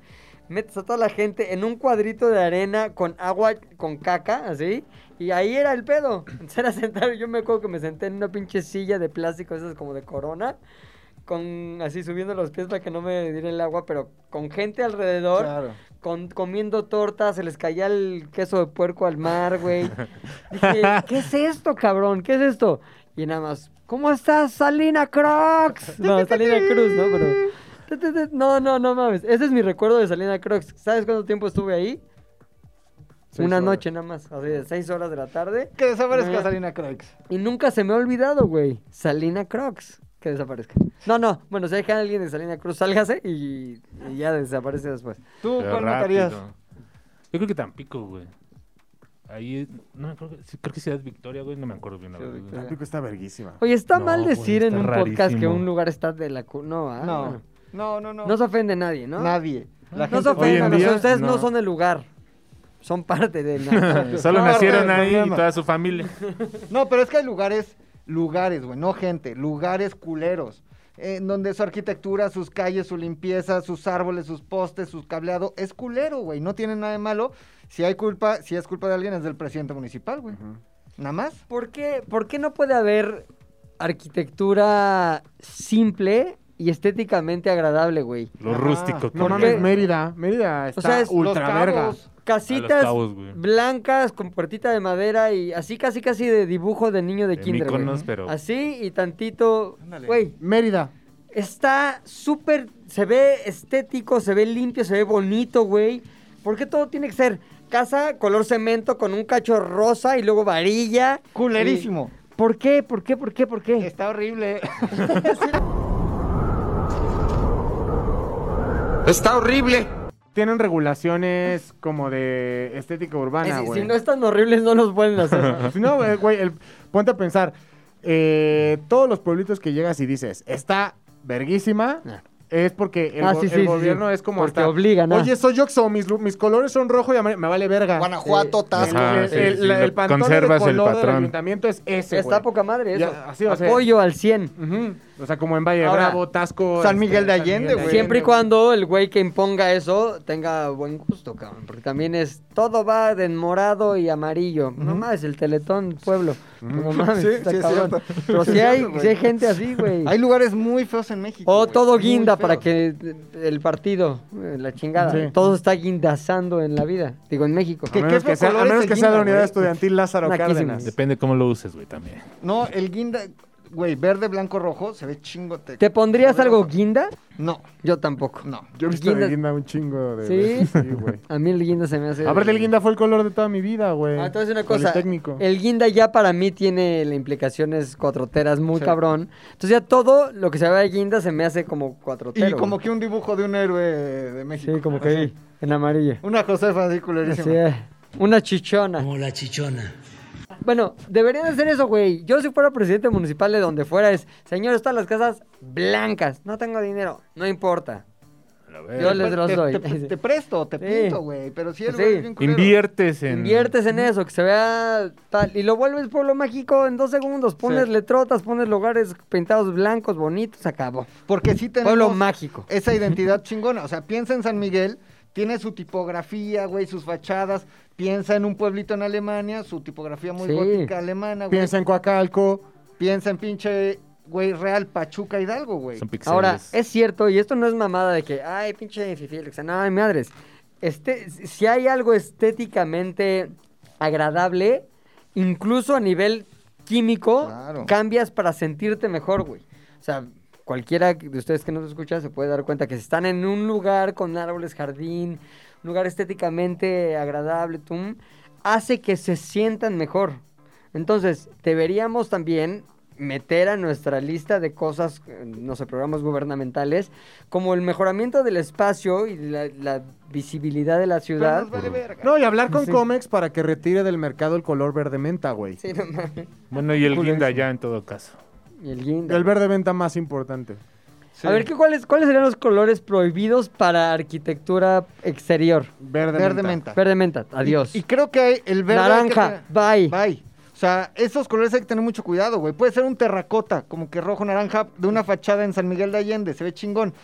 Speaker 1: Metes a toda la gente en un cuadrito de arena con agua, con caca, así. Y ahí era el pedo. Entonces era sentar, yo me acuerdo que me senté en una pinche silla de plástico, esas como de corona. Con así subiendo los pies para que no me diera el agua, pero con gente alrededor con- comiendo tortas, se les caía el queso de puerco al mar, güey. Dije, ¿qué es esto, cabrón? ¿Qué es esto? Y nada más, ¿cómo estás, Salina Crocs? No, Salina Cruz, ¿no? Pero... tu, tu, tu, No, no, no mames. Ese es mi recuerdo de Salina Crocs. ¿Sabes cuánto tiempo estuve ahí?
Speaker 5: Seis
Speaker 1: Una
Speaker 5: horas.
Speaker 1: noche nada más, así de seis horas de la tarde.
Speaker 5: Que desaparezca
Speaker 1: Nah.
Speaker 5: Salina Croix.
Speaker 1: Y nunca se me ha olvidado, güey. Salina Crocs. Que desaparezca. No, no. Bueno, si hay que alguien de Salina Cruz, sálgase y, y ya desaparece después.
Speaker 5: ¿Tú
Speaker 3: Pero
Speaker 5: cuál
Speaker 3: rápido.
Speaker 5: matarías?
Speaker 3: Yo creo que Tampico, güey. Ahí, no me acuerdo, sí, creo que Ciudad Victoria, güey, no me acuerdo bien la verdad, güey.
Speaker 2: Tampico está verguísima.
Speaker 1: Oye, está
Speaker 3: No,
Speaker 1: mal
Speaker 3: güey,
Speaker 1: decir en
Speaker 3: está
Speaker 1: un podcast que
Speaker 3: rarísimo.
Speaker 1: un lugar está de la cu... No, ¿ah?
Speaker 5: No.
Speaker 1: Bueno,
Speaker 5: No, no, no.
Speaker 1: no se ofende nadie, ¿no?
Speaker 5: Nadie. La
Speaker 1: no
Speaker 5: gente-
Speaker 1: se
Speaker 3: Hoy en
Speaker 1: ofendan, o sea,
Speaker 3: día,
Speaker 1: ustedes no.
Speaker 3: no.
Speaker 1: son el lugar. Son parte de nada.
Speaker 3: Eh, Solo
Speaker 5: No,
Speaker 3: nacieron
Speaker 5: no hay
Speaker 3: ahí y
Speaker 5: problema.
Speaker 3: toda su familia.
Speaker 5: No, pero es que hay lugares, lugares, güey, no gente, lugares culeros. En donde su arquitectura, sus calles, su limpieza, sus árboles, sus postes, sus cableado, es culero, güey. No tiene nada de malo. Si hay culpa, si es culpa de alguien, es del presidente municipal, güey. Nada más.
Speaker 1: ¿Por qué, ¿Por qué no puede haber arquitectura simple y estéticamente agradable, güey?
Speaker 3: Lo
Speaker 5: Ah,
Speaker 2: Ajá.
Speaker 3: rústico.
Speaker 2: No
Speaker 3: que
Speaker 2: mames,
Speaker 3: es.
Speaker 2: Mérida. Mérida está
Speaker 1: O sea, es
Speaker 2: ultra
Speaker 5: Los
Speaker 2: verga.
Speaker 5: Cabos,
Speaker 3: A
Speaker 1: Casitas
Speaker 3: los cabos, güey.
Speaker 1: blancas con puertita de madera y así, casi, casi de dibujo de niño de,
Speaker 3: De
Speaker 1: kinder, güey.
Speaker 3: Mykonos, pero-
Speaker 1: Así y tantito, güey,
Speaker 5: Mérida.
Speaker 1: está súper, se ve estético, se ve limpio, se ve bonito, güey. ¿Por qué todo tiene que ser casa color cemento con un cacho rosa y luego varilla?
Speaker 5: Culerísimo.
Speaker 1: Y- ¿Por qué? ¿Por qué? ¿Por qué? ¿Por qué?
Speaker 5: Está horrible.
Speaker 2: Está horrible. Tienen regulaciones como de estética urbana,
Speaker 1: Si-
Speaker 2: güey.
Speaker 1: Ah, si no están horribles, no los pueden hacer.
Speaker 2: Si no, güey, güey, el- ponte a pensar. eh, todos los pueblitos que llegas y dices, está verguísima, es porque el,
Speaker 1: Ah,
Speaker 2: go-
Speaker 1: sí,
Speaker 2: el
Speaker 1: sí, sí,
Speaker 2: gobierno
Speaker 1: sí.
Speaker 2: es como
Speaker 1: Porque
Speaker 2: hasta...
Speaker 1: obligan ah. a-
Speaker 2: Oye, soy Yoxo, mis, lu- mis colores son rojo y amarillo, me vale verga.
Speaker 5: Guanajuato, Tasco.
Speaker 1: Ah,
Speaker 3: Ajá,
Speaker 2: el,
Speaker 3: sí,
Speaker 2: el-
Speaker 3: sí,
Speaker 2: la-
Speaker 3: lo-
Speaker 2: el pantone
Speaker 3: conservas
Speaker 2: de
Speaker 3: el
Speaker 2: color del
Speaker 3: patrón.
Speaker 2: ayuntamiento es ese,
Speaker 1: Está
Speaker 2: güey.
Speaker 1: poca madre eso.
Speaker 2: Ya, así, o sea-
Speaker 1: Apoyo al 100.
Speaker 2: Ujú. O sea, como en Valle de
Speaker 1: Ahora,
Speaker 2: Bravo, Tasco...
Speaker 5: San
Speaker 2: este,
Speaker 5: Miguel de Allende, güey.
Speaker 1: Siempre y cuando el güey que imponga eso tenga buen gusto, cabrón. Porque también es. Todo va de morado y amarillo. No mames, el teletón pueblo. No mames,
Speaker 5: Sí,
Speaker 1: está
Speaker 5: sí es
Speaker 1: cabrón.
Speaker 5: cierto.
Speaker 1: Pero
Speaker 5: Sí
Speaker 1: si
Speaker 5: es
Speaker 1: hay,
Speaker 5: cierto, güey.
Speaker 1: sí hay gente así, güey.
Speaker 5: Hay lugares muy feos en México.
Speaker 1: O
Speaker 5: güey,
Speaker 1: Oh, todo
Speaker 5: muy
Speaker 1: guinda para
Speaker 5: feos.
Speaker 1: que el partido, eh, la chingada.
Speaker 2: Sí.
Speaker 1: Todo está guindazando en la vida. Digo, en México.
Speaker 2: A
Speaker 5: ¿Qué-
Speaker 2: menos
Speaker 5: qué
Speaker 2: que sea, a
Speaker 5: colores
Speaker 2: menos
Speaker 5: el
Speaker 2: que sea
Speaker 5: guinda,
Speaker 2: la unidad
Speaker 5: güey?
Speaker 2: estudiantil Lázaro
Speaker 1: Naquísimos.
Speaker 2: Cárdenas.
Speaker 3: Depende cómo lo uses, güey, también.
Speaker 5: No, el guinda, güey, verde, blanco, rojo, se ve chingo. te-
Speaker 1: ¿Te pondrías algo guinda?
Speaker 5: No,
Speaker 1: Yo tampoco.
Speaker 5: no.
Speaker 2: Yo he visto
Speaker 1: Guinda-
Speaker 2: de guinda un chingo de...
Speaker 1: ¿Sí?
Speaker 2: veces, Sí, güey.
Speaker 1: A mí el guinda se me hace.
Speaker 2: A ver, el guinda fue el color de toda mi vida, güey.
Speaker 1: Ah, entonces una cosa,
Speaker 2: Politécnico.
Speaker 1: el guinda ya para mí tiene la implicaciones cuatroteras muy
Speaker 5: Sí.
Speaker 1: cabrón. Entonces ya todo lo que se vea de guinda se me hace como cuatrotero.
Speaker 5: Y como
Speaker 1: güey.
Speaker 5: que un dibujo de un héroe de México.
Speaker 1: Sí, como que ahí, en amarillo.
Speaker 5: Una Josefa así
Speaker 1: Así
Speaker 5: culerísima.
Speaker 1: es. Una chichona.
Speaker 7: Como la chichona.
Speaker 1: Bueno, deberían hacer eso, güey. Yo si fuera presidente municipal de donde fuera es, señor, están las casas blancas. No tengo dinero. No importa. Yo les los
Speaker 5: pues, te,
Speaker 1: doy.
Speaker 5: te- te presto, te
Speaker 1: Sí.
Speaker 5: pinto, güey. Pero si el
Speaker 1: Sí.
Speaker 5: güey es bien culero.
Speaker 3: Inviertes en.
Speaker 1: Inviertes en eso, que se vea tal. Y lo vuelves pueblo mágico en dos segundos. Pones letrotas, pones lugares pintados blancos, bonitos, se acabó.
Speaker 5: Porque sí tenemos
Speaker 1: Pueblo mágico.
Speaker 5: esa identidad chingona. O sea, piensa en San Miguel, tiene su tipografía, güey, sus fachadas. Piensa en un pueblito en Alemania, su tipografía muy
Speaker 1: Sí.
Speaker 5: gótica alemana, güey.
Speaker 2: Piensa en Coacalco.
Speaker 5: Piensa en pinche, güey, Real Pachuca Hidalgo, güey.
Speaker 3: Son pixeles.
Speaker 1: Ahora, es cierto, y esto no es mamada de que, ay, pinche fifi, Alexa". no, ay, madres. Este, si hay algo estéticamente agradable, incluso a nivel químico,
Speaker 5: Claro.
Speaker 1: cambias para sentirte mejor, güey. O sea, cualquiera de ustedes que nos escucha se puede dar cuenta que si están en un lugar con árboles, jardín, un lugar estéticamente agradable, tum, hace que se sientan mejor. Entonces, deberíamos también meter a nuestra lista de cosas, eh, no sé, programas gubernamentales, como el mejoramiento del espacio y la, la visibilidad de la
Speaker 5: Pero
Speaker 1: ciudad.
Speaker 5: nos vale verga.
Speaker 2: No, y hablar con
Speaker 1: Sí.
Speaker 2: Comex para que retire del mercado el color verde menta, güey.
Speaker 1: Sí, no mames.
Speaker 3: Bueno, y el guinda ya en todo caso.
Speaker 1: Y el guinda.
Speaker 2: El verde menta más importante.
Speaker 1: A ver, ¿qué, cuáles, ¿cuáles serían los colores prohibidos para arquitectura exterior?
Speaker 2: Verde,
Speaker 5: Verde
Speaker 2: menta.
Speaker 5: menta.
Speaker 1: Verde menta, adiós.
Speaker 5: Y, y creo que hay el verde. hay que
Speaker 1: Naranja, bye.
Speaker 5: tener- Bye. O sea, esos colores hay que tener mucho cuidado, güey. Puede ser un terracota, como que rojo, naranja, de una fachada en San Miguel de Allende, se ve chingón.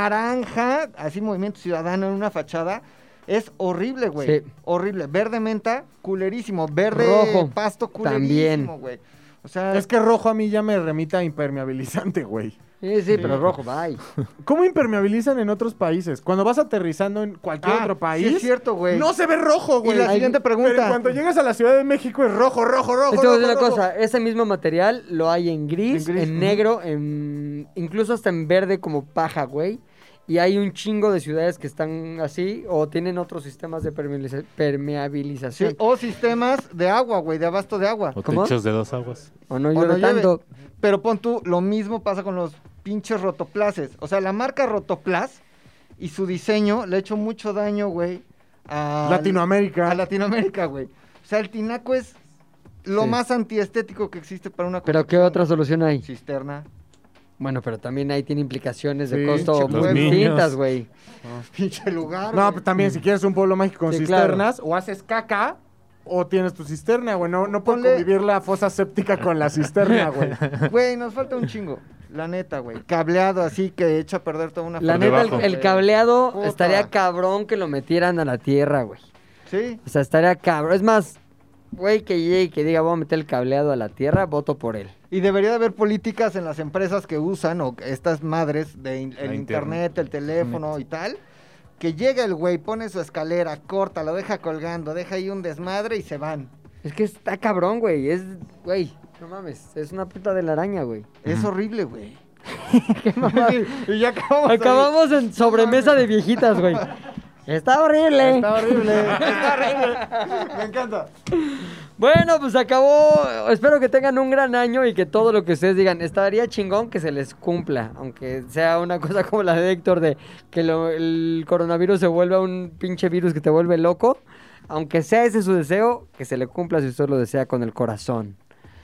Speaker 5: Naranja, así Movimiento Ciudadano en una fachada, es horrible, güey.
Speaker 1: Sí.
Speaker 5: Horrible. Verde menta, culerísimo. Verde
Speaker 1: Rojo,
Speaker 5: pasto,
Speaker 1: también.
Speaker 5: culerísimo, güey. O sea,
Speaker 2: Es que rojo a mí ya me remita a impermeabilizante, güey.
Speaker 1: Sí, sí, pero rojo, bye.
Speaker 2: ¿Cómo impermeabilizan en otros países? Cuando vas aterrizando en cualquier
Speaker 5: Ah,
Speaker 2: otro
Speaker 5: sí
Speaker 2: país.
Speaker 5: es cierto, güey.
Speaker 2: No se ve rojo,
Speaker 5: Y
Speaker 2: güey.
Speaker 5: la siguiente pregunta.
Speaker 2: Pero cuando llegas a la Ciudad de México es rojo, rojo, rojo.
Speaker 1: Te voy a decir
Speaker 2: rojo,
Speaker 1: una
Speaker 2: rojo.
Speaker 1: cosa, ese mismo material lo hay en gris, en, negro, en incluso hasta en verde como paja, güey. Y hay un chingo de ciudades que están así o tienen otros sistemas de permeabiliza-
Speaker 5: Sí,
Speaker 1: permeabilización.
Speaker 5: o sistemas de agua, güey, de abasto de agua.
Speaker 3: O
Speaker 1: ¿Cómo?
Speaker 3: techos de dos aguas.
Speaker 1: O no
Speaker 5: O
Speaker 1: llueve
Speaker 5: no llueve.
Speaker 1: tanto.
Speaker 5: Pero pon tú, lo mismo pasa con los pinches rotoplaces. O sea, la marca Rotoplas y su diseño le ha hecho mucho daño, güey. A
Speaker 2: Latinoamérica.
Speaker 5: A Latinoamérica, güey. O sea, el tinaco es lo
Speaker 1: Sí.
Speaker 5: más antiestético que existe para una
Speaker 1: Pero ¿qué otra solución hay?
Speaker 5: cisterna.
Speaker 1: Bueno, pero también ahí tiene implicaciones de
Speaker 5: Sí,
Speaker 1: costo
Speaker 5: los
Speaker 1: muy
Speaker 5: niños.
Speaker 1: distintas, güey.
Speaker 5: Pinche lugar.
Speaker 2: No,
Speaker 5: güey.
Speaker 1: pues,
Speaker 2: pero también si quieres un pueblo mágico con
Speaker 1: Sí, claro.
Speaker 2: cisternas, o haces caca, o tienes tu cisterna, güey. No, no puedes
Speaker 5: Ponle-
Speaker 2: convivir la fosa séptica con la cisterna, güey.
Speaker 5: Güey, nos falta un chingo. La neta, güey. Cableado así que echa a perder toda una
Speaker 1: La
Speaker 5: familia,
Speaker 1: neta, el,
Speaker 5: güey.
Speaker 1: el cableado
Speaker 5: Puta.
Speaker 1: estaría cabrón que lo metieran a la tierra, güey.
Speaker 5: Sí.
Speaker 1: O sea, estaría cabrón. Es más, güey que llegue y que diga, voy a meter el cableado a la tierra, voto por él.
Speaker 5: Y debería de haber políticas en las empresas que usan o estas madres de in- el
Speaker 1: La
Speaker 5: internet, el teléfono y tal. Que llega el güey, pone su escalera, corta, lo deja colgando, deja ahí un desmadre y se van.
Speaker 1: Es que está cabrón, güey. Es, güey, no mames. Es una puta de la araña, güey.
Speaker 5: Es horrible, güey.
Speaker 1: Qué mamada.
Speaker 5: y ya acabamos.
Speaker 1: Acabamos en sobremesa de viejitas, güey. Está horrible.
Speaker 5: Está horrible. Está horrible. Me encanta.
Speaker 1: Bueno, pues acabó. Espero que tengan un gran año y que todo lo que ustedes digan estaría chingón que se les cumpla. Aunque sea una cosa como la de Héctor de que lo- el coronavirus se vuelva un pinche virus que te vuelve loco. Aunque sea ese su deseo, que se le cumpla si usted lo desea con el corazón.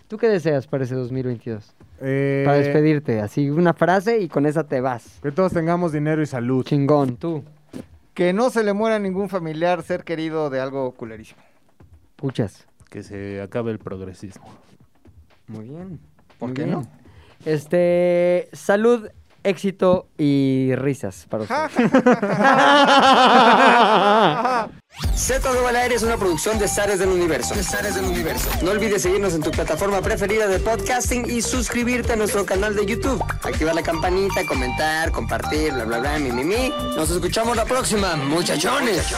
Speaker 1: ¿Tú qué deseas para ese 2022?
Speaker 2: Eh,
Speaker 1: Para despedirte, así una frase y con esa te vas.
Speaker 2: Que todos tengamos dinero y salud.
Speaker 1: Chingón, tú.
Speaker 5: Que no se le muera ningún familiar, ser querido de algo culerísimo.
Speaker 1: Puchas.
Speaker 3: Que se acabe el progresismo.
Speaker 1: Muy bien.
Speaker 5: ¿Por
Speaker 1: muy
Speaker 5: qué
Speaker 1: bien.
Speaker 5: no?
Speaker 1: Este, salud, éxito y risas para ustedes.
Speaker 12: Z al aire es una producción de Zares del Universo. del Universo. No olvides seguirnos en tu plataforma preferida de podcasting y suscribirte a nuestro canal de YouTube. Activar la campanita, comentar, compartir, bla bla bla, mi mi mi. Nos escuchamos la próxima, muchachones.